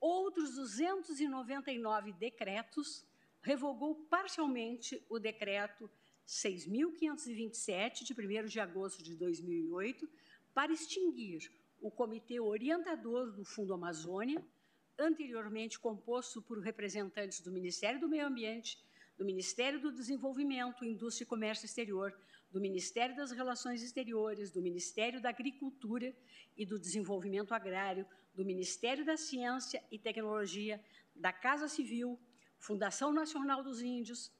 outros 299 decretos, revogou parcialmente o decreto 6.527, de 1 de agosto de 2008, para extinguir o Comitê Orientador do Fundo Amazônia, anteriormente composto por representantes do Ministério do Meio Ambiente, do Ministério do Desenvolvimento, Indústria e Comércio Exterior, do Ministério das Relações Exteriores, do Ministério da Agricultura e do Desenvolvimento Agrário, do Ministério da Ciência e Tecnologia, da Casa Civil, Fundação Nacional dos Índios,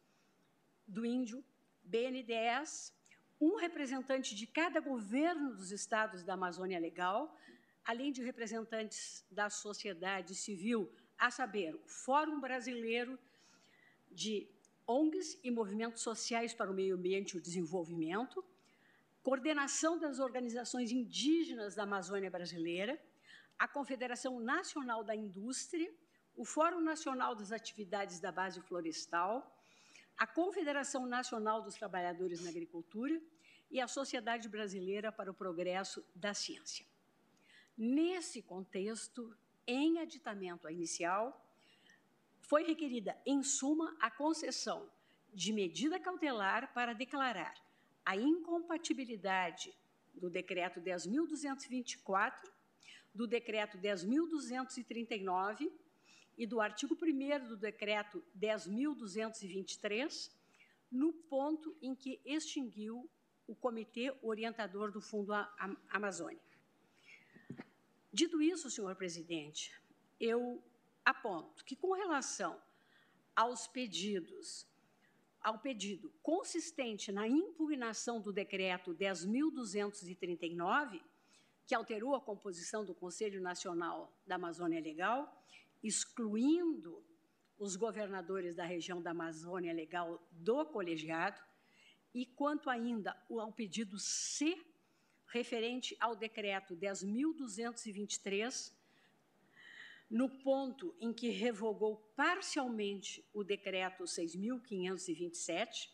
do Índio, BNDES, um representante de cada governo dos estados da Amazônia Legal, além de representantes da sociedade civil, a saber, o Fórum Brasileiro de ONGs e Movimentos Sociais para o Meio Ambiente e o Desenvolvimento, coordenação das organizações indígenas da Amazônia Brasileira, a Confederação Nacional da Indústria, o Fórum Nacional das Atividades da Base Florestal, a Confederação Nacional dos Trabalhadores na Agricultura e a Sociedade Brasileira para o Progresso da Ciência. Nesse contexto, em aditamento à inicial, foi requerida, em suma, a concessão de medida cautelar para declarar a incompatibilidade do decreto 10.224, do decreto 10.239 e do artigo 1 do decreto 10.223, no ponto em que extinguiu o Comitê Orientador do Fundo Am Am Amazônia. Dito isso, senhor presidente, eu aponto que, com relação aos pedidos, ao pedido consistente na impugnação do decreto 10.239, que alterou a composição do Conselho Nacional da Amazônia Legal, excluindo os governadores da região da Amazônia Legal do colegiado, e quanto ainda ao pedido C, referente ao decreto 10.223, no ponto em que revogou parcialmente o decreto 6.527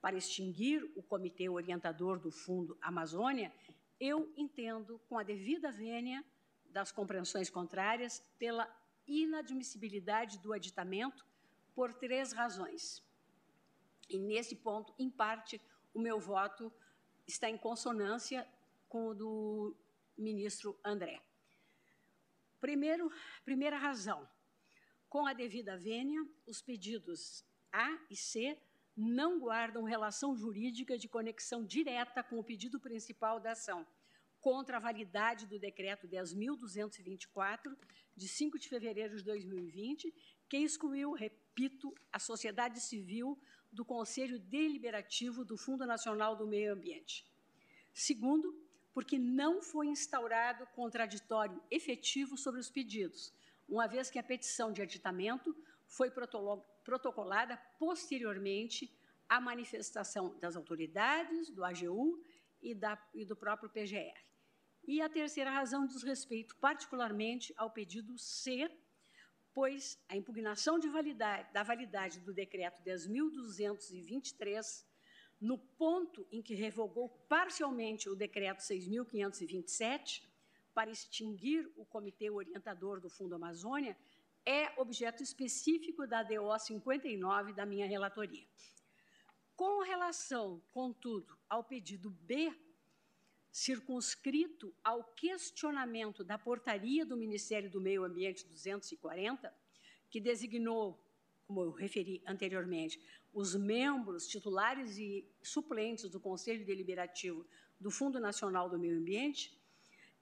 para extinguir o Comitê Orientador do Fundo Amazônia, eu entendo, com a devida vênia das compreensões contrárias, pela inadmissibilidade do aditamento por três razões. E nesse ponto, em parte, o meu voto está em consonância com o do ministro André. Primeiro, primeira razão, com a devida vênia, os pedidos A e C não guardam relação jurídica de conexão direta com o pedido principal da ação, contra a validade do decreto 10.224, de 5 de fevereiro de 2020, que excluiu, repito, a sociedade civil do Conselho Deliberativo do Fundo Nacional do Meio Ambiente. Segundo, porque não foi instaurado contraditório efetivo sobre os pedidos, uma vez que a petição de aditamento foi protocolada posteriormente à manifestação das autoridades, do AGU e, da, e do próprio PGR. E a terceira razão diz respeito particularmente ao pedido C, pois a impugnação validade, da validade do decreto 10.223 no ponto em que revogou parcialmente o decreto 6.527 para extinguir o Comitê Orientador do Fundo Amazônia, é objeto específico da DO 59 da minha relatoria. Com relação, contudo, ao pedido B, circunscrito ao questionamento da portaria do Ministério do Meio Ambiente 240, que designou como eu referi anteriormente, os membros titulares e suplentes do Conselho Deliberativo do Fundo Nacional do Meio Ambiente,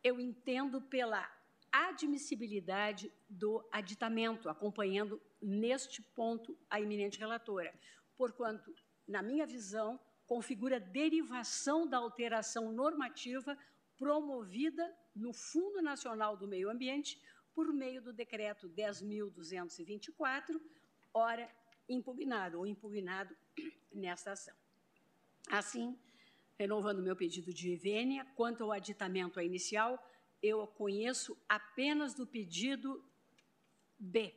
eu entendo pela admissibilidade do aditamento, acompanhando neste ponto a eminente relatora, porquanto, na minha visão, configura derivação da alteração normativa promovida no Fundo Nacional do Meio Ambiente por meio do decreto 10224 ora impugnado ou impugnado nesta ação. Assim, renovando meu pedido de vênia, quanto ao aditamento inicial, eu conheço apenas do pedido B.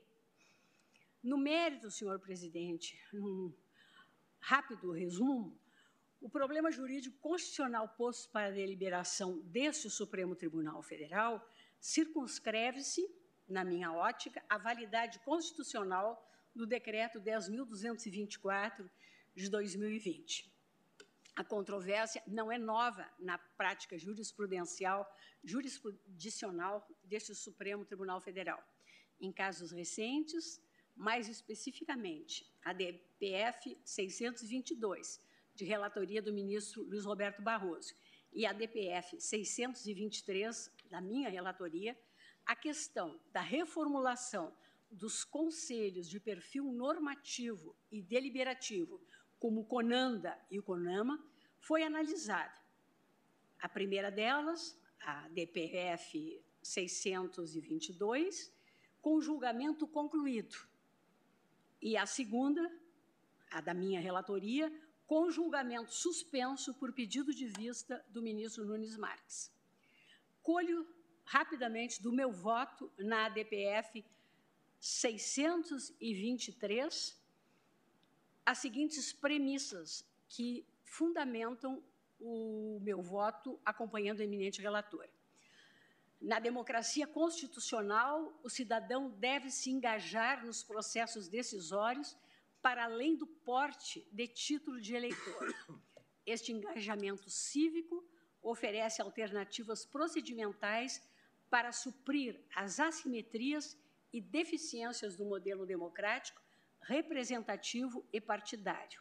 No mérito, senhor presidente, num rápido resumo, o problema jurídico constitucional posto para a deliberação deste Supremo Tribunal Federal circunscreve-se, na minha ótica, a validade constitucional do decreto 10.224 de 2020. A controvérsia não é nova na prática jurisprudencial, jurisprudicional deste Supremo Tribunal Federal. Em casos recentes, mais especificamente, a DPF 622, de relatoria do ministro Luiz Roberto Barroso, e a DPF 623, da minha relatoria, a questão da reformulação dos conselhos de perfil normativo e deliberativo como o CONANDA e o CONAMA, foi analisada. A primeira delas, a DPF 622, com julgamento concluído. E a segunda, a da minha relatoria, com julgamento suspenso por pedido de vista do ministro Nunes Marques. Colho rapidamente do meu voto na ADPF 623 as seguintes premissas que fundamentam o meu voto acompanhando o eminente relator. Na democracia constitucional, o cidadão deve se engajar nos processos decisórios para além do porte de título de eleitor. Este engajamento cívico oferece alternativas procedimentais para suprir as assimetrias e deficiências do modelo democrático, representativo e partidário.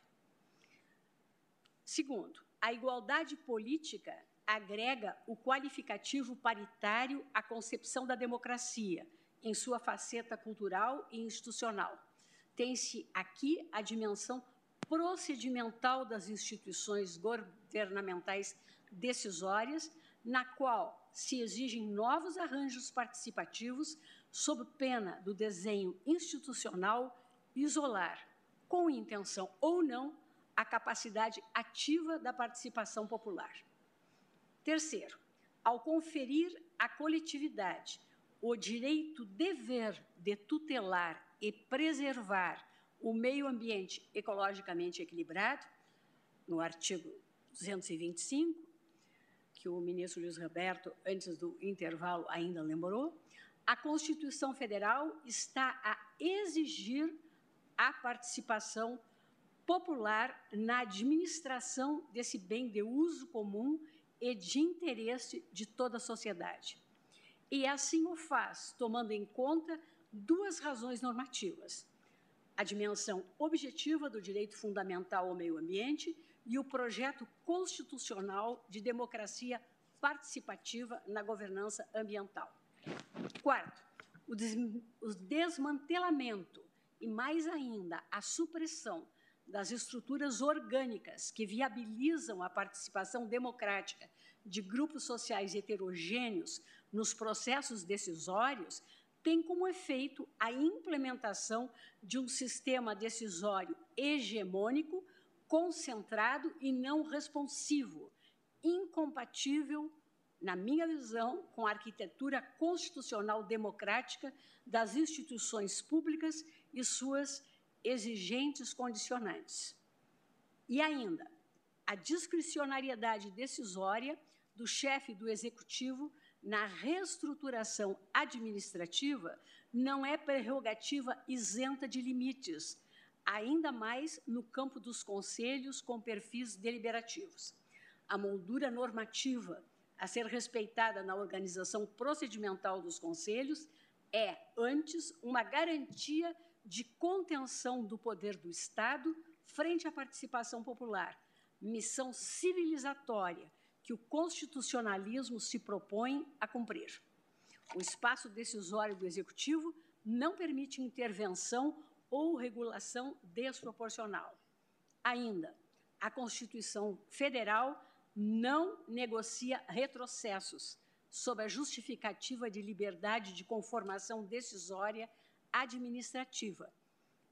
Segundo, a igualdade política agrega o qualificativo paritário à concepção da democracia, em sua faceta cultural e institucional. Tem-se aqui a dimensão procedimental das instituições governamentais decisórias, na qual se exigem novos arranjos participativos sob pena do desenho institucional isolar, com intenção ou não, a capacidade ativa da participação popular. Terceiro, ao conferir à coletividade o direito-dever de tutelar e preservar o meio ambiente ecologicamente equilibrado, no artigo 225, que o ministro Luiz Roberto, antes do intervalo, ainda lembrou, a Constituição Federal está a exigir a participação popular na administração desse bem de uso comum e de interesse de toda a sociedade. E assim o faz, tomando em conta duas razões normativas: a dimensão objetiva do direito fundamental ao meio ambiente e o projeto constitucional de democracia participativa na governança ambiental. Quarto, o, des o desmantelamento e, mais ainda, a supressão das estruturas orgânicas que viabilizam a participação democrática de grupos sociais heterogêneos nos processos decisórios tem como efeito a implementação de um sistema decisório hegemônico, concentrado e não responsivo, incompatível, na minha visão, com a arquitetura constitucional democrática das instituições públicas e suas exigentes condicionantes. E ainda, a discricionariedade decisória do chefe do executivo na reestruturação administrativa não é prerrogativa isenta de limites, ainda mais no campo dos conselhos com perfis deliberativos. A moldura normativa a ser respeitada na organização procedimental dos conselhos é, antes, uma garantia de contenção do poder do Estado frente à participação popular, missão civilizatória que o constitucionalismo se propõe a cumprir. O espaço decisório do Executivo não permite intervenção ou regulação desproporcional. Ainda, a Constituição Federal não negocia retrocessos sob a justificativa de liberdade de conformação decisória administrativa.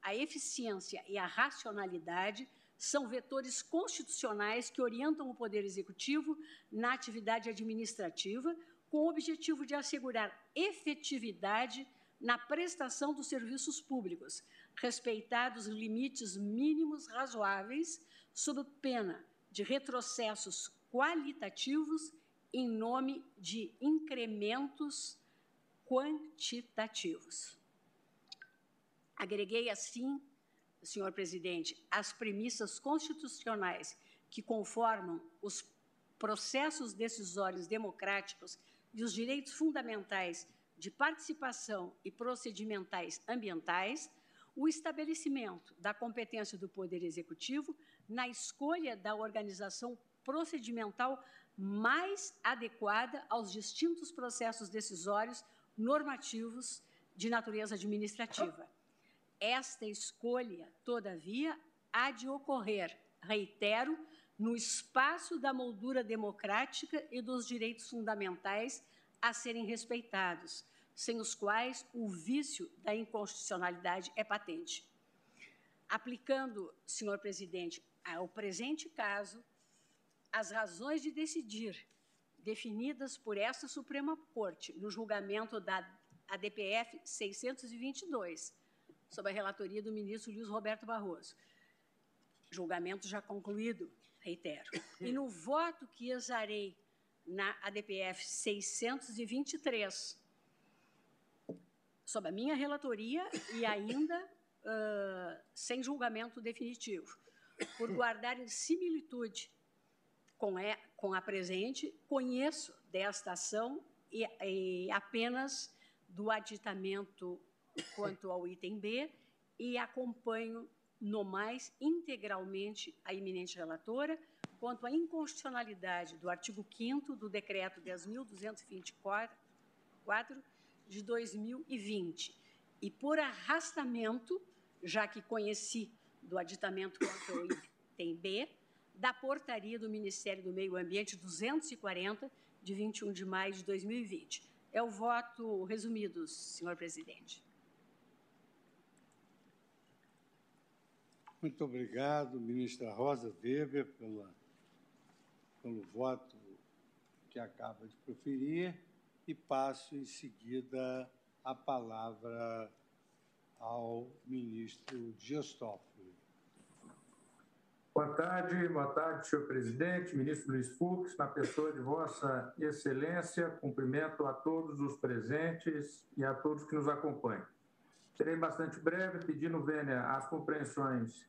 A eficiência e a racionalidade são vetores constitucionais que orientam o Poder Executivo na atividade administrativa, com o objetivo de assegurar efetividade na prestação dos serviços públicos, respeitados limites mínimos razoáveis, sob pena de retrocessos qualitativos em nome de incrementos quantitativos. Agreguei assim, senhor presidente, as premissas constitucionais que conformam os processos decisórios democráticos e os direitos fundamentais de participação e procedimentais ambientais, o estabelecimento da competência do Poder Executivo na escolha da organização procedimental mais adequada aos distintos processos decisórios normativos de natureza administrativa. Esta escolha, todavia, há de ocorrer, reitero, no espaço da moldura democrática e dos direitos fundamentais a serem respeitados, sem os quais o vício da inconstitucionalidade é patente. Aplicando, senhor presidente, ao presente caso, as razões de decidir, definidas por esta Suprema Corte no julgamento da ADPF 622, sob a relatoria do ministro Luiz Roberto Barroso. Julgamento já concluído, reitero. E no voto que exarei na ADPF 623, sob a minha relatoria e ainda ah, sem julgamento definitivo, por guardar em similitude com, e- com a presente, conheço desta ação e, e apenas do aditamento quanto ao item B e acompanho no mais integralmente a eminente relatora quanto à inconstitucionalidade do artigo 5 do decreto 10.224 de 2020 e por arrastamento, já que conheci do aditamento quanto ao item B, da portaria do Ministério do Meio Ambiente 240 de 21 de maio de 2020. É o voto resumido, senhor presidente. Muito obrigado, ministra Rosa Weber, pela, pelo voto que acaba de proferir e passo em seguida a palavra ao ministro Dias Toffoli. Boa tarde, boa tarde, senhor presidente, ministro Luiz Fux, na pessoa de Vossa Excelência, cumprimento a todos os presentes e a todos que nos acompanham. Serei bastante breve, pedindo vênia às compreensões